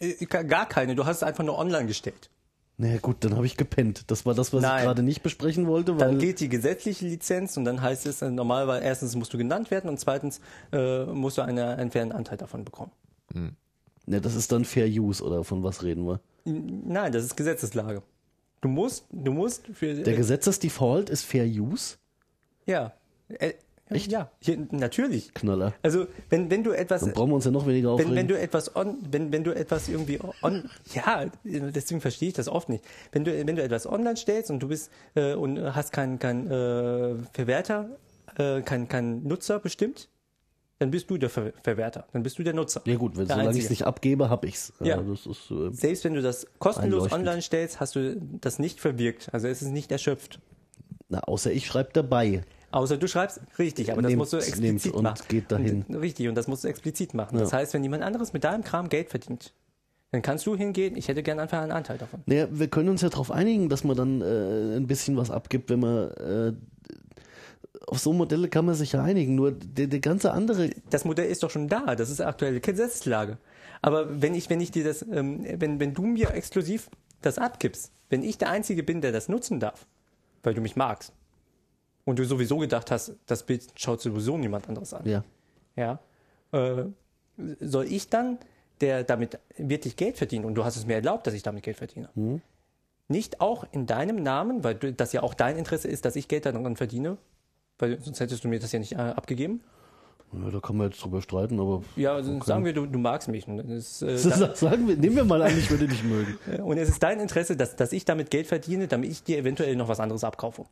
Äh, ka- Gar keine, du hast es einfach nur online gestellt.
Naja gut, dann habe ich gepennt. Das war das, was ich
Nein.
gerade nicht besprechen wollte, weil
Äh.
Dann gilt die gesetzliche Lizenz und dann heißt es äh, normalerweise, erstens musst du genannt werden und zweitens äh, musst du eine, einen fairen Anteil davon bekommen.
ne, das ist dann Fair Use oder von was reden wir?
Nein, das ist Gesetzeslage. Du musst, du musst für
Der Gesetzesdefault ist Fair Use?
ja, äh,
Echt?
ja, hier, natürlich.
Knaller.
Also wenn wenn du etwas
Dann brauchen wir uns ja noch weniger aufregen.
wenn, wenn du etwas on, wenn, wenn du etwas irgendwie on, ja, deswegen verstehe ich das oft nicht. Wenn du, wenn du etwas online stellst und du bist äh, und hast keinen kein, äh, Verwerter, äh, keinen kein Nutzer bestimmt, dann bist du der Ver Verwerter, dann bist du der Nutzer.
Ja gut, wenn,
Der
solange ich
Einzige.
es nicht abgebe, habe ich's.
Ja.
das ist, äh,
Selbst wenn du das kostenlos
Einleuchtend.
online stellst, hast du das nicht verwirkt. Also es ist nicht erschöpft.
na, außer ich schreibe dabei.
Außer du schreibst richtig, aber das
Nehmt-
musst du
nehmt
explizit
und
machen.
geht dahin.
Und, richtig, und das musst du explizit machen. Das heißt, wenn jemand anderes mit deinem Kram Geld verdient, dann kannst du hingehen, ich hätte gern einfach einen Anteil davon.
Naja, Ne, wir können uns ja darauf einigen, dass man dann äh, ein bisschen was abgibt, wenn man äh, auf so Modelle kann man sich ja einigen. Nur der, der ganze andere,
Das Modell ist doch schon da, das ist aktuelle Gesetzeslage. Aber wenn ich, wenn ich dir das, ähm, wenn, wenn du mir exklusiv das abgibst, wenn ich der Einzige bin, der das nutzen darf, weil du mich magst, und du sowieso gedacht hast, das Bild schaut sowieso niemand anderes an.
ja,
Ja. Äh, soll ich dann, der damit wirklich Geld verdient, und du hast es mir erlaubt, dass ich damit Geld verdiene, nicht auch in deinem Namen, weil du, das ja auch dein Interesse ist, dass ich Geld daran verdiene, weil sonst hättest du mir das ja nicht äh, abgegeben.
ja, da kann man jetzt drüber streiten, aber
Ja, also sagen wir, du, du magst mich. Und es, ist, äh,
das sagen wir, nehmen wir mal an, ich würde dich mögen.
da, und es ist dein Interesse, dass, dass ich damit Geld verdiene, damit ich dir eventuell noch was anderes abkaufe.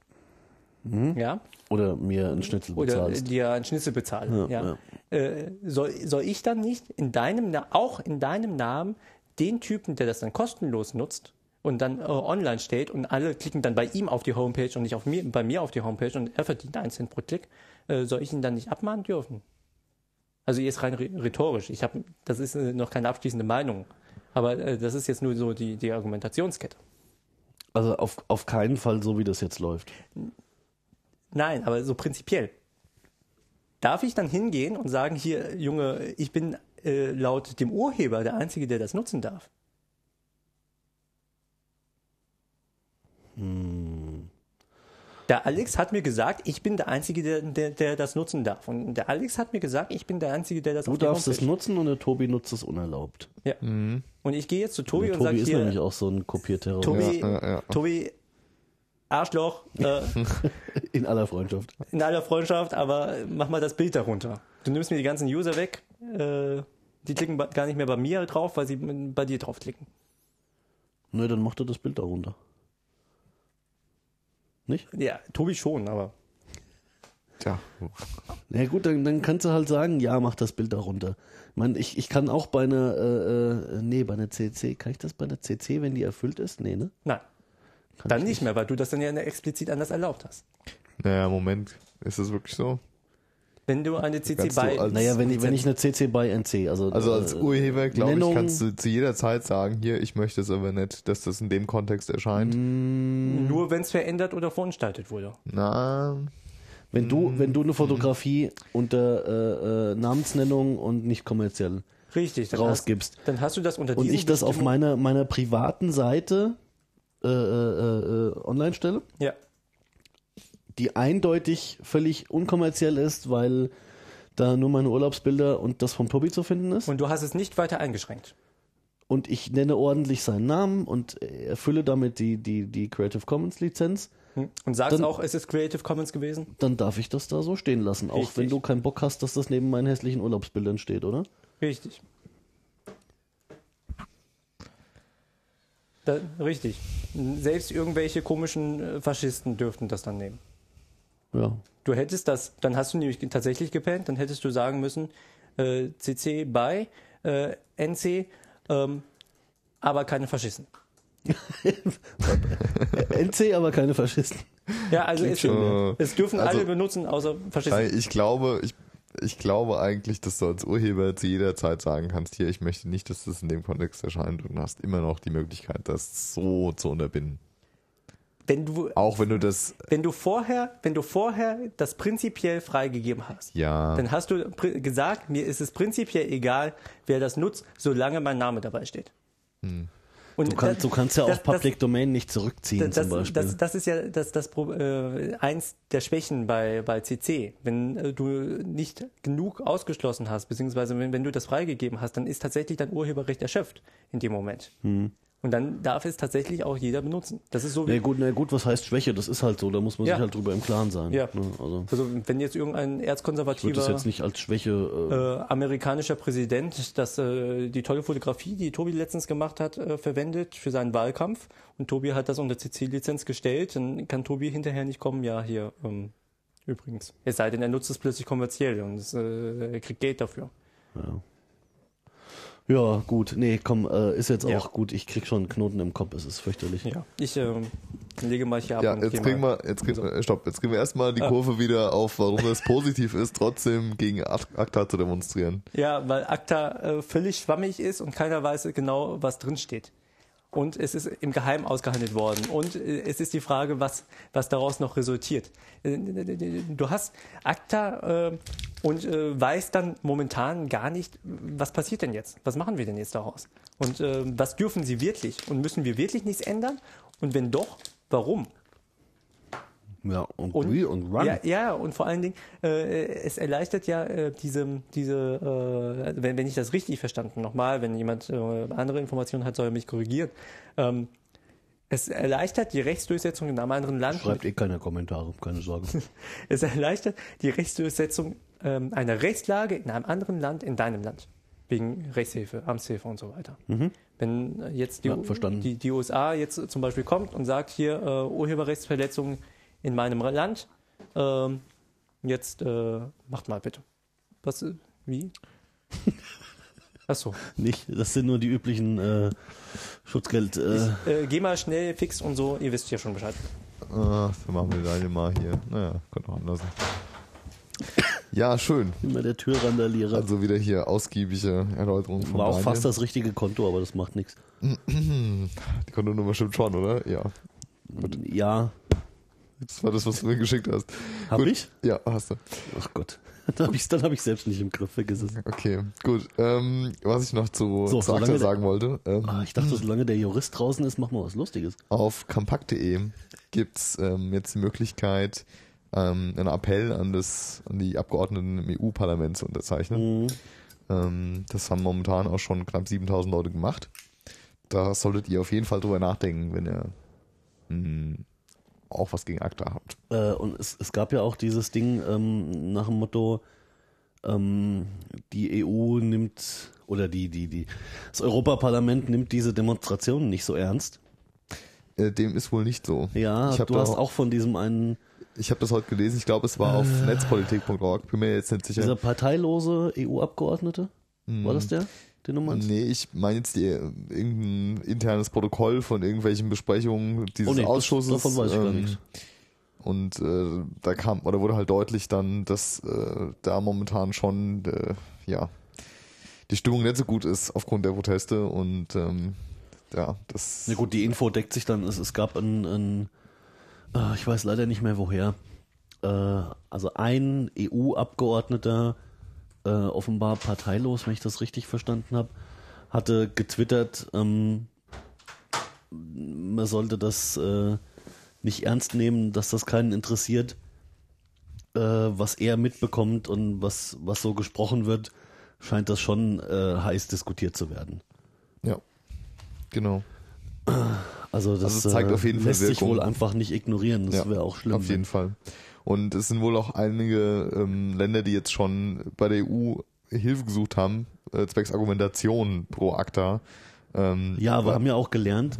Ja,
Oder mir einen Schnitzel
oder äh,
bezahlst.
dir einen Schnitzel bezahlen.
Ja,
Ja, Äh, soll, soll ich dann nicht in deinem, Na- auch in deinem Namen den Typen, der das dann kostenlos nutzt und dann äh, online stellt und alle klicken dann bei ihm auf die Homepage und nicht auf mir, bei mir auf die Homepage und er verdient einen Cent pro Klick, äh, soll ich ihn dann nicht abmahnen dürfen? Also jetzt rein rhe- rhetorisch. Ich habe, das ist äh, noch keine abschließende Meinung, aber äh, das ist jetzt nur so die, die Argumentationskette.
Also auf, auf keinen Fall so, wie das jetzt läuft.
Nein, aber so prinzipiell. Darf ich dann hingehen und sagen, hier, Junge, ich bin äh, laut dem Urheber der Einzige, der das nutzen darf?
Hm.
Der Alex hat mir gesagt, ich bin der Einzige, der, der, der das nutzen darf. Und der Alex hat mir gesagt, ich bin der Einzige, der das
Du
auf die
darfst es
Homepage-
nutzen und der Tobi nutzt es unerlaubt.
Ja. Und ich gehe jetzt zu Tobi
Der
und
Tobi
sage
ist
hier,
nämlich auch so ein Kopierterrorist
Tobi,
Ja, ja, ja.
Tobi, Arschloch, äh,
in aller Freundschaft.
in aller Freundschaft, aber mach mal das Bild darunter. Du nimmst mir die ganzen User weg, äh, die klicken ba- gar nicht mehr bei mir drauf, weil sie m- bei dir draufklicken.
Nö, dann macht er das Bild darunter. Nicht?
Ja, Tobi schon, aber.
Tja.
Na ja, gut, dann, dann kannst du halt sagen, ja, mach das Bild darunter. Ich, meine, ich, ich kann auch bei einer, äh, äh, nee, bei einer CC, kann ich das bei einer CC, wenn die erfüllt ist? Nee, ne?
Nein,
Kann
dann
ich
nicht mehr, weil du das dann ja explizit anders erlaubt hast.
Naja, Moment. Ist das wirklich so?
Wenn du eine CC
Kannst du
bei.
als-
Naja, wenn ich, wenn ich eine CC by NC, also.
Also als
äh,
Urheber, glaube ich,
Nennung-
kannst du zu jeder Zeit sagen, hier, ich möchte es aber nicht, dass das in dem Kontext erscheint.
Mhm. Nur wenn es verändert oder verunstaltet wurde.
Na,
Wenn du, wenn du eine Fotografie unter äh, äh, Namensnennung und nicht kommerziell
Richtig, dann
rausgibst
Hast, dann hast du das unter
und
diesen
ich das auf
Bestimmungen-
meiner, meiner privaten Seite äh, äh, äh, äh, online stelle,
Ja,
die eindeutig völlig unkommerziell ist, weil da nur meine Urlaubsbilder und das vom Tobi zu finden ist.
und du hast es nicht weiter eingeschränkt.
Und ich nenne ordentlich seinen Namen und erfülle damit die, die, die Creative Commons Lizenz.
Hm? Und sagst
Dann-
auch, es ist Creative Commons gewesen.
Dann darf ich das da so stehen lassen, auch
Richtig.
wenn du keinen Bock hast, dass das neben meinen hässlichen Urlaubsbildern steht, oder?
Richtig. Da, richtig. Selbst irgendwelche komischen äh, Faschisten dürften das dann nehmen.
Ja.
Du hättest das, dann hast du nämlich tatsächlich gepennt, dann hättest du sagen müssen, äh, CC bei äh, NC, ähm, aber keine Faschisten.
Äh, NC, aber keine Faschisten.
Ja, also es,
schon-
es dürfen
Also-
alle benutzen, außer
äh,
Faschisten.
ich glaube, ich, ich glaube eigentlich, dass du als Urheber zu jeder Zeit sagen kannst, hier, ich möchte nicht, dass das in dem Kontext erscheint und hast immer noch die Möglichkeit, das so zu unterbinden.
Wenn du,
Auch wenn du das,
wenn du vorher, wenn du vorher das prinzipiell freigegeben hast,
ja,
Dann hast du pri- gesagt, mir ist es prinzipiell egal, wer das nutzt, solange mein Name dabei steht. Und
Du kannst,
das-
du kannst ja
das-
auch Public Domain nicht zurückziehen,
Das, das,
zum
das,
Beispiel.
das, das ist ja das, das Pro- äh, eins der Schwächen bei, bei CC. Wenn äh, du nicht genug ausgeschlossen hast, beziehungsweise wenn, wenn du das freigegeben hast, dann ist tatsächlich dein Urheberrecht erschöpft in dem Moment. Und dann darf es tatsächlich auch jeder benutzen. Das ist so wie
na Hm. gut, na gut, was heißt Schwäche? Das ist halt so, da muss man
Ja.
sich halt drüber im Klaren sein.
Ja.
Ne? Also
Also wenn jetzt
ich
irgendein
würde das
erzkonservativer
jetzt nicht als Schwäche. Äh,
äh, amerikanischer Präsident, dass äh, die tolle Fotografie, die Tobi letztens gemacht hat, äh, verwendet für seinen Wahlkampf. Und Tobi hat das unter CC-Lizenz gestellt. Dann kann Tobi hinterher nicht kommen, ja, hier, ähm, Übrigens. Es sei denn, er nutzt es plötzlich kommerziell und es, äh, er kriegt Geld dafür.
Ja. Ja, gut. Nee, komm, äh, ist jetzt
Äh. Ja.
auch gut. Ich krieg schon einen Knoten im Kopf. Es ist fürchterlich.
Ja. Ich ähm, lege mal hier ab.
Ja,
und
jetzt
geh
kriegen
mal.
wir, jetzt kriegen wir, stopp, jetzt kriegen wir erstmal
Ah.
die Kurve wieder auf, warum es positiv ist, trotzdem gegen Ak- ACTA zu demonstrieren.
Ja, weil ACTA äh, völlig schwammig ist und keiner weiß genau, was drin steht. Und es ist im Geheimen ausgehandelt worden. Und äh, es ist die Frage, was, was daraus noch resultiert. Äh, Du hast ACTA äh, und äh, weißt dann momentan gar nicht, was passiert denn jetzt? Was machen wir denn jetzt daraus? Und äh, was dürfen sie wirklich? Und müssen wir wirklich nichts ändern? Und wenn doch, warum?
Ja, und, Wheel und Run.
Ja, ja, und vor allen Dingen, äh, es erleichtert ja äh, diese, diese äh, wenn, wenn ich das richtig verstanden, nochmal, wenn jemand äh, andere Informationen hat, soll er mich korrigieren. Ähm, es erleichtert die Rechtsdurchsetzung in einem anderen Land.
Schreibt eh keine Kommentare, keine Sorge.
Es erleichtert die Rechtsdurchsetzung ähm, einer Rechtslage in einem anderen Land, in deinem Land. Wegen Rechtshilfe, Amtshilfe und so weiter. Wenn äh, jetzt die,
Mhm. Ja, verstanden.
die, die USA jetzt zum Beispiel kommt und sagt, hier äh, Urheberrechtsverletzung in meinem Land, ähm, jetzt äh, macht mal bitte. Was, äh, wie? Achso.
Nicht, das sind nur die üblichen äh, Schutzgeld. Äh,
Ich, äh, geh mal schnell, fix und so, ihr wisst ja schon Bescheid.
Ah, dann machen wir Daniel mal hier. Naja, könnte auch anders. sein. Ja, schön.
immer der Türrandalierer.
Also wieder hier ausgiebige Erläuterung von
War auch
Daniel.
fast das richtige Konto, aber das macht nichts.
Die Kontonummer stimmt schon, oder? Ja.
Ja,
Das war das, was du mir geschickt hast.
Hab
Gut.
ich?
Ja, hast du.
ach Gott. Dann habe ich dann hab ich selbst nicht im Griff, vergiss es.
Okay, gut. Ähm, was ich noch zu,
So,
zu
solange
ACTA
der-
sagen wollte. Ähm,
Ah, ich
Hm.
dachte, solange der Jurist draußen ist, machen wir was Lustiges.
Auf kampakt.de gibt's ähm, jetzt die Möglichkeit, ähm, einen Appell an, das, an die Abgeordneten im EU-Parlament zu
Mhm.
unterzeichnen. Ähm, das haben momentan auch schon knapp 7000 Leute gemacht. Da solltet ihr auf jeden Fall drüber nachdenken, wenn ihr mh, auch was gegen ACTA habt.
Äh, und es, es gab ja auch dieses Ding ähm, nach dem Motto, ähm, die EU nimmt oder die, die, die, das Europaparlament nimmt diese Demonstrationen nicht so ernst.
Äh, dem ist wohl nicht so.
Ja,
ich habe
du hast
auch,
auch von diesem einen,
ich hab das heute gelesen. Ich glaube, es war auf netzpolitik.org. Bin mir jetzt nicht sicher.
Äh. dieser parteilose EU-Abgeordnete, war das der, den du meinst?
Hm.
Oh,
Nee, ich meine jetzt die, äh, irgendein internes Protokoll von irgendwelchen Besprechungen dieses
Oh nee, das-
Ausschusses. ähm,
davon weiß ich gar nichts.
Und äh, da kam, oder wurde halt deutlich dann, dass äh, da momentan schon, äh, ja, die Stimmung nicht so gut ist aufgrund der Proteste und ähm, ja, das.
Na gut, die Info deckt sich dann. Es, es gab ein, ein äh, ich weiß leider nicht mehr woher, äh, also ein EU-Abgeordneter, äh, offenbar parteilos, wenn ich das richtig verstanden habe, hatte getwittert, ähm, man sollte das äh, nicht ernst nehmen, dass das keinen interessiert, äh, was er mitbekommt und was, was so gesprochen wird, scheint das schon äh, heiß diskutiert zu werden.
Ja. Genau.
Also das
Also es zeigt
äh,
auf jeden Fall
lässt sich
Wirkung.
wohl einfach nicht ignorieren. Das wäre auch schlimm. ne?
Auf jeden Fall. Und es sind wohl auch einige ähm, Länder, die jetzt schon bei der EU Hilfe gesucht haben, äh, zwecks Argumentation pro ACTA. Ähm,
Ja, wir haben ja auch gelernt,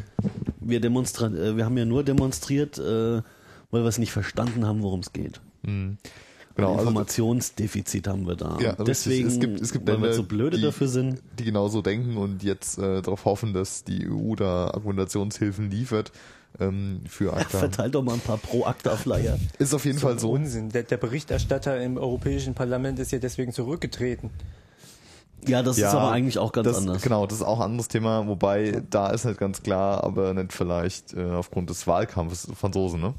wir, demonstra äh, wir haben ja nur demonstriert, äh, weil wir es nicht verstanden haben, worum es geht.
genau, also
Informationsdefizit haben wir da.
Ja,
Und
richtig.
Deswegen,
Es gibt- es gibt
weil wir
Länder,
so blöde
die-
dafür sind.
die genauso denken und jetzt äh, darauf hoffen, dass die EU da Argumentationshilfen liefert ähm, für ACTA.
Verteilt doch mal ein paar Pro-Acta-Flyer.
Ist auf jeden Fall
Also.
so.
Unsinn. Der, der Berichterstatter im Europäischen Parlament ist ja deswegen zurückgetreten.
Ja, das ist aber eigentlich auch ganz
das,
anders.
Genau, das ist auch ein anderes Thema, wobei da ist nicht ganz klar, aber nicht vielleicht äh, aufgrund des Wahlkampfes Franzosen, ne?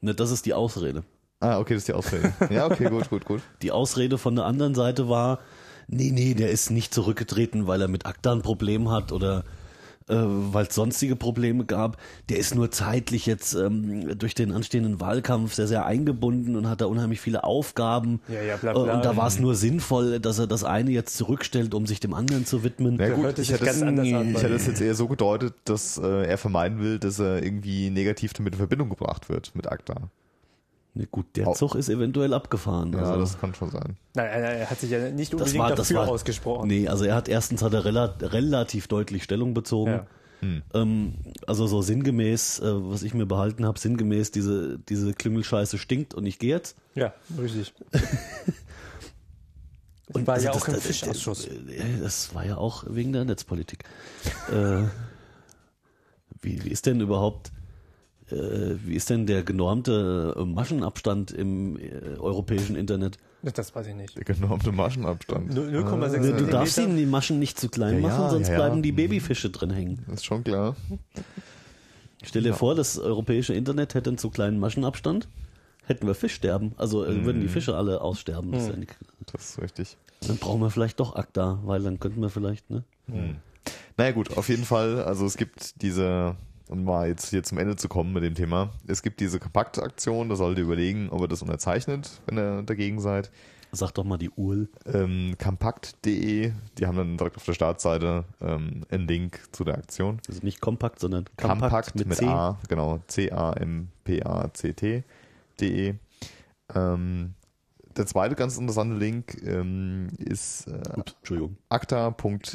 Ne, das ist die Ausrede.
Ah, okay, das ist die Ausrede. ja, okay, gut, gut, gut.
Die Ausrede von der anderen Seite war, nee, nee, der ist nicht zurückgetreten, weil er mit ACTA ein Problem hat oder äh, weil es sonstige Probleme gab. Der ist nur zeitlich jetzt ähm, durch den anstehenden Wahlkampf sehr, sehr eingebunden und hat da unheimlich viele Aufgaben.
Ja, ja, bla, bla.
Äh, Und da war es nur sinnvoll, dass er das eine jetzt zurückstellt, um sich dem anderen zu widmen.
Na
hört
gut,
es
ich
sich
hätte,
ganz
es,
anders an,
ich
weil-
hätte es jetzt eher so gedeutet, dass äh, er vermeiden will, dass er irgendwie negativ damit in Verbindung gebracht wird mit ACTA.
Na gut, der Zug ist eventuell abgefahren.
Ja,
also.
das kann schon sein.
Nein, er er hat sich ja nicht
Das
unbedingt
war, das
dafür
war,
ausgesprochen.
Nee, also er hat erstens hat er rela relativ deutlich Stellung bezogen.
Ja.
Hm.
Ähm, also so sinngemäß, äh, was ich mir behalten habe, sinngemäß diese, diese Klüngelscheiße stinkt und ich gehe jetzt.
Ja, richtig.
Und
war
also
ja auch im
das- das-
Fischausschuss.
äh, Das war ja auch wegen der Netzpolitik. äh, wie, wie ist denn überhaupt, äh, wie ist denn der genormte äh, Maschenabstand im äh, europäischen Internet?
Das weiß ich nicht.
Der genormte Äh, Maschenabstand.
0,6
Du darfst
Zentimeter.
ihnen die Maschen nicht zu klein
Ja,
machen,
ja,
sonst
ja, ja.
bleiben die
Mhm.
Babyfische drin hängen.
Ist schon klar.
Stell dir vor, das europäische Internet hätte einen zu kleinen Maschenabstand, hätten wir Fischsterben. Also äh, würden
Mhm.
die Fische alle aussterben. Das ist ja nicht-
Das ist richtig.
Dann brauchen wir vielleicht doch ACTA, weil dann könnten wir vielleicht, ne?
Naja Hm. gut, auf jeden Fall, also es gibt diese, um mal jetzt hier zum Ende zu kommen mit dem Thema, es gibt diese Kompaktaktion, da sollt ihr überlegen, ob ihr das unterzeichnet, wenn ihr dagegen seid.
Sag doch mal die URL.
Ähm, kompakt.de, die haben dann direkt auf der Startseite ähm, einen Link zu der Aktion.
Also nicht kompakt, sondern kompakt,
Compact
mit,
mit,
C.
A, genau, C-A-M-P-A-C-T.de. E. Ähm, der zweite ganz interessante Link ähm, ist äh,
Ups, Entschuldigung.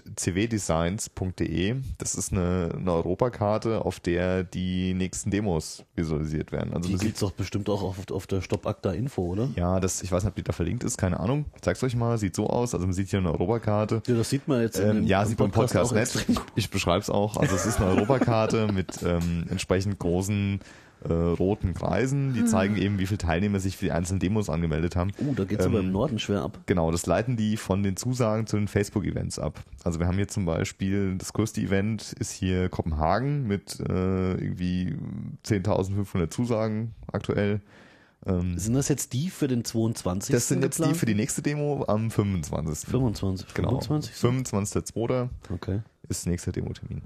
acta.cwdesigns.de. E. Das ist eine, eine Europakarte, auf der die nächsten Demos visualisiert werden. Also
Die
man sieht,
gibt's doch bestimmt auch auf, auf der Stopp ACTA Info, oder?
ja, das, ich weiß nicht, ob die da verlinkt ist, keine Ahnung. Ich zeig's euch mal, sieht so aus. Also man sieht hier eine Europakarte.
Ja, das sieht man jetzt
Ähm,
dem-
ja,
im
sieht man im Podcast
auch
nicht.
extrem gut.
Ich beschreibe es auch. Also es ist eine Europakarte mit ähm, entsprechend großen äh, roten Kreisen, die zeigen eben, wie viele Teilnehmer sich für die einzelnen Demos angemeldet haben. Ähm,
Uh, Hm. da geht's aber im Norden schwer ab.
Genau, das leiten die von den Zusagen zu den Facebook-Events ab. Also wir haben hier zum Beispiel, das größte Event ist hier Kopenhagen mit äh, irgendwie 10.500 Zusagen aktuell.
Sind das jetzt die für den 22.
hm. Das sind jetzt die für
geplant?
die nächste Demo am 25.
25.
Genau.
25.
25.02.
Okay.
ist nächster Demo-Termin.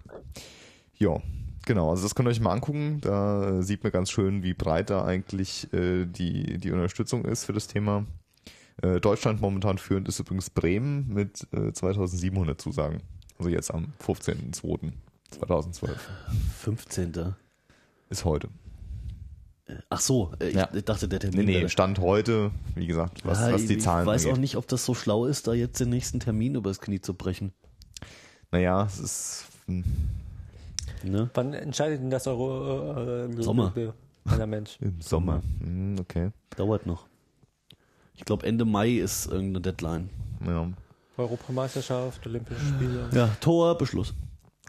Ja, genau. Also das könnt ihr euch mal angucken. Da äh, sieht man ganz schön, wie breit da eigentlich äh, die, die Unterstützung ist für das Thema. Äh, Deutschland momentan führend ist übrigens Bremen mit äh, 2700 Zusagen. Also jetzt am 15.02.2012.
15.
Ist heute.
Ach so, äh, ich
Ja.
dachte, der Termin.
Nee, nee,
wäre-
Stand heute, wie gesagt, was,
Ja,
was die
ich
Zahlen
weiß auch
angeht.
nicht, ob das so schlau ist, da jetzt den nächsten Termin übers Knie zu brechen.
Naja, es ist... hm,
Ne?
Wann entscheidet denn das Euro äh,
Sommer.
Alter Mensch.
Im Sommer. Hm, okay.
Dauert noch. Ich glaube, Ende Mai ist irgendeine Deadline.
Ja.
Europameisterschaft, Olympische
Ah.
Spiele.
Ja, Tor, Beschluss.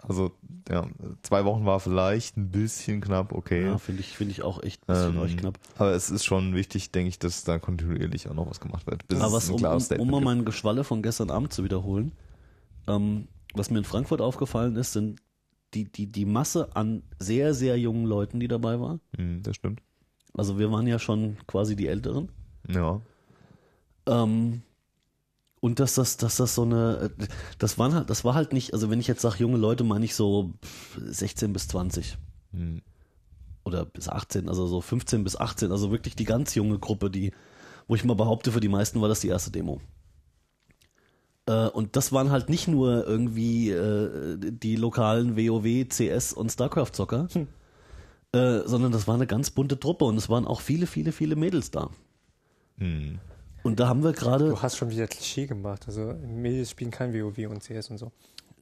Also, ja, zwei Wochen war vielleicht ein bisschen knapp, okay.
Ja, finde ich, finde ich auch echt ein bisschen
Ähm,
euch knapp.
Aber es ist schon wichtig, denke ich, dass da kontinuierlich auch noch was gemacht wird. Bis
Aber
es
was,
ein
um,
klares
um, um
Statement
mal
gibt.
mein Geschwalle von gestern Abend zu wiederholen, ähm, was mir in Frankfurt aufgefallen ist, sind die, die, die Masse an sehr, sehr jungen Leuten, die dabei war.
Hm, das stimmt.
Also wir waren ja schon quasi die Älteren.
Ja.
Ähm, und dass das, dass das so eine, äh, das waren halt, das war halt nicht, also wenn ich jetzt sage junge Leute, meine ich so pff, 16 bis 20
Hm.
oder bis 18, also so 15 bis 18, also wirklich die ganz junge Gruppe, die, wo ich mal behaupte, für die meisten war das die erste Demo. Äh, Und das waren halt nicht nur irgendwie äh, die lokalen WoW, CS und StarCraft-Zocker, äh, sondern das war eine ganz bunte Truppe und es waren auch viele, viele, viele Mädels da.
Hm.
Und da haben wir gerade
Du hast schon wieder Klischee gemacht. Also Mädels spielen kein WoW und CS und so.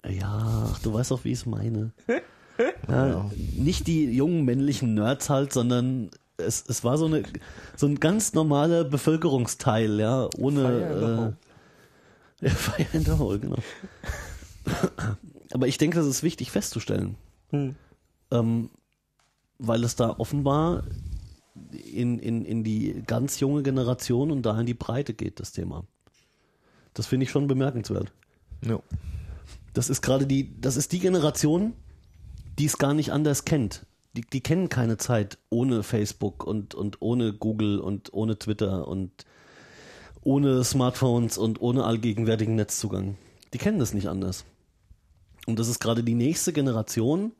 Ja, ach, du weißt auch, wie ich es meine. ja, nicht die jungen männlichen Nerds halt, sondern es, es war so, eine, so ein ganz normaler Bevölkerungsteil, ja,
Fire in the
ohne.
hole.
Äh, ja, Fire in the Hole, genau. Aber ich denke, das ist wichtig festzustellen. Ähm, weil es da offenbar in, in, in die ganz junge Generation und da in die Breite geht, das Thema. Das finde ich schon bemerkenswert.
Ja.
Das ist gerade die, das ist die Generation, die es gar nicht anders kennt. Die, die kennen keine Zeit ohne Facebook und, und ohne Google und ohne Twitter und ohne Smartphones und ohne allgegenwärtigen Netzzugang. Die kennen das nicht anders. Und das ist gerade die nächste Generation,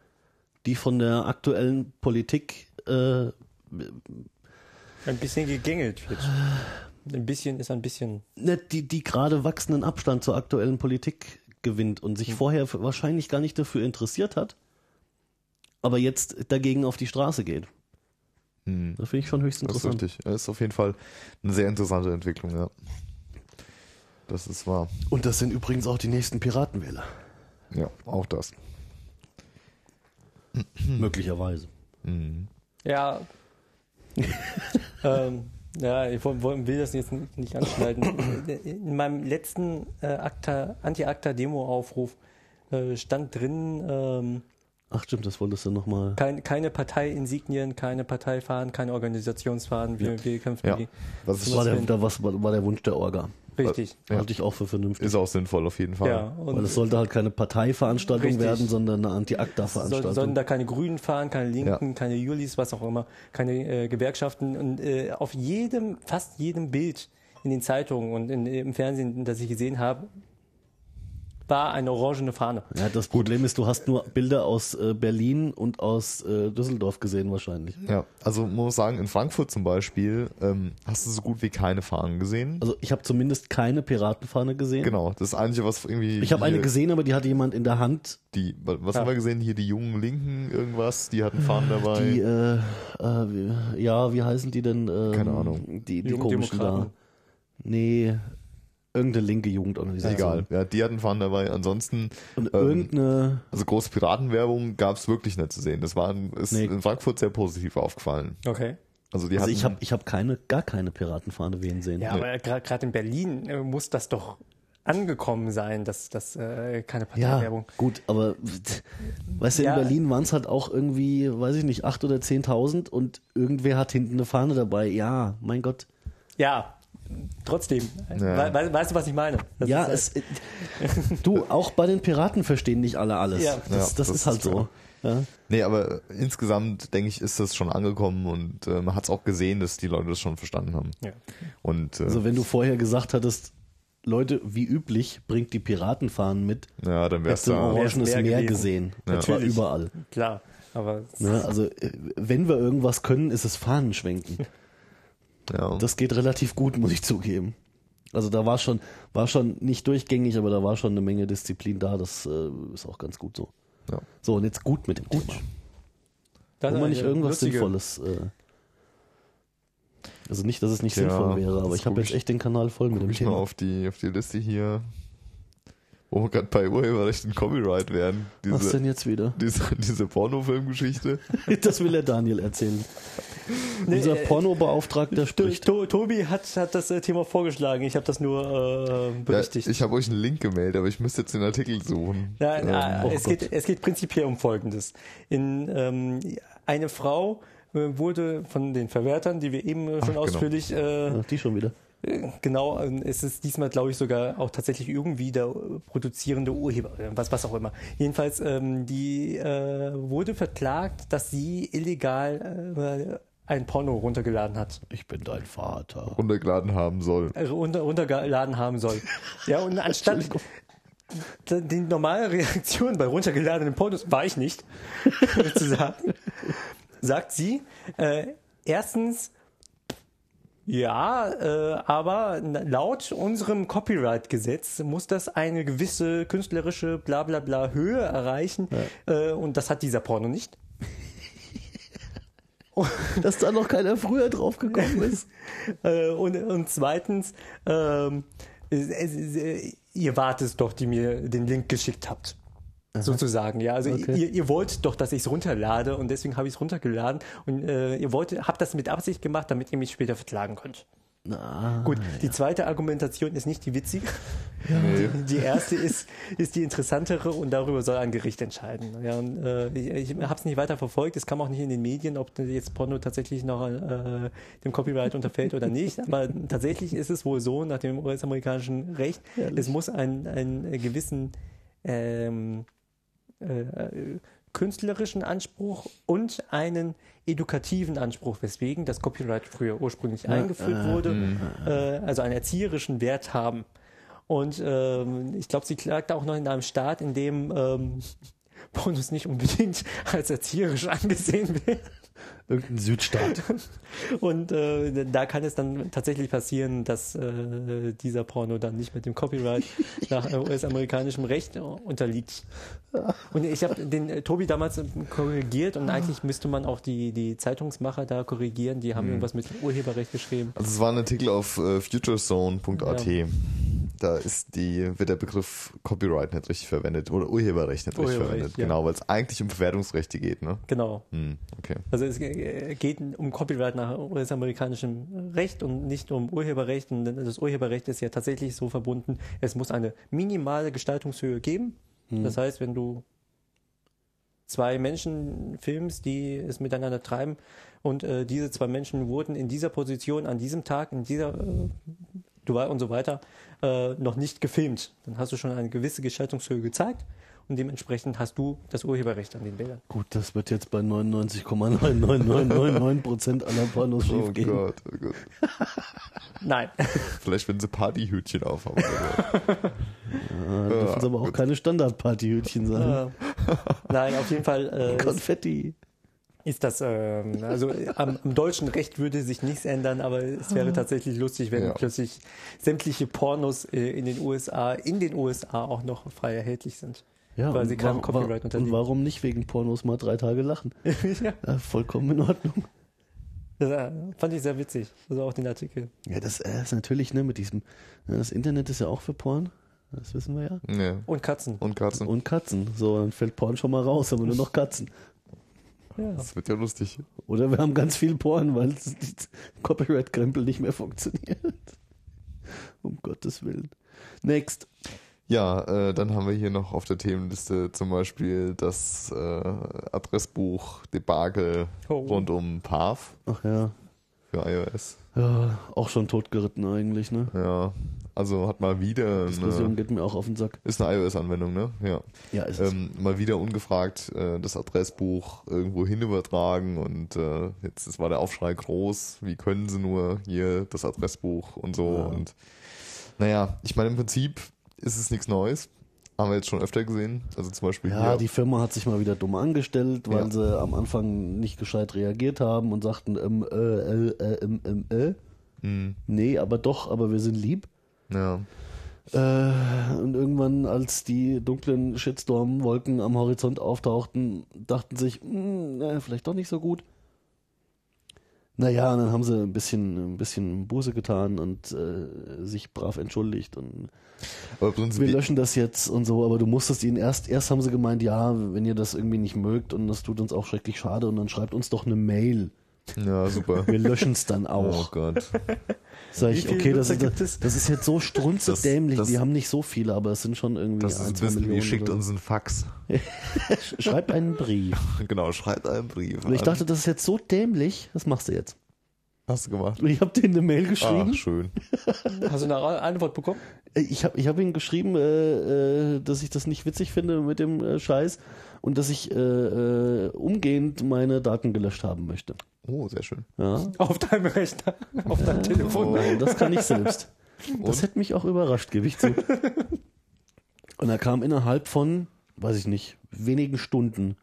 die von der aktuellen Politik äh,
Ein bisschen gegängelt wird.
Ah.
Ein bisschen ist ein bisschen.
ne, die, die gerade wachsenden Abstand zur aktuellen Politik gewinnt und sich vorher f- wahrscheinlich gar nicht dafür interessiert hat, aber jetzt dagegen auf die Straße geht.
Hm.
Das finde ich schon höchst
Das ist
interessant.
richtig. Das ist auf jeden Fall eine sehr interessante Entwicklung, ja. Das ist wahr.
und das sind übrigens auch die nächsten Piratenwähler.
Ja, auch das.
Hm. Möglicherweise.
Ja. ähm, ja, ich woll- woll- will das jetzt nicht- nicht anschneiden. In meinem letzten äh, Acta- Anti-ACTA-Demo-Aufruf äh, stand drin, ähm,
Ach stimmt, das wolltest du nochmal.
kein, keine Parteiinsignien, keine Parteifahren, keine Organisationsfahren. Wir, wir kämpfen
Ja.
gegen.
Das
Das
ist,
war der, da was, war der Wunsch der Orga.
Richtig.
Ja.
Halte ich auch für vernünftig.
ist auch sinnvoll auf jeden Fall.
Ja,
Weil
und
es sollte halt keine Parteiveranstaltung
Richtig.
werden, sondern eine
soll,
Anti-ACTA-Veranstaltung.
sollten da keine Grünen fahren, keine Linken,
Ja.
keine Julis, was auch immer, keine äh, Gewerkschaften. Und äh, auf jedem, fast jedem Bild in den Zeitungen und in, im Fernsehen, das ich gesehen habe, war eine orangene Fahne.
ja, das Problem ist, du hast nur Bilder aus äh, Berlin und aus äh, Düsseldorf gesehen wahrscheinlich.
Ja, also man muss sagen, in Frankfurt zum Beispiel ähm, hast du so gut wie keine Fahnen gesehen.
Also ich habe zumindest keine Piratenfahne gesehen.
genau, das ist eigentlich was irgendwie.
Ich habe eine
hier
gesehen, aber die hatte jemand in der Hand,
Die, was
Ja.
haben wir gesehen? Hier die jungen Linken irgendwas, die hatten Fahnen dabei.
die, äh, äh, wie, ja, wie heißen die denn? Ähm,
Keine Ahnung.
Die, die
Jungen
komischen da.
Demokraten.
Nee, irgendeine linke Jugendorganisation.
Egal, Also, ja, die hatten Fahnen dabei. Ansonsten,
Und
ähm,
irgendeine,
also große Piratenwerbung gab es wirklich nicht zu sehen. Das war in- ist
Nee.
in Frankfurt sehr positiv aufgefallen.
Okay.
Also die
also
hatten
ich habe ich hab keine, gar keine Piratenfahne wehen sehen.
Ja, aber gerade in Berlin äh, muss das doch angekommen sein, dass das äh, keine
Ja,
Parteiwerbung.
gut, aber weißt du, in
Ja.
Berlin waren es halt auch irgendwie, weiß ich nicht, 8.000 oder 10.000 und irgendwer hat hinten eine Fahne dabei. Ja, mein Gott.
Ja, trotzdem.
Ja.
We we weißt du, was ich meine? Das
ja,
ist halt-
es, du, auch bei den Piraten verstehen nicht alle alles.
Ja.
das,
Ja,
das,
das
ist halt
ist
so.
klar.
Ja.
Nee, aber äh, insgesamt, denke ich, ist das schon angekommen und äh, man hat es auch gesehen, dass die Leute das schon verstanden haben.
Ja.
Und äh,
Also wenn du vorher gesagt hattest, Leute, wie üblich, bringt die Piratenfahnen mit,
ja, dann wär's
hättest du ein
da.
orangenes
Wär's
Meer,
mehr
gesehen.
gewesen.
Das war
Natürlich.
überall.
klar. Aber
Ne? Also äh, wenn wir irgendwas können, ist es Fahnen schwenken.
Ja.
Das geht relativ gut, muss ich zugeben. Also da war schon, war schon nicht durchgängig, aber da war schon eine Menge Disziplin da. Das äh, ist auch ganz gut so.
Ja.
So, und jetzt gut mit dem Thema.
das
Wollen wir nicht
eine
irgendwas
lustige-
Sinnvolles? Äh, also nicht, dass es nicht
Ja,
sinnvoll wäre, aber
das
ich habe
guck
jetzt
ich-
echt den Kanal voll mit
Guck
dem
ich mal
Thema.
auf die, auf die Liste hier, wo wir gerade bei Urheberrecht und Copyright werden.
Was denn
Diese,
jetzt wieder?
diese, diese Pornofilmgeschichte.
Das will der Daniel erzählen. Unser
äh,
Pornobeauftragter
To-
spricht.
To- Tobi hat, hat das äh, Thema vorgeschlagen. Ich habe das nur äh,
Ja,
berichtigt.
ich habe euch einen Link gemeldet, aber ich müsste jetzt den Artikel suchen.
Nein,
oh
es,
Gott.
geht, es geht prinzipiell um Folgendes. In, ähm, eine Frau äh, wurde von den Verwertern, die wir eben schon
genau.
ausführlich äh,
Ach, die schon wieder.
Genau, ähm, es ist diesmal, glaube ich, sogar auch tatsächlich irgendwie der äh, produzierende Urheber, äh, was, was auch immer. Jedenfalls, ähm, die äh, wurde verklagt, dass sie illegal äh, ein Porno runtergeladen hat,
Ich bin dein Vater.
Runtergeladen haben soll.
äh, runter, runtergeladen haben soll. Ja, und anstatt d- die normale Reaktion bei runtergeladenen Pornos, war ich nicht, zu sagen, sagt sie, äh, erstens, Ja, äh, aber n- laut unserem Copyright-Gesetz muss das eine gewisse künstlerische bla bla bla Höhe erreichen äh, und das hat dieser Porno nicht.
Dass da noch keiner früher drauf gekommen ist.
Äh, und, und zweitens, ähm, es- es- es- ihr wart es doch, die mir den Link geschickt habt. Sozusagen, ja. Also
Okay.
ihr, ihr wollt doch, dass ich es runterlade und deswegen habe ich es runtergeladen und äh, ihr wollt, habt das mit Absicht gemacht, damit ihr mich später verklagen könnt.
Na,
Gut, die zweite Argumentation ist nicht die witzige. Die, die erste ist, ist die interessantere und darüber soll ein Gericht entscheiden. Ja, und, äh, ich ich habe es nicht weiter verfolgt. Es kam auch nicht in den Medien, ob denn jetzt Porno tatsächlich noch äh, dem Copyright unterfällt oder nicht. Aber tatsächlich ist es wohl so, nach dem US-amerikanischen Recht, es muss einen, einen gewissen ähm, äh, künstlerischen Anspruch und einen edukativen Anspruch, weswegen das Copyright früher ursprünglich eingeführt wurde, äh, also einen erzieherischen Wert haben. Und ähm, ich glaube, sie klagte auch noch in einem Staat, in dem ähm, Pornos nicht unbedingt als erzieherisch angesehen wird.
irgendein Südstaat.
Und äh, da kann es dann tatsächlich passieren, dass äh, dieser Porno dann nicht mit dem Copyright nach äh, US-amerikanischem Recht äh, unterliegt. Und ich habe den äh, Tobi damals korrigiert und eigentlich müsste man auch die, die Zeitungsmacher da korrigieren. Die haben irgendwas mit Urheberrecht geschrieben.
Also es war ein Artikel auf äh, futurezone.at. da ist die, wird der Begriff Copyright nicht richtig verwendet oder Urheberrecht nicht richtig
Urheberrecht,
verwendet.
ja.
Genau, weil es eigentlich um Verwertungsrechte geht, ne?
Genau.
Hm, okay.
Also es äh, geht um Copyright nach US-amerikanischem Recht und nicht um Urheberrecht. Und das Urheberrecht ist ja tatsächlich so verbunden, es muss eine minimale Gestaltungshöhe geben. Das heißt, wenn du zwei Menschen filmst, die es miteinander treiben und äh, diese zwei Menschen wurden in dieser Position, an diesem Tag, in dieser äh, du wei- und so weiter, äh, noch nicht gefilmt, dann hast du schon eine gewisse Gestaltungshöhe gezeigt und dementsprechend hast du das Urheberrecht an den Bildern.
Gut, das wird jetzt bei 99,99999% aller Pornos
Oh
schief gehen.
Gott, oh Gott.
Nein.
Vielleicht, wenn sie Partyhütchen aufhaben. oder
Ah, dürfen es aber auch keine Standard-Partyhütchen sein.
Äh, Nein, auf jeden Fall äh, ist,
Konfetti.
ist das, ähm, also äh, am, am deutschen Recht würde sich nichts ändern, aber es wäre tatsächlich lustig, wenn
Ja.
plötzlich sämtliche Pornos äh, in den USA, in den USA auch noch frei erhältlich sind.
Ja,
weil
und
sie keinem
wa- wa-
Copyright
Und
unterliegen.
warum nicht wegen Pornos mal drei Tage lachen?
halt ja,
Ja, vollkommen in Ordnung.
das äh, fand ich sehr witzig. Also auch den Artikel.
Ja, das äh, ist natürlich, ne, mit diesem. Ne, das Internet ist ja auch für Porn. Das wissen wir ja.
so. Nee.
Und Katzen.
Und Katzen.
Und Katzen. So, dann fällt Porn schon mal raus, aber nur noch Katzen. Oh.
Ja.
Das wird ja lustig.
Oder wir haben ganz viel Porn, weil das Copyright-Krempel nicht mehr funktioniert. Um Gottes Willen. Next.
Ja, äh, dann haben wir hier noch auf der Themenliste zum Beispiel das äh, Adressbuch Debakel
Oh.
rund um Path
Ach ja.
für iOS.
ja. Auch schon totgeritten eigentlich, ne?
Ja, also hat mal wieder
Diskussion
eine,
geht mir auch auf den Sack.
ist eine iOS-Anwendung, ne? Ja.
Ja, ist
Ähm, mal wieder ungefragt äh, das Adressbuch irgendwo hin übertragen und äh, jetzt ist- war der Aufschrei groß, wie können sie nur hier das Adressbuch und so
Ja.
und naja, ich meine im Prinzip ist es nichts Neues, haben wir jetzt schon öfter gesehen, also zum Beispiel
Ja,
hier
die Firma hat sich mal wieder dumm angestellt, weil
Ja.
sie am Anfang nicht gescheit reagiert haben und sagten, ähm, äh, äh, äh, ähm, ähm, äh.
Hm,
Nee, aber doch, aber wir sind lieb.
ja.
Äh, und irgendwann, als die dunklen Shitstorm-Wolken am Horizont auftauchten, dachten sich, hm, äh, vielleicht doch nicht so gut. Naja, und dann haben sie ein bisschen, ein bisschen Buße getan und äh, sich brav entschuldigt und
Aber
wir
prinzipiell,
löschen das jetzt und so, aber du musstest ihnen erst, erst haben sie gemeint, ja, wenn ihr das irgendwie nicht mögt und das tut uns auch schrecklich schade und dann schreibt uns doch eine Mail.
ja, super.
Wir löschen es dann
Oh
auch.
Gott.
Sag ich,
Wie viele
okay, das
Nutzer
ist,
gibt es?
das ist jetzt so strunzdämlich.
Das- das-
Die haben nicht so viele, aber es sind schon irgendwie
Das ist ein
ein, zwei
bisschen wie
Millionen.
schickt
oder
uns ein Fax.
so. Schreib einen Brief.
Genau, schreibt einen Brief.
Und ich
an.
dachte, das ist jetzt so dämlich, das machst du jetzt.
hast du gemacht.
Und ich habe denen eine Mail
Ah,
geschrieben. Äh,
schön.
Hast du eine Ra- Antwort bekommen?
Ah.
Ich habe ich hab ihnen geschrieben, äh, äh, dass ich das nicht witzig finde mit dem äh, Scheiß und dass ich äh, äh, umgehend meine Daten gelöscht haben möchte.
Oh, sehr schön.
Ja.
Auf deinem Rechner, auf deinem Telefon.
Oh nein, das kann ich selbst. Das
Und?
hätte mich auch überrascht, gebe ich zu. Und da kam innerhalb von, weiß ich nicht, wenigen Stunden,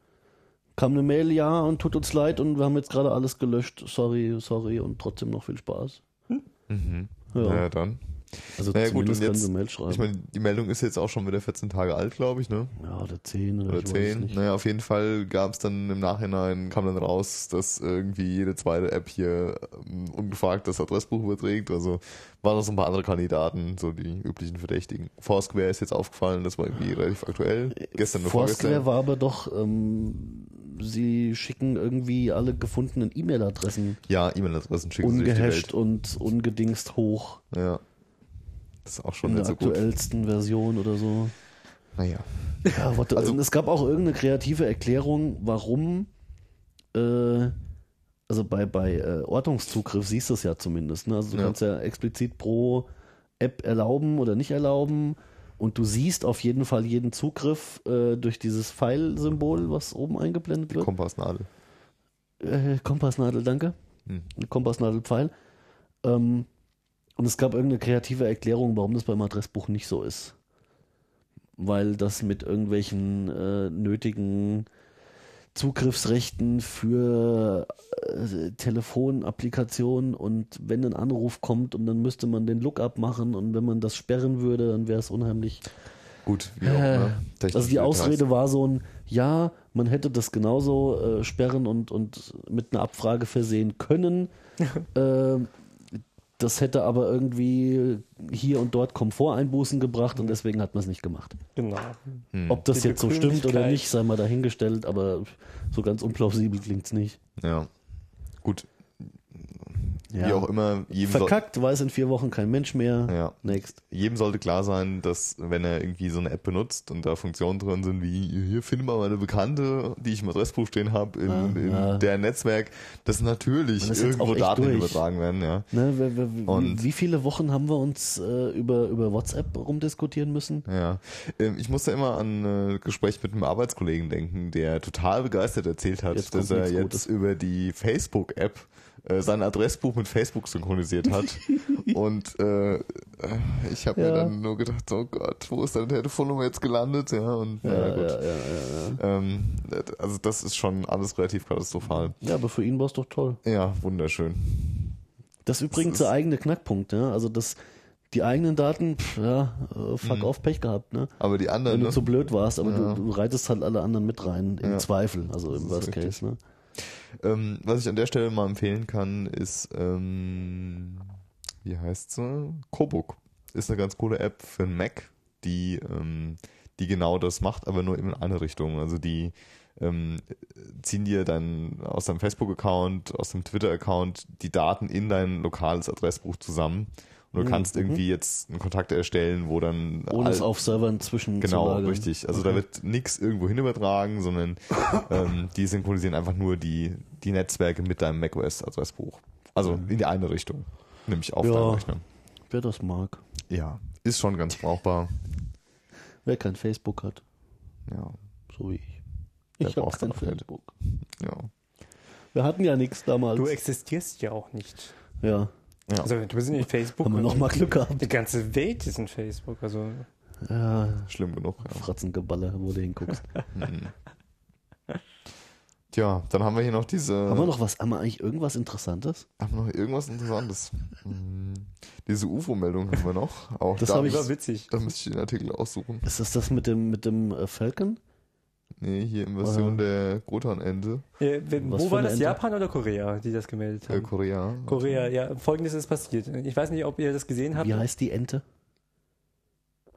kam eine Mail, ja, und tut uns leid und wir haben jetzt gerade alles gelöscht. Sorry, sorry und trotzdem noch viel Spaß.
Mhm. Ja,
Ja.
dann.
Also
Naja, gut,
zumindest
und
können
jetzt-
sie Mail schreiben.
Ich meine, die Meldung ist jetzt auch schon wieder 14 Tage alt, glaube ich, ne?
ja, oder 10 oder,
Oder
ich weiß
10.
nicht.
Naja, auf jeden Fall gab es dann im Nachhinein, kam dann raus, dass irgendwie jede zweite App hier ähm, ungefragt das Adressbuch überträgt. Also waren noch so ein paar andere Kandidaten, so die üblichen Verdächtigen. Foursquare ist jetzt aufgefallen, das war irgendwie relativ aktuell. Gestern oder
Ah. Foursquare
vorgestern.
war aber doch, ähm, sie schicken irgendwie alle gefundenen E-Mail-Adressen
Ja, E-Mail-Adressen schicken sie durch die
ungehasht
Welt.
und ungedingst hoch
Ja. Das ist auch schon
in
nicht
der
so gut.
aktuellsten Version oder so.
Naja.
Ja, warte,
Also-
also, es gab auch irgendeine kreative Erklärung, warum, äh, also bei, bei äh, Ortungszugriff siehst du es ja zumindest. Ne? Also du
Ja.
kannst ja explizit pro App erlauben oder nicht erlauben. Und du siehst auf jeden Fall jeden Zugriff äh, durch dieses Pfeil-Symbol, was oben eingeblendet wird.
Kompassnadel.
äh, Kompassnadel, danke.
Hm.
Kompassnadel, Pfeil. Ähm, und es gab irgendeine kreative Erklärung, warum das beim Adressbuch nicht so ist. Weil das mit irgendwelchen äh, nötigen Zugriffsrechten für äh, Telefonapplikationen und wenn ein Anruf kommt und dann müsste man den Lookup machen und wenn man das sperren würde, dann wäre es unheimlich.
Gut, wie auch ne? immer.
Also
Technische
die
Details.
Ausrede war so ein, ja, man hätte das genauso äh, sperren und, und mit einer Abfrage versehen können. ähm, Das hätte aber irgendwie hier und dort Komforteinbußen gebracht und deswegen hat man es nicht gemacht.
Genau.
Mhm.
Ob das
Die
jetzt so stimmt oder
Bequemlichkeit.
nicht, sei mal dahingestellt, aber so ganz unplausibel klingt es nicht.
Ja. Gut,
Ja.
wie auch immer, jedem, soll-
Verkackt, weiß in vier Wochen kein Mensch mehr.
Ja.
Next.
jedem sollte klar sein, dass wenn er irgendwie so eine App benutzt und da Funktionen drin sind wie hier finden wir meine Bekannte, die ich im Adressbuch stehen habe, in, in
Ah, ja.
deren Netzwerk, dass natürlich
Man ist jetzt
irgendwo
auch echt
Daten
durch.
übertragen werden, ja.
Ne, wer- wer- wie-
Und-
wie viele Wochen haben wir uns äh, über, über WhatsApp rumdiskutieren müssen?
Ja, Ähm, ich musste immer an ein äh, Gespräch mit einem Arbeitskollegen denken, der total begeistert erzählt hat,
Jetzt kommt
dass er
nichts
jetzt
Gutes.
über die Facebook-App äh, sein Adressbuch mit Facebook synchronisiert hat. Und äh, äh, ich habe mir
Ja.
dann nur gedacht, oh Gott, wo ist deine Telefonnummer jetzt gelandet? Ja, und naja, gut.
Äh, ja, ja, ja.
Ähm, d- also das ist schon alles relativ katastrophal.
ja, aber für ihn war es doch toll.
Ja, wunderschön.
Das ist übrigens der eigene Knackpunkt, ne? Also das, die eigenen Daten, pff, ja, äh, fuck off, Pech gehabt, ne?
Aber die anderen,
Wenn du
Mhm. ne?
zu blöd warst, aber du, du reitest halt alle anderen mit rein, im Zweifel, also im
ist
Worst
richtig.
Case, ne?
ähm, was ich an der Stelle mal empfehlen kann, ist, ähm, wie heißt sie? Kobook. Ist eine ganz coole App für den Mac, die, ähm, die genau das macht, aber nur in eine Richtung. Also die ähm, ziehen dir dann aus deinem Facebook-Account, aus dem Twitter-Account die Daten in dein lokales Adressbuch zusammen. Und du kannst irgendwie jetzt einen Kontakt erstellen, wo dann
Ohne es
all-
auf Servern zwischen zu
Genau,
lagern.
richtig. Also da wird nichts irgendwo hin übertragen, sondern ähm, die synchronisieren einfach nur die, die Netzwerke mit deinem macOS-Adressbuch. Also in die eine Richtung, nämlich auf
Mhm. Ja.
deinem Rechner.
Wer das mag.
Ja, ist schon ganz brauchbar.
Wer kein Facebook hat,
Ja,
so wie ich.
Der
Ich habe
braucht's
kein
auch nicht.
Facebook.
ja.
Wir hatten ja nichts damals.
Du existierst ja auch nicht.
ja.
Ja.
Also du bist nicht Facebook.
Haben wir noch mal Glück gehabt.
Die ganze Welt ist in Facebook. Also
ja.
Schlimm genug. Ja.
Fratzengeballer, wo du hinguckst.
Tja, dann haben wir hier noch diese.
Haben wir noch was? Haben wir eigentlich irgendwas Interessantes?
haben wir noch irgendwas Interessantes? Hm, diese UFO-Meldung haben wir noch. Auch
Das
da
hab ich-
war
muss-
witzig.
Da müsste ich den Artikel aussuchen.
Ist das das mit dem, mit dem äh, Falcon?
Nee, hier Invasion
Äh.
der Grotan-Ente,
Ja, wenn,
Was
Äh, wo
für
war
eine
das?
Ente?
Japan oder Korea, die das gemeldet
äh,
haben?
Korea.
Korea, ja. Folgendes ist passiert. Ich weiß nicht, ob ihr das gesehen habt.
Wie heißt die Ente?
äh,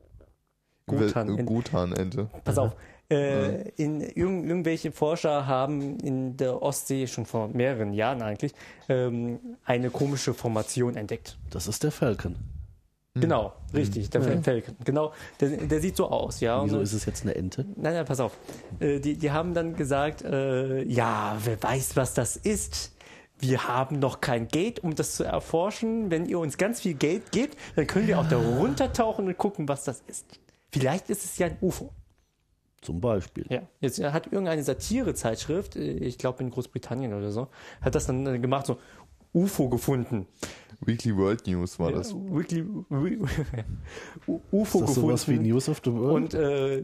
Gotan-Ente.
Gotan-Ente.
Pass auf. Äh, in, irgend, irgendwelche Forscher haben in der Ostsee schon vor mehreren Jahren eigentlich ähm, eine komische Formation entdeckt.
Das ist der Falcon. Hm.
Genau, richtig, der
Ja.
Falcon. Genau, der, der sieht so aus, ja.
Hm. Wieso
Und-
ist es jetzt eine Ente?
Nein, nein, pass auf. Äh, die, die haben dann gesagt, äh, ja, wer weiß, was das ist. Wir haben noch kein Geld, um das zu erforschen. Wenn ihr uns ganz viel Geld gebt, dann können wir auch da runtertauchen und gucken, was das ist. Vielleicht ist es ja ein UFO.
Zum Beispiel.
Ja. Jetzt hat irgendeine Satirezeitschrift, äh, ich glaube in Großbritannien oder so, hat das dann äh, gemacht, so UFO gefunden.
Weekly World News war das.
Wirklich, wi- U- UFO
Ist das
gefunden.
sowas wie News of the World?
und äh,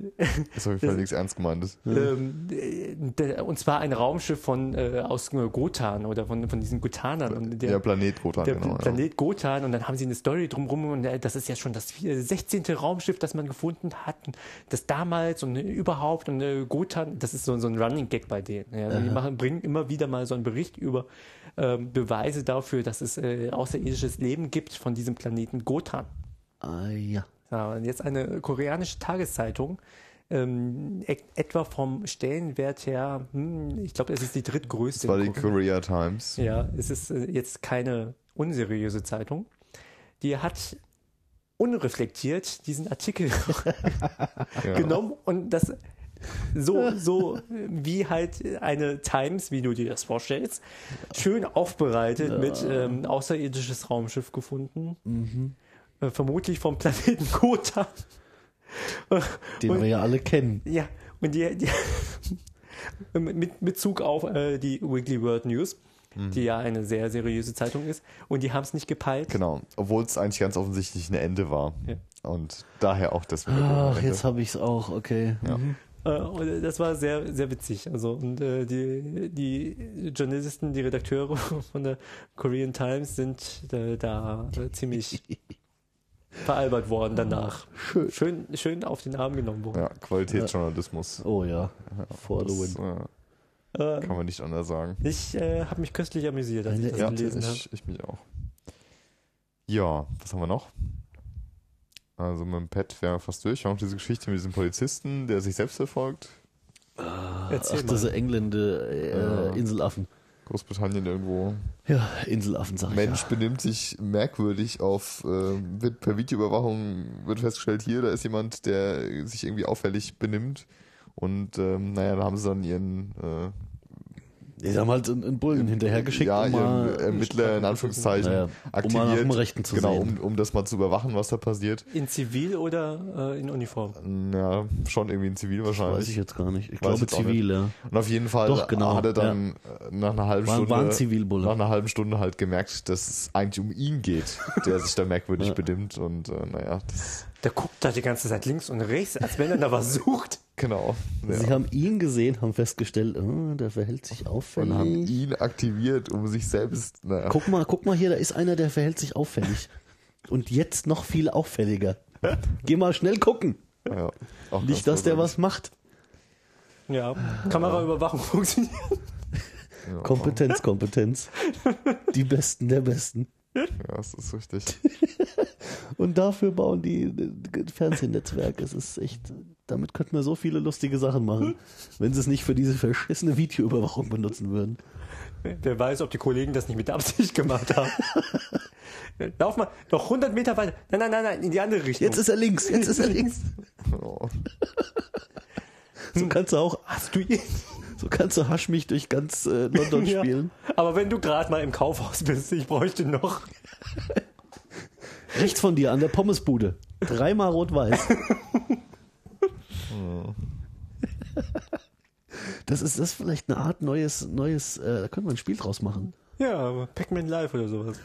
Das habe ich völlig nichts ernst gemeint.
Ähm, äh, der- und zwar ein Raumschiff von äh, aus Gotan oder von, von diesen Gotanern. Und
Der,
der,
Planet Gotan,
der
genau.
Planet Gotan und dann haben sie eine Story drumherum und äh, das ist ja schon das vier- 16. Raumschiff, das man gefunden hat, und das damals und äh, überhaupt und äh, Gotan, das ist so, so ein Running Gag bei denen. Ja. Also die machen, bringen immer wieder mal so einen Bericht über ähm, Beweise dafür, dass es äh, außerirdisches Leben gibt von diesem Planeten Gotan.
Ah, ja.
Ja, und jetzt eine koreanische Tageszeitung, ähm, e etwa vom Stellenwert her, hm, ich glaube, es ist die
Das
drittgrößte.
war
in
die Korea
Korea.
Times.
ja, es ist äh, jetzt keine unseriöse Zeitung. Die hat unreflektiert diesen Artikel
Ja.
genommen und das so, so wie halt eine Times, wie du dir das vorstellst, schön aufbereitet mit ähm, außerirdisches Raumschiff gefunden. Äh, vermutlich vom Planeten Kota.
Den wir ja alle kennen.
Ja, und die, die mit Bezug auf äh, die Weekly World News, die ja eine sehr seriöse Zeitung ist, und die haben es nicht gepeilt.
Genau. Obwohl es eigentlich ganz offensichtlich eine Ende war.
Ja.
Und daher auch das. mit der
Ach,
Ente.
Ah, jetzt habe ich es auch, okay. Mhm.
Äh, und das war sehr, sehr witzig. Also, und äh, die, die Journalisten, die Redakteure von der Korean Times sind äh, da äh, ziemlich veralbert worden danach. Schön. schön. Schön auf den Arm genommen worden.
ja, Qualitätsjournalismus.
Oh ja, for the
Das,
win.
äh,
Äh,
kann man nicht anders sagen.
ich äh, habe mich köstlich amüsiert, als ich
Eine
das
Ja,
gelesen habe.
ich, ich mich auch. Ja, was haben wir noch? Also mit dem Pet wäre fast durch. Wir haben diese Geschichte mit diesem Polizisten, der sich selbst verfolgt.
Erzähl
Ach, diese Engländer, äh,
Ja.
Inselaffen.
Großbritannien irgendwo.
Ja, Inselaffen, sag ich
Mensch
ja.
benimmt sich merkwürdig auf, äh, wird per Videoüberwachung wird festgestellt, hier, da ist jemand, der sich irgendwie auffällig benimmt. Und ähm, naja, da haben sie dann ihren äh,
Die haben halt einen, einen Bullen hinterhergeschickt,
ja, äh,
um mal,
ihren Ermittler in Anführungszeichen
Naja, um
aktiviert.
mal nach dem Rechten zu
genau,
sehen.
Um, um das mal zu überwachen, was da passiert.
In Zivil oder äh, in Uniform?
Ja, schon irgendwie ein Zivil wahrscheinlich.
weiß ich jetzt gar nicht. Ich
Weiß
glaube
jetzt auch
zivil, ja.
Und auf jeden Fall
Doch, genau,
hat er dann äh, nach einer halben
War-
Stunde
war ein Zivilbulle.
nach einer halben Stunde halt gemerkt, dass es eigentlich um ihn geht, der sich da merkwürdig benimmt und äh, naja, das,
Der guckt da die ganze Zeit links und rechts, als wenn er da was sucht.
genau.
Sie
ja.
haben ihn gesehen, haben festgestellt, oh, der verhält sich
Und haben
auffällig.
ihn aktiviert, um sich selbst. Naja.
Guck mal, guck mal hier, da ist einer, der verhält sich auffällig. Und jetzt noch viel auffälliger. Geh mal schnell gucken.
ja, auch
Nicht, dass der was macht.
Ja, Kameraüberwachung funktioniert.
Kompetenz, Kompetenz. Die Besten der Besten.
Ja, das ist richtig.
Und dafür bauen die äh, Fernsehnetzwerke. Es ist echt, damit könnten wir so viele lustige Sachen machen, wenn sie es nicht für diese verschissene Videoüberwachung benutzen würden.
Wer weiß, ob die Kollegen das nicht mit Absicht gemacht haben. Lauf mal noch 100 Meter weiter. Nein, nein, nein, nein, in die andere Richtung.
Jetzt ist er links, jetzt ist er links.
Oh.
So kannst du auch,
Hast du ihn?
so kannst du Hasch mich durch ganz äh, London
Ja.
spielen.
Aber wenn du gerade mal im Kaufhaus bist, ich bräuchte noch.
Rechts von dir an der Pommesbude. Dreimal rot-weiß. Das ist das ist vielleicht eine Art neues, neues, äh, da könnte man ein Spiel draus machen.
Ja, Pac-Man Live oder sowas.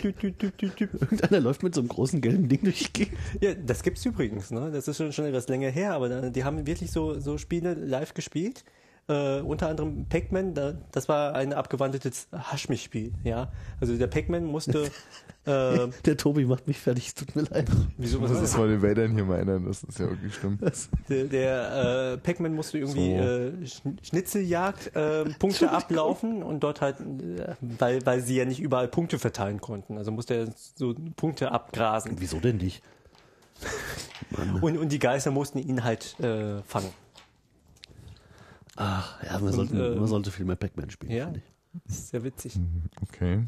Tü, tü, tü, tü, tü.
Irgendeiner läuft mit so einem großen gelben Ding durch die Gegend.
Ja, das gibt's übrigens, ne? Das ist schon, schon etwas länger her, aber da, die haben wirklich so, so Spiele live gespielt. Äh, unter anderem Pac-Man, da, das war ein abgewandeltes Haschmich-Spiel, ja. Also der Pac-Man musste äh,
Der Tobi macht mich fertig, tut mir leid.
wieso
Das ist mal den Wäldern hier mal ändern, das ist ja wirklich schlimm.
Das,
Der, der äh, Pac-Man musste irgendwie
So.
äh, Schn- Schnitzeljagd äh, Punkte ablaufen und dort halt, äh, weil, weil sie ja nicht überall Punkte verteilen konnten. Also musste er so Punkte abgrasen.
wieso denn nicht?
Und, und die Geister mussten ihn halt äh, fangen.
Ach, ja, man, sollte,
äh,
man sollte viel mehr Pac-Man spielen,
Ja.
finde ich.
Das ist sehr witzig.
Okay.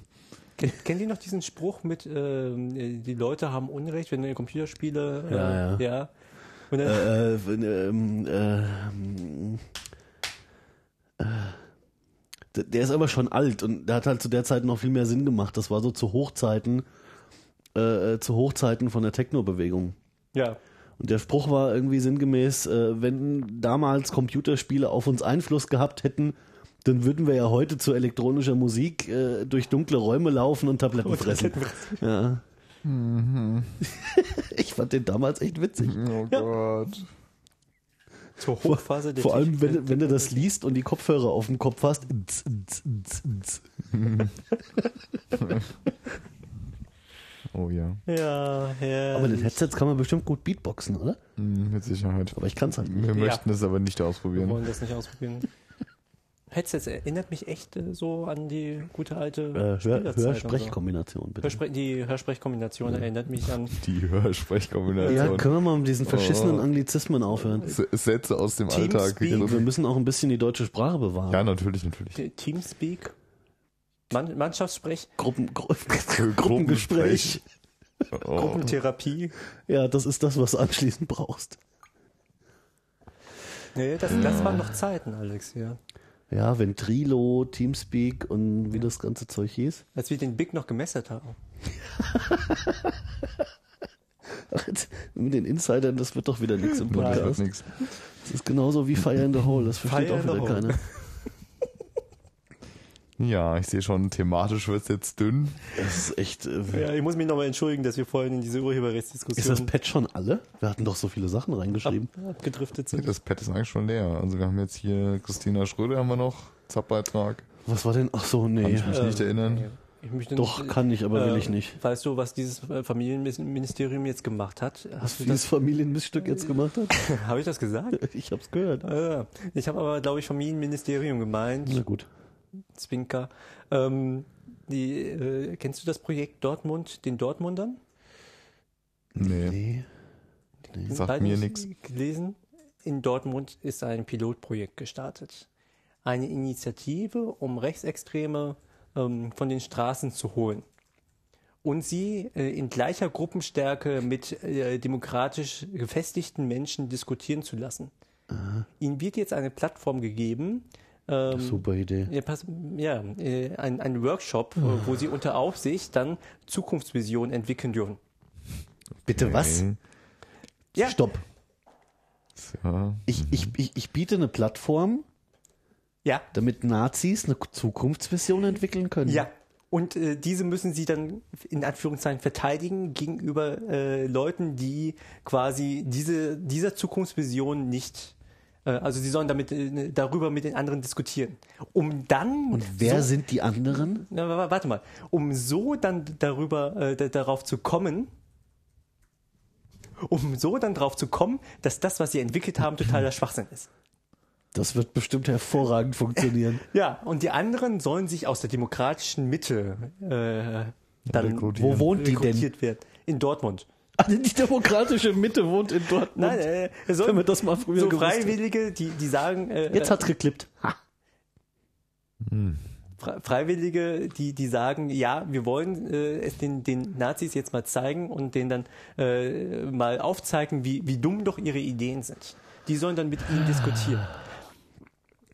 Ken, kennt ihr noch diesen Spruch mit, ähm, die Leute haben Unrecht, wenn ihr Computerspiele. Äh,
Ja, ja.
Und dann,
Äh, wenn, ähm, ähm, äh, der- der ist aber schon alt und der hat halt zu der Zeit noch viel mehr Sinn gemacht. Das war so zu Hochzeiten, äh, äh, zu Hochzeiten von der Techno-Bewegung.
ja.
Und der Spruch war irgendwie sinngemäß, äh, wenn damals Computerspiele auf uns Einfluss gehabt hätten, dann würden wir ja heute zu elektronischer Musik äh, durch dunkle Räume laufen und Tabletten fressen. Ja. ich fand den damals echt witzig.
Oh Gott.
Zur Hochphase der
Vor allem,
Technik-
wenn, wenn du das liest und die Kopfhörer auf dem Kopf hast. Ntz, ntz, ntz, ntz.
Oh ja.
Ja, ja.
Aber mit Headsets kann man bestimmt gut Beatboxen, oder?
Hm, Mit Sicherheit.
Aber ich kann es halt nicht.
Wir möchten es aber nicht ausprobieren.
wollen das nicht ausprobieren. Headsets erinnert mich echt äh, so an die gute alte
Äh, Hör-
Spielerzeit und
Hör-Sprechkombination,
So.
bitte.
Hörspre die Hörsprechkombination erinnert mich an.
Die
Ja,
Hörsprechkombination.
können wir mal mit diesen verschissenen
Oh.
Anglizismen aufhören.
S- Sätze aus dem
Teamspeak.
Alltag
Wir
gegriffen.
müssen auch ein bisschen die deutsche Sprache bewahren.
Ja, natürlich, natürlich.
T- Teamspeak, Man Mannschaftssprech,
Gruppen, Gru Gruppengespräch.
Oh.
Gruppentherapie.
Ja, das ist das, was du anschließend brauchst.
Nee, das, das waren noch Zeiten, Alex, ja.
Ja, Ventrilo, Teamspeak und wie das ganze Zeug hieß.
Als wir den Big noch gemessert haben.
Ach, jetzt, mit den Insidern, das wird doch wieder nichts im
Das wird
Podcast.
nix.
Das ist genauso wie Fire in the Hole, das versteht
Fire
auch
in the
wieder
Hole.
keiner.
Ja, ich sehe schon, thematisch wird es jetzt dünn.
Das ist echt. Äh,
Ja, ich muss mich nochmal entschuldigen, dass wir vorhin in diese
ist das
Urheberrechtsdiskussion
Patch schon alle? Wir hatten doch so viele Sachen reingeschrieben.
abgedriftet sind.
Das Pad ist eigentlich schon leer. Also wir haben jetzt hier Christina Schröder haben wir noch, Zappbeitrag.
Was war denn? Ach so,
Kann
nee.
ich mich nicht
Ähm,
erinnern.
Ich möchte
Doch,
nicht-
kann ich, aber will
äh,
ich nicht.
Weißt du, was dieses äh, Familienministerium jetzt gemacht hat?
Was
Hast du
dieses
das?
Familienmissstück jetzt gemacht hat?
Habe ich das gesagt?
Ich hab's gehört.
Äh, Ich habe aber, glaube ich, Familienministerium gemeint.
Na gut.
Zwinker. Ähm, die, äh, kennst du das Projekt Dortmund, den Dortmundern?
Nee.
Nee. Sagt
Beide
mir
nicht
nix.
Gelesen. In Dortmund ist ein Pilotprojekt gestartet. Eine Initiative, um Rechtsextreme ähm, von den Straßen zu holen. Und sie äh, in gleicher Gruppenstärke mit äh, demokratisch gefestigten Menschen diskutieren zu lassen. Ihnen wird jetzt eine Plattform gegeben, ähm,
Super Idee.
ja, pass, ja äh, ein, ein Workshop, äh,
Ah.
wo sie unter Aufsicht dann Zukunftsvisionen entwickeln dürfen.
Bitte was?
Nee.
Ja,
Stopp.
Ja.
Ich, ich, ich, ich biete eine Plattform,
Ja,
damit Nazis eine Zukunftsvision entwickeln können.
ja. Und äh, diese müssen sie dann in Anführungszeichen verteidigen gegenüber äh, Leuten, die quasi diese, dieser Zukunftsvision nicht, äh, also sie sollen damit äh, darüber mit den anderen diskutieren, um dann
Und wer sind die anderen?
Na, wa- wa- warte mal. Um so dann darüber, äh, da- darauf zu kommen, um so dann darauf zu kommen, dass das, was sie entwickelt haben, totaler Schwachsinn ist.
Das wird bestimmt hervorragend funktionieren.
Ja, und die anderen sollen sich aus der demokratischen Mitte äh, dann
Wo wohnt die denn?
rekrutiert werden. In Dortmund.
Also die demokratische Mitte wohnt in Dortmund.
Nein, äh, es sollen
wenn wir das mal früher
so
gewusst hätten.
Freiwillige, die, die sagen, äh,
Jetzt hat's geklippt. Ha.
Fre- Freiwillige, die, die sagen, ja, wir wollen äh, es den, den Nazis jetzt mal zeigen und denen dann äh, mal aufzeigen, wie, wie dumm doch ihre Ideen sind. Die sollen dann mit ihnen diskutieren.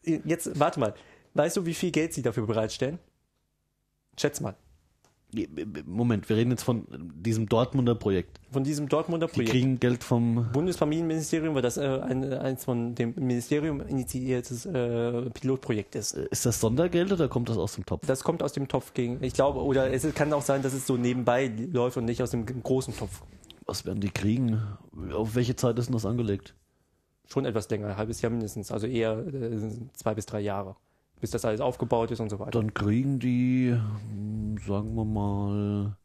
Äh, Jetzt, warte mal. Weißt du, wie viel Geld sie dafür bereitstellen? Schätz mal.
Moment, wir reden jetzt von diesem Dortmunder Projekt.
Von diesem Dortmunder
Die
Projekt.
kriegen Geld vom
Bundesfamilienministerium, weil das äh, ein, eins von dem Ministerium initiiertes äh, Pilotprojekt ist.
Ist das Sondergeld oder kommt das aus dem Topf?
Das kommt aus dem Topf gegen, ich glaube, oder es kann auch sein, dass es so nebenbei läuft und nicht aus dem großen Topf.
Was werden die kriegen? Auf welche Zeit ist denn das angelegt?
schon etwas länger, ein halbes Jahr mindestens, also eher äh, zwei bis drei Jahre, bis das alles aufgebaut ist und so weiter.
Dann kriegen die, hm, sagen wir mal,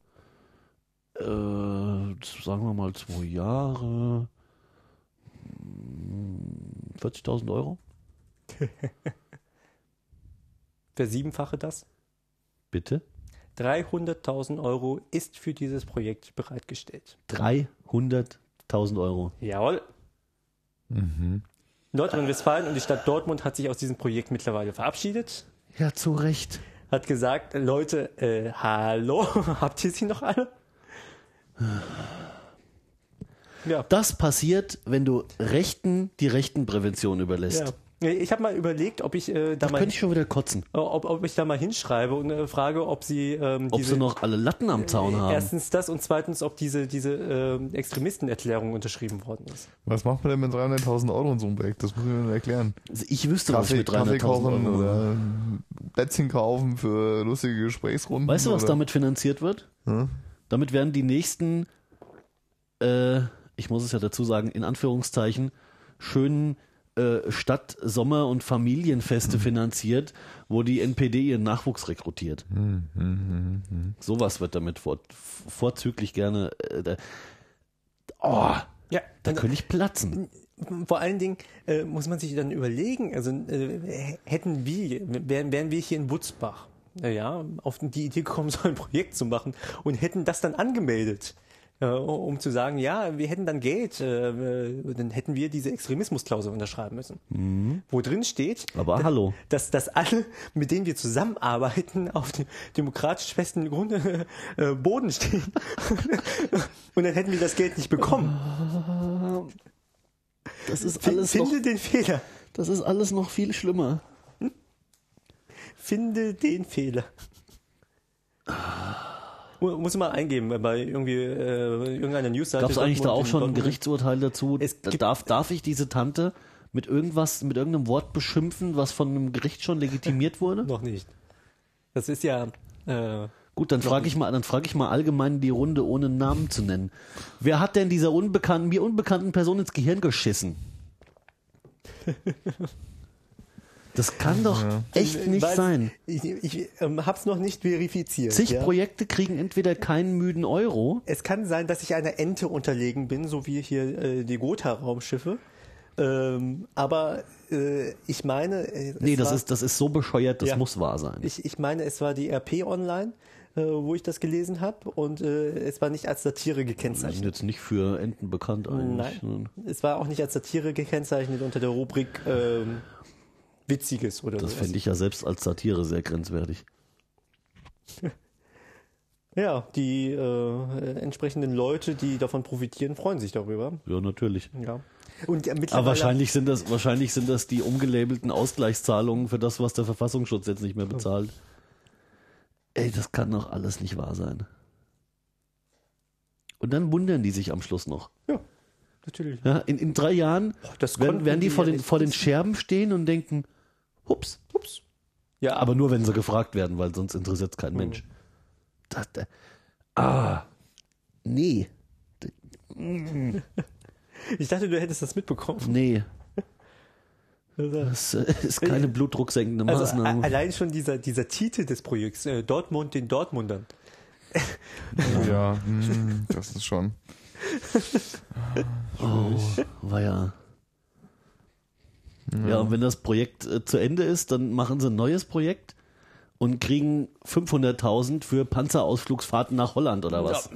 äh, z- sagen wir mal zwei Jahre, hm, 40.000 Euro.
Versiebenfache das.
Bitte?
300.000 Euro ist für dieses Projekt bereitgestellt.
300.000 Euro.
Jawohl.
Mhm.
Nordrhein-Westfalen und die Stadt Dortmund hat sich aus diesem Projekt mittlerweile verabschiedet.
Ja, zu Recht.
Hat gesagt, Leute, äh, hallo, habt ihr sie noch alle? Ja.
Das passiert, wenn du Rechten die Rechtenprävention überlässt.
ja. Ich habe mal überlegt, ob ich, äh,
Da
da mal, äh,
könnte ich schon wieder kotzen,
ob, ob ich da mal hinschreibe und äh, frage, ob sie ähm,
ob
diese
sie noch alle Latten am Zaun haben.
Äh, Erstens das und zweitens, ob diese, diese ähm, Extremistenerklärung unterschrieben worden ist.
Was macht man denn mit 300.000 Euro in so einem Projekt? Das muss ich mir dann erklären.
Also ich wüsste, was ich
Kaffee,
mit
Kaffee
300.000
kochen
Euro mache.
oder Plätzchen kaufen für lustige Gesprächsrunden.
Weißt du, was
oder?
damit finanziert wird? Damit werden die nächsten, äh, ich muss es ja dazu sagen, in Anführungszeichen, schönen äh, Stadt-, Sommer- und Familienfeste finanziert, wo die NPD ihren Nachwuchs rekrutiert. Sowas wird damit vor, vorzüglich gerne. Äh, da, oh,
Ja,
da könnte ich platzen.
vor allen Dingen äh, muss man sich dann überlegen, also äh, hätten wir, wären, wären wir hier in Wutzbach, äh, ja, auf die Idee gekommen, so ein Projekt zu machen und hätten das dann angemeldet. äh, Um zu sagen, ja, wir hätten dann Geld, äh, äh, dann hätten wir diese Extremismusklausel unterschreiben müssen. Wo drin steht,
Mhm. Aber hallo.
dass, dass alle, mit denen wir zusammenarbeiten, auf dem demokratisch festen Grund, äh, Boden stehen. Und dann hätten wir das Geld nicht bekommen.
Das ist
Fin-
alles noch,
Finde den Fehler.
das ist alles noch viel schlimmer.
Finde den Fehler. Mu- Muss man eingeben bei irgendwie äh, irgendeiner Newsseite.
Gab es eigentlich da
Dortmund-
auch schon ein
Dortmund-
Gerichtsurteil dazu?
Es
Da-
gibt-
darf, darf ich diese Tante mit irgendwas, mit irgendeinem Wort beschimpfen, was von einem Gericht schon legitimiert wurde?
Noch nicht. Das ist ja. Äh,
Gut, dann frage ich mal, dann frage ich mal allgemein die Runde, ohne einen Namen zu nennen. Wer hat denn dieser unbekannten, mir unbekannten Person ins Gehirn geschissen? Das kann doch echt nicht
weiß-
sein.
Ich, ich ähm, hab's noch nicht verifiziert.
Zig
ja.
Projekte kriegen entweder keinen müden Euro
Es kann sein, dass ich einer Ente unterlegen bin, so wie hier äh, die Gotha-Raumschiffe. Ähm, aber äh, ich meine. äh, Es
Nee, das
war,
ist, das ist so bescheuert, das
Ja.
muss wahr sein.
Ich, ich meine, es war die RP Online, äh, wo ich das gelesen habe und äh, es war nicht als Satire
Die sind
gekennzeichnet.
jetzt nicht für Enten bekannt eigentlich.
Nein, es war auch nicht als Satire gekennzeichnet unter der Rubrik ähm, Witziges oder
Das
sowas.
fände ich ja selbst als Satire sehr grenzwertig.
Ja, die äh, entsprechenden Leute, die davon profitieren, freuen sich darüber.
Ja, natürlich.
Ja. Und ja, mittlerweile
Aber wahrscheinlich sind, das, wahrscheinlich sind das die umgelabelten Ausgleichszahlungen für das, was der Verfassungsschutz jetzt nicht mehr bezahlt. Ey, das kann doch alles nicht wahr sein. Und dann wundern die sich am Schluss noch.
natürlich.
Ja, in, in drei Jahren
das
werden,
konnten
werden die,
die
vor,
ja
den,
nicht
vor den Scherben stehen und denken, hups, hups.
Ja, Mhm.
Aber nur, wenn sie gefragt werden, weil sonst interessiert es kein Mensch. Das, da, ah, nee,
ich dachte, du hättest das mitbekommen.
nee.
Also
Das äh, ist keine blutdrucksenkende
a-
Maßnahme.
allein schon dieser, dieser Titel des Projekts, äh, Dortmund den Dortmundern.
Oh Ja, hm, das ist schon.
Oh, War ja. Ja, und wenn das Projekt äh, zu Ende ist, dann machen sie ein neues Projekt und kriegen 500.000 für Panzerausflugsfahrten nach Holland oder was?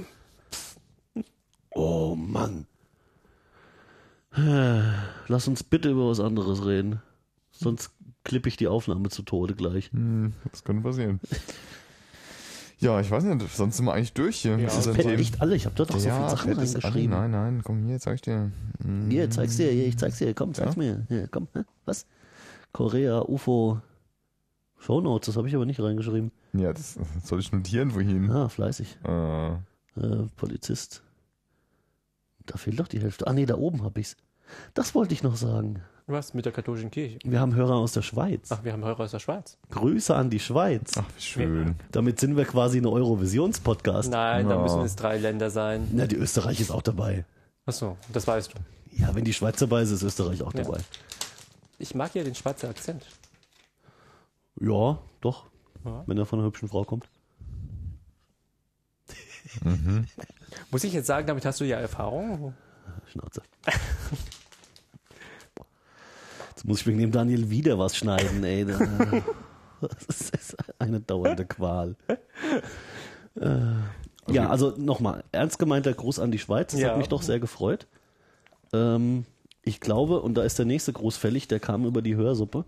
Oh Mann. Äh, Lass uns bitte über was anderes reden. Sonst klippe ich die Aufnahme zu Tode gleich.
Hm, das könnte passieren. Ja, ich weiß nicht, sonst sind wir eigentlich durch hier. mit
Das
unseren
Pad
Themen.
nicht alle, ich habe da doch so
ja,
viele Sachen
Fett ist alle.
reingeschrieben.
Nein, nein, komm hier, zeig ich dir. Hm,
Mhm.
Hier, zeig's dir, hier, ich zeig's dir, komm, zeig's mir. Hier, komm, hä? was? Korea, UFO, Shownotes, das habe ich aber nicht reingeschrieben.
Ja, das soll ich notieren vorhin.
Ah, fleißig.
Ja. Äh,
Äh, Polizist. Da fehlt doch die Hälfte. Ah, nee, da oben hab ich's. Das wollte ich noch sagen.
Was mit der katholischen Kirche?
Wir haben Hörer aus der Schweiz.
Ach, wir haben Hörer aus der Schweiz.
Grüße an die Schweiz.
Ah.
ach, wie schön.
Damit sind wir quasi eine Eurovisions-Podcast.
Nein, da
Ja.
müssen es drei Länder sein.
Na, die Österreich ist auch dabei.
Achso, das weißt du.
Ja, wenn die Schweiz dabei ist, ist Österreich auch
Ja.
dabei.
Ich mag ja den Schweizer Akzent.
Ja, doch.
Ja.
Wenn er von einer hübschen Frau kommt.
Muss ich jetzt sagen, damit hast du ja Erfahrung?
Schnauze. Boah. Jetzt muss ich wegen dem Daniel wieder was schneiden, ey. Da- Das ist eine dauernde Qual. Äh, Ja, also nochmal, ernst gemeinter Gruß an die Schweiz. Das
Ja.
hat mich doch sehr gefreut. Ähm, ich glaube, und da ist der nächste Gruß fällig, der kam über die Hörsuppe,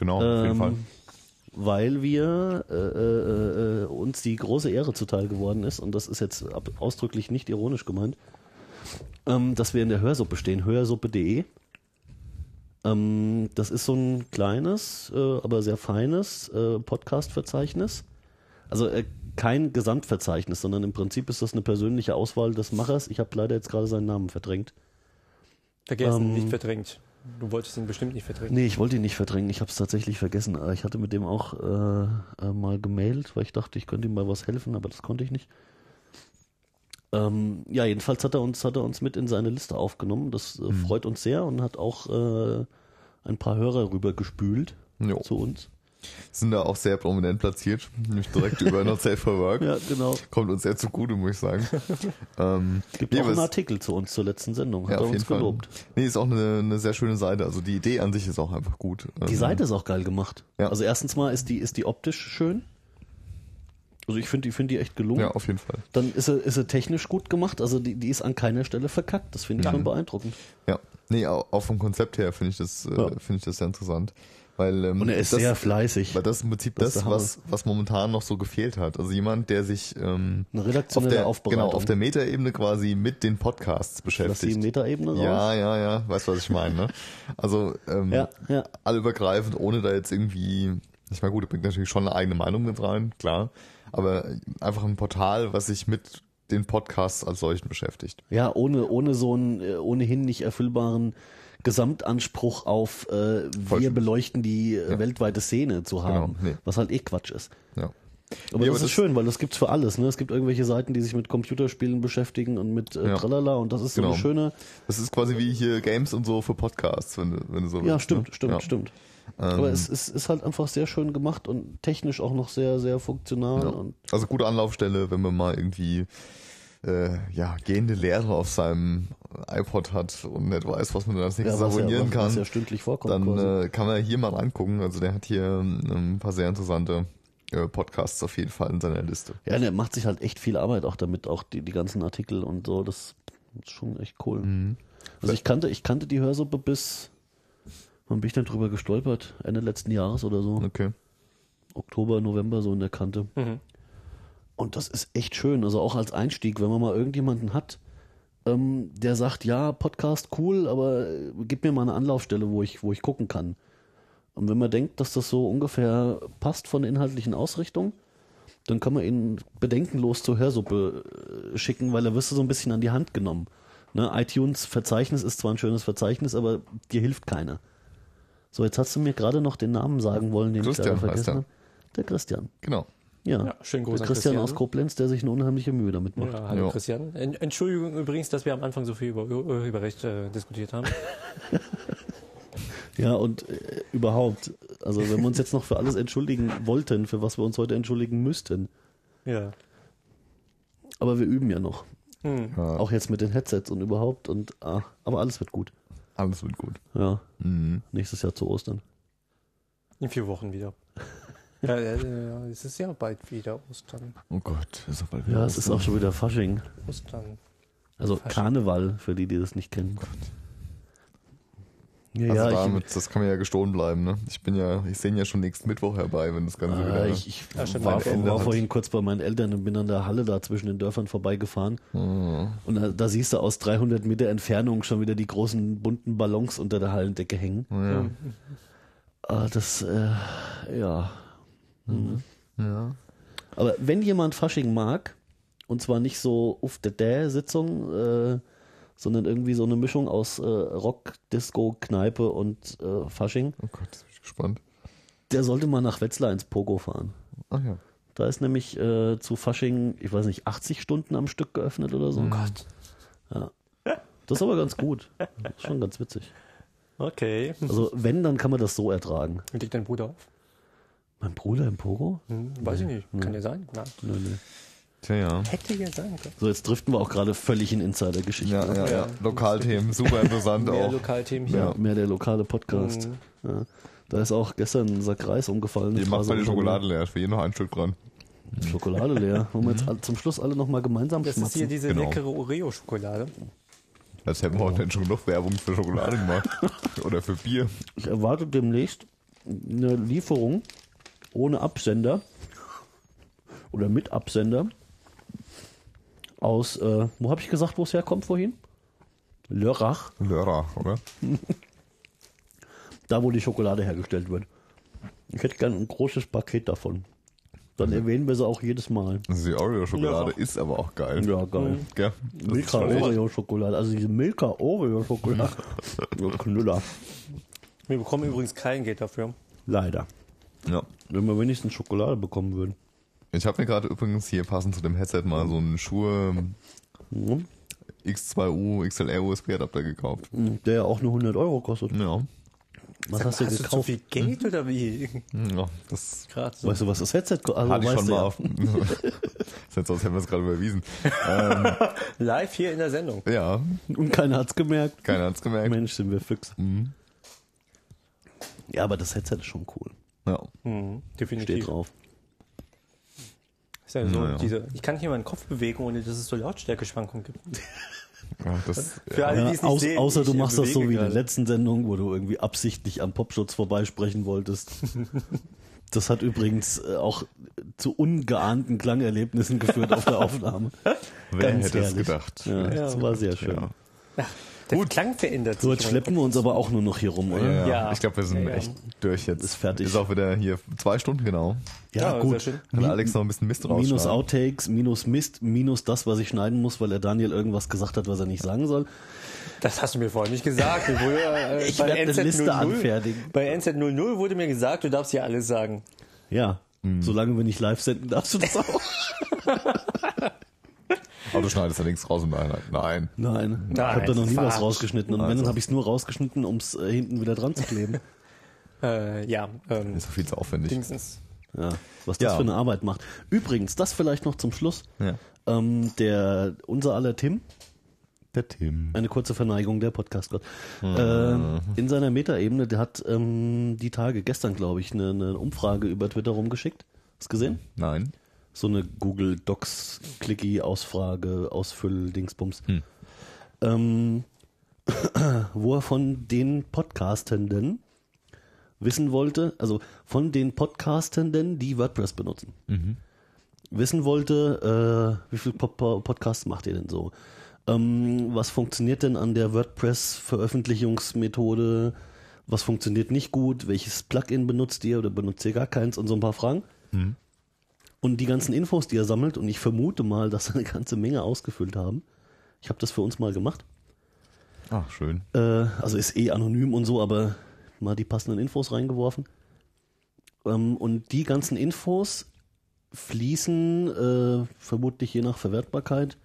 Genau, auf jeden
Ähm,
Fall.
weil wir äh, äh, äh, uns die große Ehre zuteil geworden ist, und das ist jetzt ab- ausdrücklich nicht ironisch gemeint, ähm, dass wir in der Hörsuppe stehen, hörsuppe.de. Ähm, das ist so ein kleines, äh, aber sehr feines äh, Podcast-Verzeichnis. Also äh, kein Gesamtverzeichnis, sondern im Prinzip ist das eine persönliche Auswahl des Machers. Ich habe leider jetzt gerade seinen Namen verdrängt.
Vergessen,
Ähm.
nicht verdrängt. Du wolltest ihn bestimmt nicht verdrängen.
Nee, ich wollte ihn nicht verdrängen, ich habe es tatsächlich vergessen. Aber Ich hatte mit dem auch äh, äh, mal gemailt, weil ich dachte, ich könnte ihm bei was helfen, aber das konnte ich nicht. Ähm, ja, jedenfalls hat er uns hat er uns mit in seine Liste aufgenommen. Das
Mhm.
äh, freut uns sehr und hat auch äh, ein paar Hörer rübergespült
Jo.
zu uns.
Sind da auch sehr prominent platziert. Nämlich direkt über Not Safe for Work.
Ja, genau.
Kommt uns sehr zugute, muss ich sagen. ähm,
Gibt
nee,
auch
was-
einen Artikel zu uns zur letzten Sendung, hat
ja,
er
auf jeden
uns
Fall.
gelobt.
Nee, ist auch eine, eine sehr schöne Seite. Also die Idee an sich ist auch einfach gut.
Die
Ähm,
Seite ist auch geil gemacht.
Ja.
Also erstens mal ist die, ist die optisch schön. Also ich finde die, find die echt gelungen.
Ja, auf jeden Fall.
Dann ist sie, ist sie technisch gut gemacht, also die, die ist an keiner Stelle verkackt. Das finde ich schon beeindruckend.
Ja. Nee, au- auch vom Konzept her finde ich das, äh,
Ja.
finde ich das sehr interessant. Weil, ähm,
Und er ist
das,
sehr fleißig.
Weil das ist im Prinzip
Das ist
das,
der Hammer.
was, was momentan noch so gefehlt hat. Also jemand, der sich ähm,
Eine
auf
redaktionelle
der,
Aufbereitung.
genau, auf der Metaebene quasi mit den Podcasts
Lass die
beschäftigt.
Metaebene raus.
Ja, ja, ja, weißt du, was ich meine, ne? Also, ähm,
Ja, ja.
allübergreifend, ohne da jetzt irgendwie, ich meine, gut, er bringt natürlich schon eine eigene Meinung mit rein, klar, aber einfach ein Portal, was sich mit den Podcasts als solchen beschäftigt.
Ja, ohne, ohne so einen äh, ohnehin nicht erfüllbaren Gesamtanspruch auf äh, wir
Vollständig.
beleuchten die äh, weltweite Szene zu haben.
Genau, nee.
Was halt eh Quatsch ist.
Ja.
Aber
Ja,
das
aber
ist
das-
schön, weil das gibt's für alles. Ne? Es gibt irgendwelche Seiten, die sich mit Computerspielen beschäftigen und mit äh,
Ja.
Tralala und das ist so
Genau.
eine schöne.
Das ist quasi wie hier Games und so für Podcasts, wenn du, wenn du so
Ja,
willst,
stimmt,
ne?
stimmt,
Ja. Ähm.
stimmt. Aber es ist, ist halt einfach sehr schön gemacht und technisch auch noch sehr, sehr funktional
Ja.
und
Also gute Anlaufstelle, wenn man mal irgendwie äh, ja, gehende Leere auf seinem iPod hat und nicht weiß, was man da als nächstes
was ja,
abonnieren
was-
kann,
Was ja stündlich vorkommt.
dann
quasi.
äh, kann man hier mal angucken. Also der hat hier ähm, ein paar sehr interessante äh, Podcasts auf jeden Fall in seiner Liste.
ja, der macht sich halt echt viel Arbeit auch damit, auch die, die ganzen Artikel und so. Das ist schon echt cool.
Mhm.
Also ich kannte, ich kannte die Hörsuppe bis, wann bin ich denn drüber gestolpert? Ende letzten Jahres oder so.
Okay.
Oktober, November so in der Kante.
Mhm.
Und das ist echt schön. Also auch als Einstieg, wenn man mal irgendjemanden hat, ähm, der sagt, ja, Podcast cool, aber äh, gib mir mal eine Anlaufstelle, wo ich, wo ich gucken kann. Und wenn man denkt, dass das so ungefähr passt von der inhaltlichen Ausrichtung, dann kann man ihn bedenkenlos zur Hörsuppe äh, schicken, weil er wirst du so ein bisschen an die Hand genommen. Ne? iTunes-Verzeichnis ist zwar ein schönes Verzeichnis, aber dir hilft keiner. So, jetzt hast du mir gerade noch den Namen sagen wollen, den
Christian
ich leider
heißt er.
vergessen habe. Der Christian.
Genau.
Ja,
Ja, schönen Gruß
der
an
Christian,
Christian.
aus Koblenz, der sich eine unheimliche Mühe damit macht.
Ja, hallo
Ja.
Christian. En- Entschuldigung übrigens, dass wir am Anfang so viel über Ur- Urheberrecht äh, diskutiert haben.
Ja, und äh, überhaupt, also wenn wir uns jetzt noch für alles entschuldigen wollten, für was wir uns heute entschuldigen müssten,
ja.
aber wir üben ja noch,
Hm.
Ja,
auch jetzt mit den Headsets und überhaupt und ah, aber alles wird gut.
alles wird gut.
Ja,
Mhm.
nächstes Jahr zu Ostern.
In vier Wochen wieder. ja, ja, ja, es ist ja bald wieder Ostern.
Oh Gott, ist doch bald wieder ne?
Ja, es ist auch schon wieder Fasching.
Ostern.
Also
Fasching.
Karneval, für die, die das nicht kennen. Ja,
Also
ja, ich,
damit, das kann mir ja gestohlen bleiben, ne? Ich bin ja, ich sehe ihn ja schon nächsten Mittwoch herbei, wenn das Ganze wieder. ne?
äh, ich, ich
Ja, stimmt,
war,
mein
Ende
war
hat-
vorhin kurz bei meinen Eltern und bin an der Halle da zwischen den Dörfern vorbeigefahren
Mhm.
Und da, da siehst du aus 300 Meter Entfernung schon wieder die großen bunten Ballons unter der Hallendecke hängen.
Oh, Ja.
Ah, das, äh, ja.
Mhm.
Mhm.
ja.
Aber wenn jemand Fasching mag, und zwar nicht so uff de dä sitzung äh, sondern irgendwie so eine Mischung aus äh, Rock, Disco, Kneipe und äh, Fasching,
Oh Gott, jetzt bin ich gespannt.
der sollte mal nach Wetzlar ins Pogo fahren.
Ach ja.
Da ist nämlich äh, zu Fasching, ich weiß nicht, 80 Stunden am Stück geöffnet oder
Oh
so.
Gott.
Ja. Das ist aber ganz gut. Das ist schon ganz witzig.
Okay.
Also wenn, dann kann man das so ertragen.
Liegt dein Bruder auf?
Mein Bruder im Pogo?
Hm, weiß ich nicht. Kann ja sein. Nein.
Nö, nö.
Tja, ja.
Hätte ja sein können.
So, jetzt driften wir auch gerade völlig in Insider-Geschichten.
Ja,
ab.
ja, ja. Lokalthemen, super interessant
Mehr
auch.
Lokalthemen hier.
Ja, Mehr der lokale Podcast. Ja. Da ist auch gestern ein Sack Reis umgefallen.
Ihr
Das war
macht
so unser-
mal Mhm. die Also Schokolade Mhm. leer, ich will hier noch ein Stück dran.
Schokolade leer. Wollen wir jetzt alle, zum Schluss alle nochmal gemeinsam
Das ist hier
schmatzen?
diese
Genau.
leckere Oreo-Schokolade.
Als hätten wir heute schon genug Werbung für Schokolade gemacht. Oder für Bier.
Ich erwarte demnächst eine Lieferung ohne Absender oder mit Absender aus, äh, wo habe ich gesagt, wo es herkommt vorhin? Lörrach,
Lörrach, oder?
da wo die Schokolade hergestellt wird. Ich hätte gern ein großes Paket davon. Dann erwähnen wir sie auch jedes Mal.
Also die Oreo-Schokolade
Lörrach.
ist aber auch geil.
Ja, geil.
Gell? Das ist
Mhm. Milka
schon echt-
Oreo Schokolade, also diese Milka Oreo Schokolade. Ja, Knüller,
Wir bekommen übrigens kein Geld dafür.
leider.
Ja.
Wenn wir wenigstens Schokolade bekommen würden.
Ich habe mir gerade übrigens hier passend zu dem Headset mal so einen Schuhe
Mhm.
X2U, XLR USB-Adapter gekauft.
Der ja auch nur 100 Euro kostet.
Ja.
Was hast du
Hast du zu
gekauft?
viel Geld oder wie?
ja das
Gerade so.
Weißt du, was das Headset kostet? Also,
hatte ich
weißt
schon
du
mal
ja.
auf. ist jetzt so, als hätten wir es gerade überwiesen.
Live hier in der Sendung.
Ja,
Und keiner hat's gemerkt.
keiner hat's gemerkt.
Mensch, sind wir fix.
Mhm.
Ja, aber das Headset ist schon cool.
Ja.
Mhm.
Hm, definitiv.
Steht drauf.
Ist ja so
Naja.
diese, ich kann hier meinen Kopf bewegen, ohne dass es so Lautstärkeschwankungen gibt.
ja das,
Für alle,
Ja,
die es nicht
aus,
sehen,
außer du
ich
machst das so
bewege
wie in der
gerade.
letzten Sendung, wo du irgendwie absichtlich am Popschutz vorbeisprechen wolltest. Das hat übrigens äh, auch zu ungeahnten Klangerlebnissen geführt auf der Aufnahme.
wer
Ganz
hätte es
herrlich.
gedacht?
Ja, das war sehr schön.
Ja.
Der Klang verändert
So,
sich.
jetzt schleppen wir uns aber auch nur noch hier rum, oder?
Ja,
Ja.
ich glaube, wir sind
Ja, ja.
echt durch jetzt.
Ist fertig.
Ist auch wieder hier zwei Stunden genau.
Ja, sehr schön.
Kann Alex noch ein bisschen Mist rausschneiden.
Minus Outtakes, minus Mist, minus das, was ich schneiden muss, weil der Daniel irgendwas gesagt hat, was er nicht sagen soll.
Das hast du mir vorher nicht gesagt. Ich, wurde, äh,
Ich
bei
werd eine
NZ00
Liste anfertigen.
Bei NZ00 wurde mir gesagt, du darfst hier alles sagen.
Ja,
Mhm.
solange wir nicht live senden, darfst du das auch.
Aber du schneidest ja nichts raus im Nachhinein. Nein.
Nein, ich
Nein,
habe da noch nie was
Quatsch.
rausgeschnitten. Und wenn,
Also.
dann habe ich es nur rausgeschnitten, um es äh, hinten wieder dran zu kleben.
Äh, ja, ähm,
Ist doch viel zu aufwendig.
Dingsens.
Ja, was das
Ja.
für eine Arbeit macht. Übrigens, das vielleicht noch zum Schluss.
Ja.
Ähm, der, unser aller Tim,
Der Tim.
eine kurze Verneigung der Podcast Gott.
Mhm.
Ähm, in seiner Metaebene, der hat ähm, die Tage gestern, glaube ich, eine, eine Umfrage über Twitter rumgeschickt. Hast du gesehen?
Nein.
So eine Google Docs Clicky Ausfrage, Ausfüll Dingsbums.
Hm.
Ähm, wo er von den Podcastenden wissen wollte, also von den Podcastenden, die WordPress benutzen wissen wollte, äh, wie viel Pod Pod- Podcasts macht ihr denn so? Ähm, was funktioniert denn an der WordPress-Veröffentlichungsmethode? Was funktioniert nicht gut? Welches Plugin benutzt ihr oder benutzt ihr gar keins? Und so ein paar Fragen. Und die ganzen Infos, die er sammelt, und ich vermute mal, dass er eine ganze Menge ausgefüllt haben. Ich habe das für uns mal gemacht.
Ach, Ah, schön.
Äh, also ist eh anonym und so, aber mal die passenden Infos reingeworfen. Ähm, und die ganzen Infos fließen, äh, vermutlich je nach Verwertbarkeit,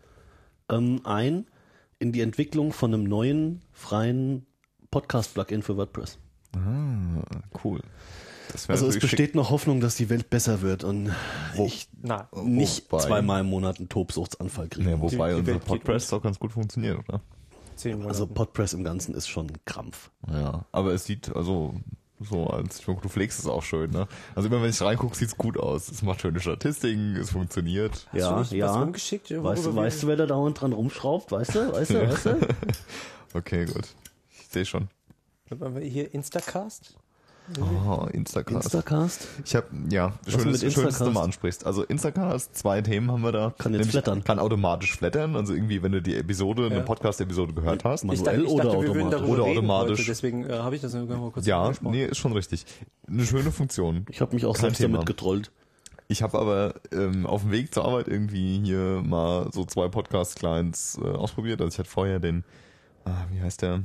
ähm, ein in die Entwicklung von einem neuen freien Podcast-Plugin für WordPress.
Ah, Cool. Das wär
Also es
natürlich schick.
besteht noch Hoffnung, dass die Welt besser wird und ich
Na,
nicht
wobei-
zweimal im Monat einen Tobsuchtsanfall kriege.
Nee, wobei
Die- die
unser
Welt geht
Podcast auch ganz gut funktioniert, oder?
Zehn Monate.
also Podpress im Ganzen ist schon ein Krampf.
Ja. Aber es sieht, also, so als, ich meine, du pflegst es auch schön, ne? Also immer wenn ich reingucke, sieht's gut aus. Es macht schöne Statistiken, es funktioniert.
Hast du nicht was rumgeschickt, worüber
Weißt du,
wir-
weißt du, wer da dauernd dran rumschraubt? Weißt du, weißt du, weißt du?
Okay, gut. Ich sehe schon.
Haben wir Hier Instacast?
Oh, Instacast.
Instacast?
Ich habe ja
mit
schönes, schön, dass du
Instacast?
mal ansprichst. Also Instacast, zwei Themen haben wir da.
Kann jetzt
Nämlich
flattern.
Kann automatisch flattern. Also irgendwie, wenn du die Episode, eine Podcast-Episode gehört hast.
Manuel
Ich dachte, ich
oder
dachte wir würden
automatisch?
darüber
Oder
reden
automatisch.
Heute, deswegen äh, habe ich das nur mal kurz
Ja,
angesprochen.
nee, ist schon richtig. Eine schöne Funktion.
Ich habe mich auch
Kein
selbst
Thema.
damit getrollt.
Ich habe aber ähm, auf dem Weg zur Arbeit irgendwie hier mal so zwei Podcast-Clients äh, ausprobiert. Also ich hatte vorher den, ah, wie heißt der?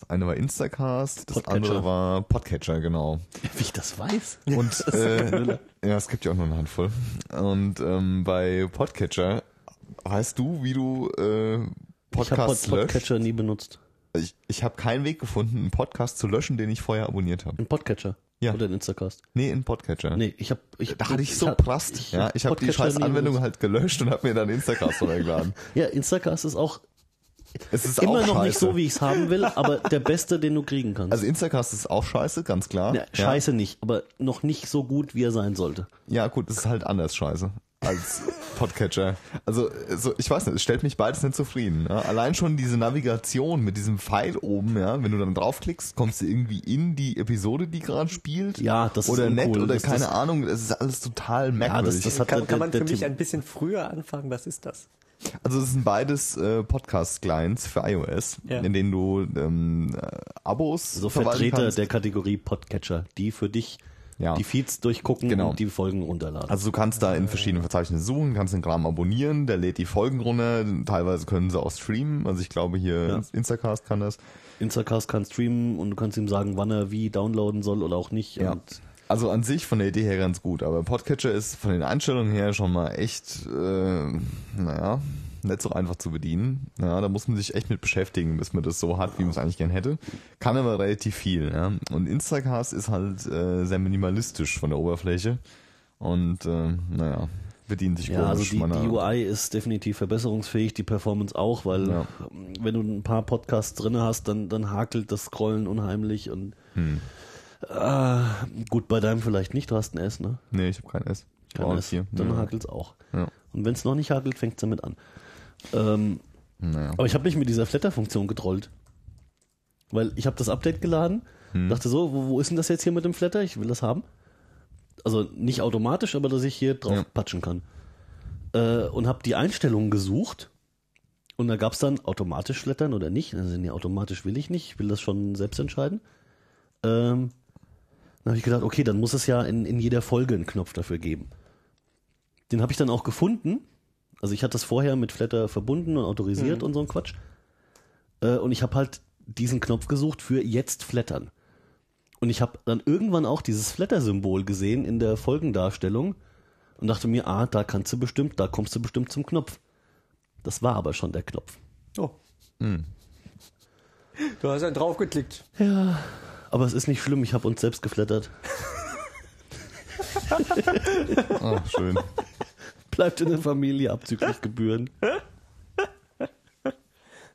Das eine war Instacast, das
Podcatcher.
andere war Podcatcher, genau.
Wie ich das weiß.
Und äh, ja, es gibt ja auch nur eine Handvoll. Und ähm, bei Podcatcher, weißt du, wie du äh,
Ich habe Pod
Podcasts löscht?
Podcatcher nie benutzt.
Ich, ich habe keinen Weg gefunden, einen Podcast zu löschen, den ich vorher abonniert habe.
Ein Podcatcher.
Ja.
Oder ein Instacast.
Nee, in Podcatcher.
Nee, ich habe. Ich,
Da hatte ich so
hab-
Prast. ja, ich habe die
Podcatcher
scheiß
nie
Anwendung
benutzt.
halt gelöscht und habe mir dann Instacast runtergeladen.
Ja, Instacast ist auch
Es ist
immer noch
auch scheiße.
nicht so, wie ich es haben will, aber der beste, den du kriegen kannst.
Also Instacast ist auch scheiße, ganz klar.
ja, scheiße nicht, aber noch nicht so gut, wie er sein sollte.
Ja, ja gut, es ist halt anders scheiße als Podcatcher. Also so, ich weiß nicht, es stellt mich beides nicht zufrieden. Ja? Allein schon diese Navigation mit diesem Pfeil oben, ja, wenn du dann draufklickst, kommst du irgendwie in die Episode, die gerade spielt.
Ja, das ist
oder nett
uncool.
oder
Das-
keine
das-
Ahnung, es ist alles total merkwürdig.
das hat halt
Kann,
der-
kann man
der
für mich
Tim-
ein bisschen früher anfangen? Was ist das?
Also es sind beides äh, Podcast-Clients für iOS,
Ja.
in denen du ähm, äh, Abos
So
verwalten
Vertreter
kannst.
der Kategorie Podcatcher, die für dich
Ja.
die Feeds durchgucken
Genau.
und die Folgen runterladen.
Also du kannst da in verschiedenen Verzeichnissen suchen, kannst den Kram abonnieren, der lädt die Folgen runter, teilweise können sie auch streamen, also ich glaube hier
Ja.
Instacast kann das.
Instacast kann streamen und du kannst ihm sagen, wann er wie downloaden soll oder auch nicht.
Ja.
Und
Also an sich von der Idee her ganz gut, aber Podcatcher ist von den Einstellungen her schon mal echt, äh, naja, nicht so einfach zu bedienen. Ja, da muss man sich echt mit beschäftigen, bis man das so hat, wie man es eigentlich gern hätte. Kann aber relativ viel. Ja. Und Instacast ist halt äh, sehr minimalistisch von der Oberfläche und äh, naja, bedient sich
Ja, also
komisch.
die,
meiner-
die UI ist definitiv verbesserungsfähig, die Performance auch, weil
Ja.
wenn du ein paar Podcasts drinne hast, dann, dann hakelt das Scrollen unheimlich und
Hm.
äh, gut, bei deinem vielleicht nicht, du hast ein S, ne?
nee, ich habe kein S. Ich
Kein
brauche
S.
Hier.
Dann
Ja.
hakelt's auch.
Ja.
Und wenn es noch nicht hakelt, fängt's damit an. Ähm,
Naja.
Aber ich habe mich mit dieser Flatter-Funktion getrollt. Weil ich habe das Update geladen,
Hm.
dachte so, wo, wo ist denn das jetzt hier mit dem Flatter? Ich will das haben. Also nicht automatisch, aber dass ich hier drauf
Ja.
patschen kann. Äh, und habe die Einstellungen gesucht. Und da gab es dann automatisch Flattern oder nicht. Also, nee, automatisch will ich nicht. Ich will das schon selbst entscheiden. Ähm, dann habe ich gedacht, okay, dann muss es ja in, in jeder Folge einen Knopf dafür geben. Den habe ich dann auch gefunden. Also ich hatte das vorher mit Flatter verbunden und autorisiert
Mhm.
und so ein Quatsch. Äh, und ich habe halt diesen Knopf gesucht für jetzt flattern. Und ich habe dann irgendwann auch dieses Flatter-Symbol gesehen in der Folgendarstellung und dachte mir, ah, da kannst du bestimmt, da kommst du bestimmt zum Knopf. Das war aber schon der Knopf.
Oh.
Hm.
Du hast einen draufgeklickt.
Aber es ist nicht schlimm, ich habe uns selbst geflattert.
Ach, Ah, schön.
Bleibt in der Familie abzüglich Gebühren.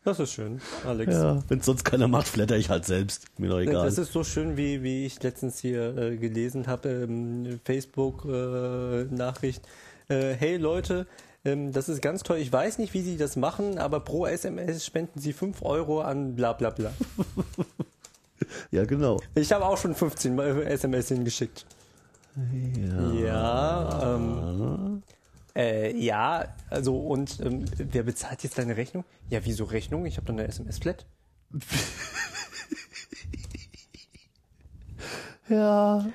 Das ist schön, Alex.
Ja. Wenn sonst keiner macht, flatter ich halt selbst. Mir doch egal.
Das ist so schön, wie, wie ich letztens hier äh, gelesen habe, ähm, Facebook-Nachricht. Äh, hey Leute, ähm, das ist ganz toll. Ich weiß nicht, wie Sie das machen, aber pro SMS spenden Sie 5 Euro an bla bla bla.
ja, genau.
Ich habe auch schon 15 Mal äh, SMS hingeschickt. Ja. Ja, ähm, äh, ja also und ähm, wer bezahlt jetzt deine Rechnung? Ja, wieso Rechnung? Ich habe doch eine SMS-Flat.
Ja.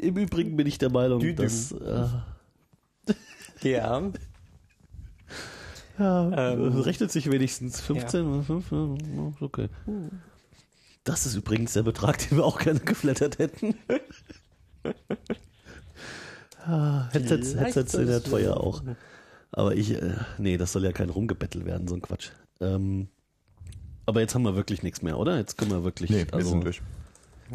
Im Übrigen bin ich der Meinung,
Düdüm.
dass. Äh,
Ja.
ja,
Ähm,
äh, rechnet sich wenigstens 15, 5, okay. Das ist übrigens der Betrag, den wir auch gerne geflattert hätten. ah, Headsets,
Vielleicht
Headsets sind ja
solltest du-
teuer auch. Aber ich, äh, nee, das soll ja kein Rumgebettel werden, so ein Quatsch. Ähm, aber jetzt haben wir wirklich nichts mehr, oder? Jetzt können wir wirklich.
Nee, wir
also-
sind durch.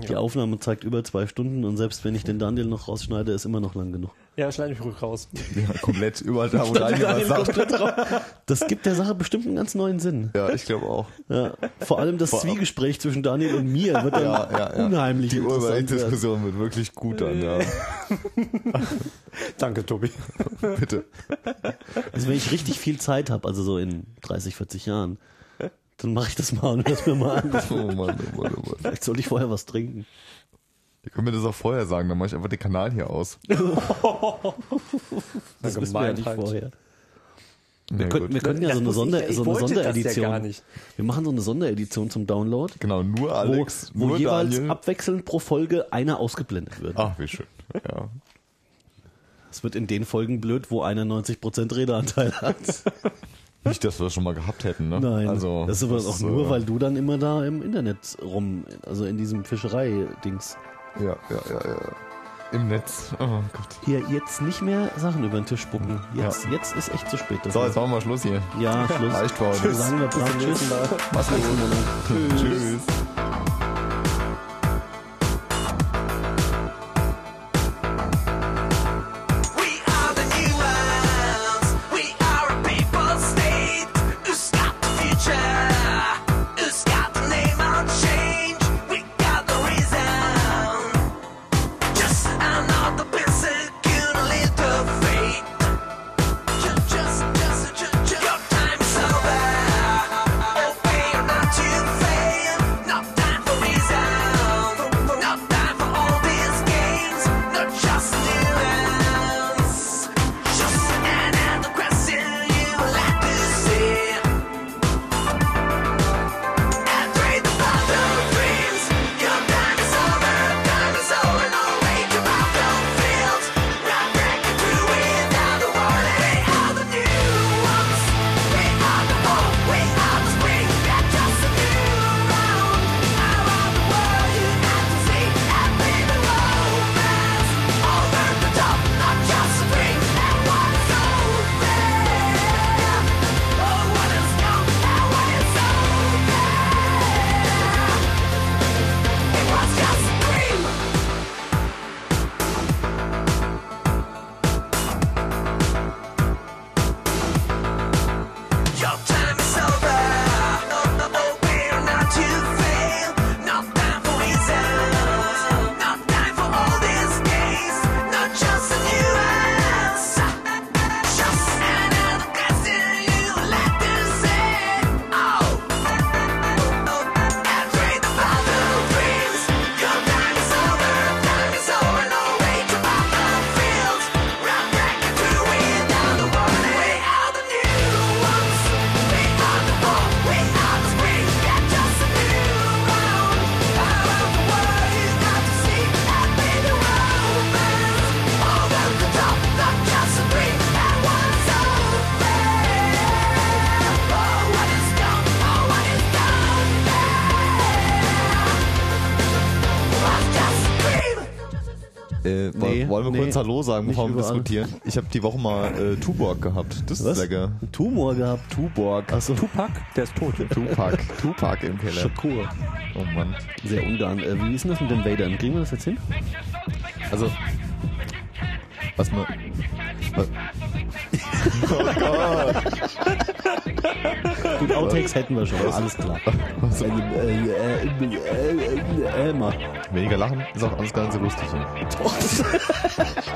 Die Aufnahme zeigt über zwei Stunden und selbst wenn ich den Daniel noch rausschneide, ist immer noch lang genug.
Ja, schneide mich ruhig raus.
Ja, komplett überall da, wo Daniel was sagt.
Das gibt der Sache bestimmt einen ganz neuen Sinn.
Ja, ich glaube auch.
Ja. Vor allem das Zwiegespräch zwischen Daniel und mir wird dann
Ja, ja, ja.
unheimlich
Die
interessant. werden.
Urwelt-Diskussion wird wirklich gut an, ja.
Danke, Tobi.
Bitte.
Also wenn ich richtig viel Zeit habe, also so in 30, 40 Jahren, dann mache ich das mal und höre es mir mal an.
Oh Mann, oh Mann, oh Mann.
Vielleicht sollte ich vorher was trinken.
Ihr könnt mir das auch vorher sagen, dann mache ich einfach den Kanal hier aus.
Das wissen wir ja nicht
halt.
vorher.
Nee,
Wir könnten, wir könnten ja so eine,
wusste ich
Sonder,
ja, ich
so eine
wollte das ja
Sonderedition.
gar nicht.
Wir machen so eine Sonderedition zum Download,
genau, nur
wo,
Alex,
wo
nur
jeweils
Daniel. Ah.
abwechselnd pro Folge einer ausgeblendet wird.
Ach, wie schön. Ja.
Es wird in den Folgen blöd, wo einer 90% Redeanteil hat.
Nicht, dass wir das schon mal gehabt hätten, ne? Also,
das ist aber auch
äh,
nur, weil du dann immer da im Internet rum, also in diesem Fischerei-Dings.
Ja, ja, ja, ja. Im Netz. Oh Gott.
Hier, jetzt nicht mehr Sachen über den Tisch spucken. Jetzt, jetzt ist echt zu spät. Das
So, jetzt machen wir Schluss hier.
ja, Schluss.
Reicht für heute.
Sagen wir brav Tschüss.
Mach's gut. Tschüss.
We are the new ones. We are a people state. Who's got the future? Who's got the name on change? We got the reason. Just another piece of fate. Just, just, just, your time's over. Obey or not to fail. No time for reason. No time for all these games. No just nuance. Just another question you like to see. And trade the battle dreams. Your time is over. Time is over. No way to battlefields. Not back into without a warning. We are the new ones. We are the hope. We are the spring. That just a new round. Around the world, you have to see every romance. Over the top, not just a dream. That one is over. Oh, what is gone? That one is over. It was just a dream. Your time is over. No, no, no, we're not to fail. No time for reasons. No time for all these games. Not just a new answer. Just another question you like to say. Oh. And trade the battle dreams. Your time is over. Time is over. No way to battlefields. Run back into without a warning. We are the new ones. We are the hope. We are the spring. Yeah, just a new round. Around the world, you got to see that big romance. Over the top, not just a dream. That one's over. Oh, what is gone? Oh, what is gone? Was just a dream.
Äh,
Nee,
woll- wollen wir
nee,
kurz Hallo sagen, bevor
nicht
wir
überall.
diskutieren? Ich habe die Woche mal äh, Tuborg gehabt. Das ist
Was?
lecker.
Einen Tumor gehabt.
Tuborg.
Achso,
Tupac, der ist tot.
Tupac. Tupac im Keller.
Shakur.
Oh Mann.
Sehr ungarn. Äh, wie ist denn das mit den Vadern? Kriegen wir das jetzt hin?
Also, Was man.
Gut, Outtakes hätten wir schon, alles klar.
Was,
Äh, äh, äh, äh, äh, äh, äh, mal.
weniger lachen ist auch alles gar nicht so lustig.
Doch.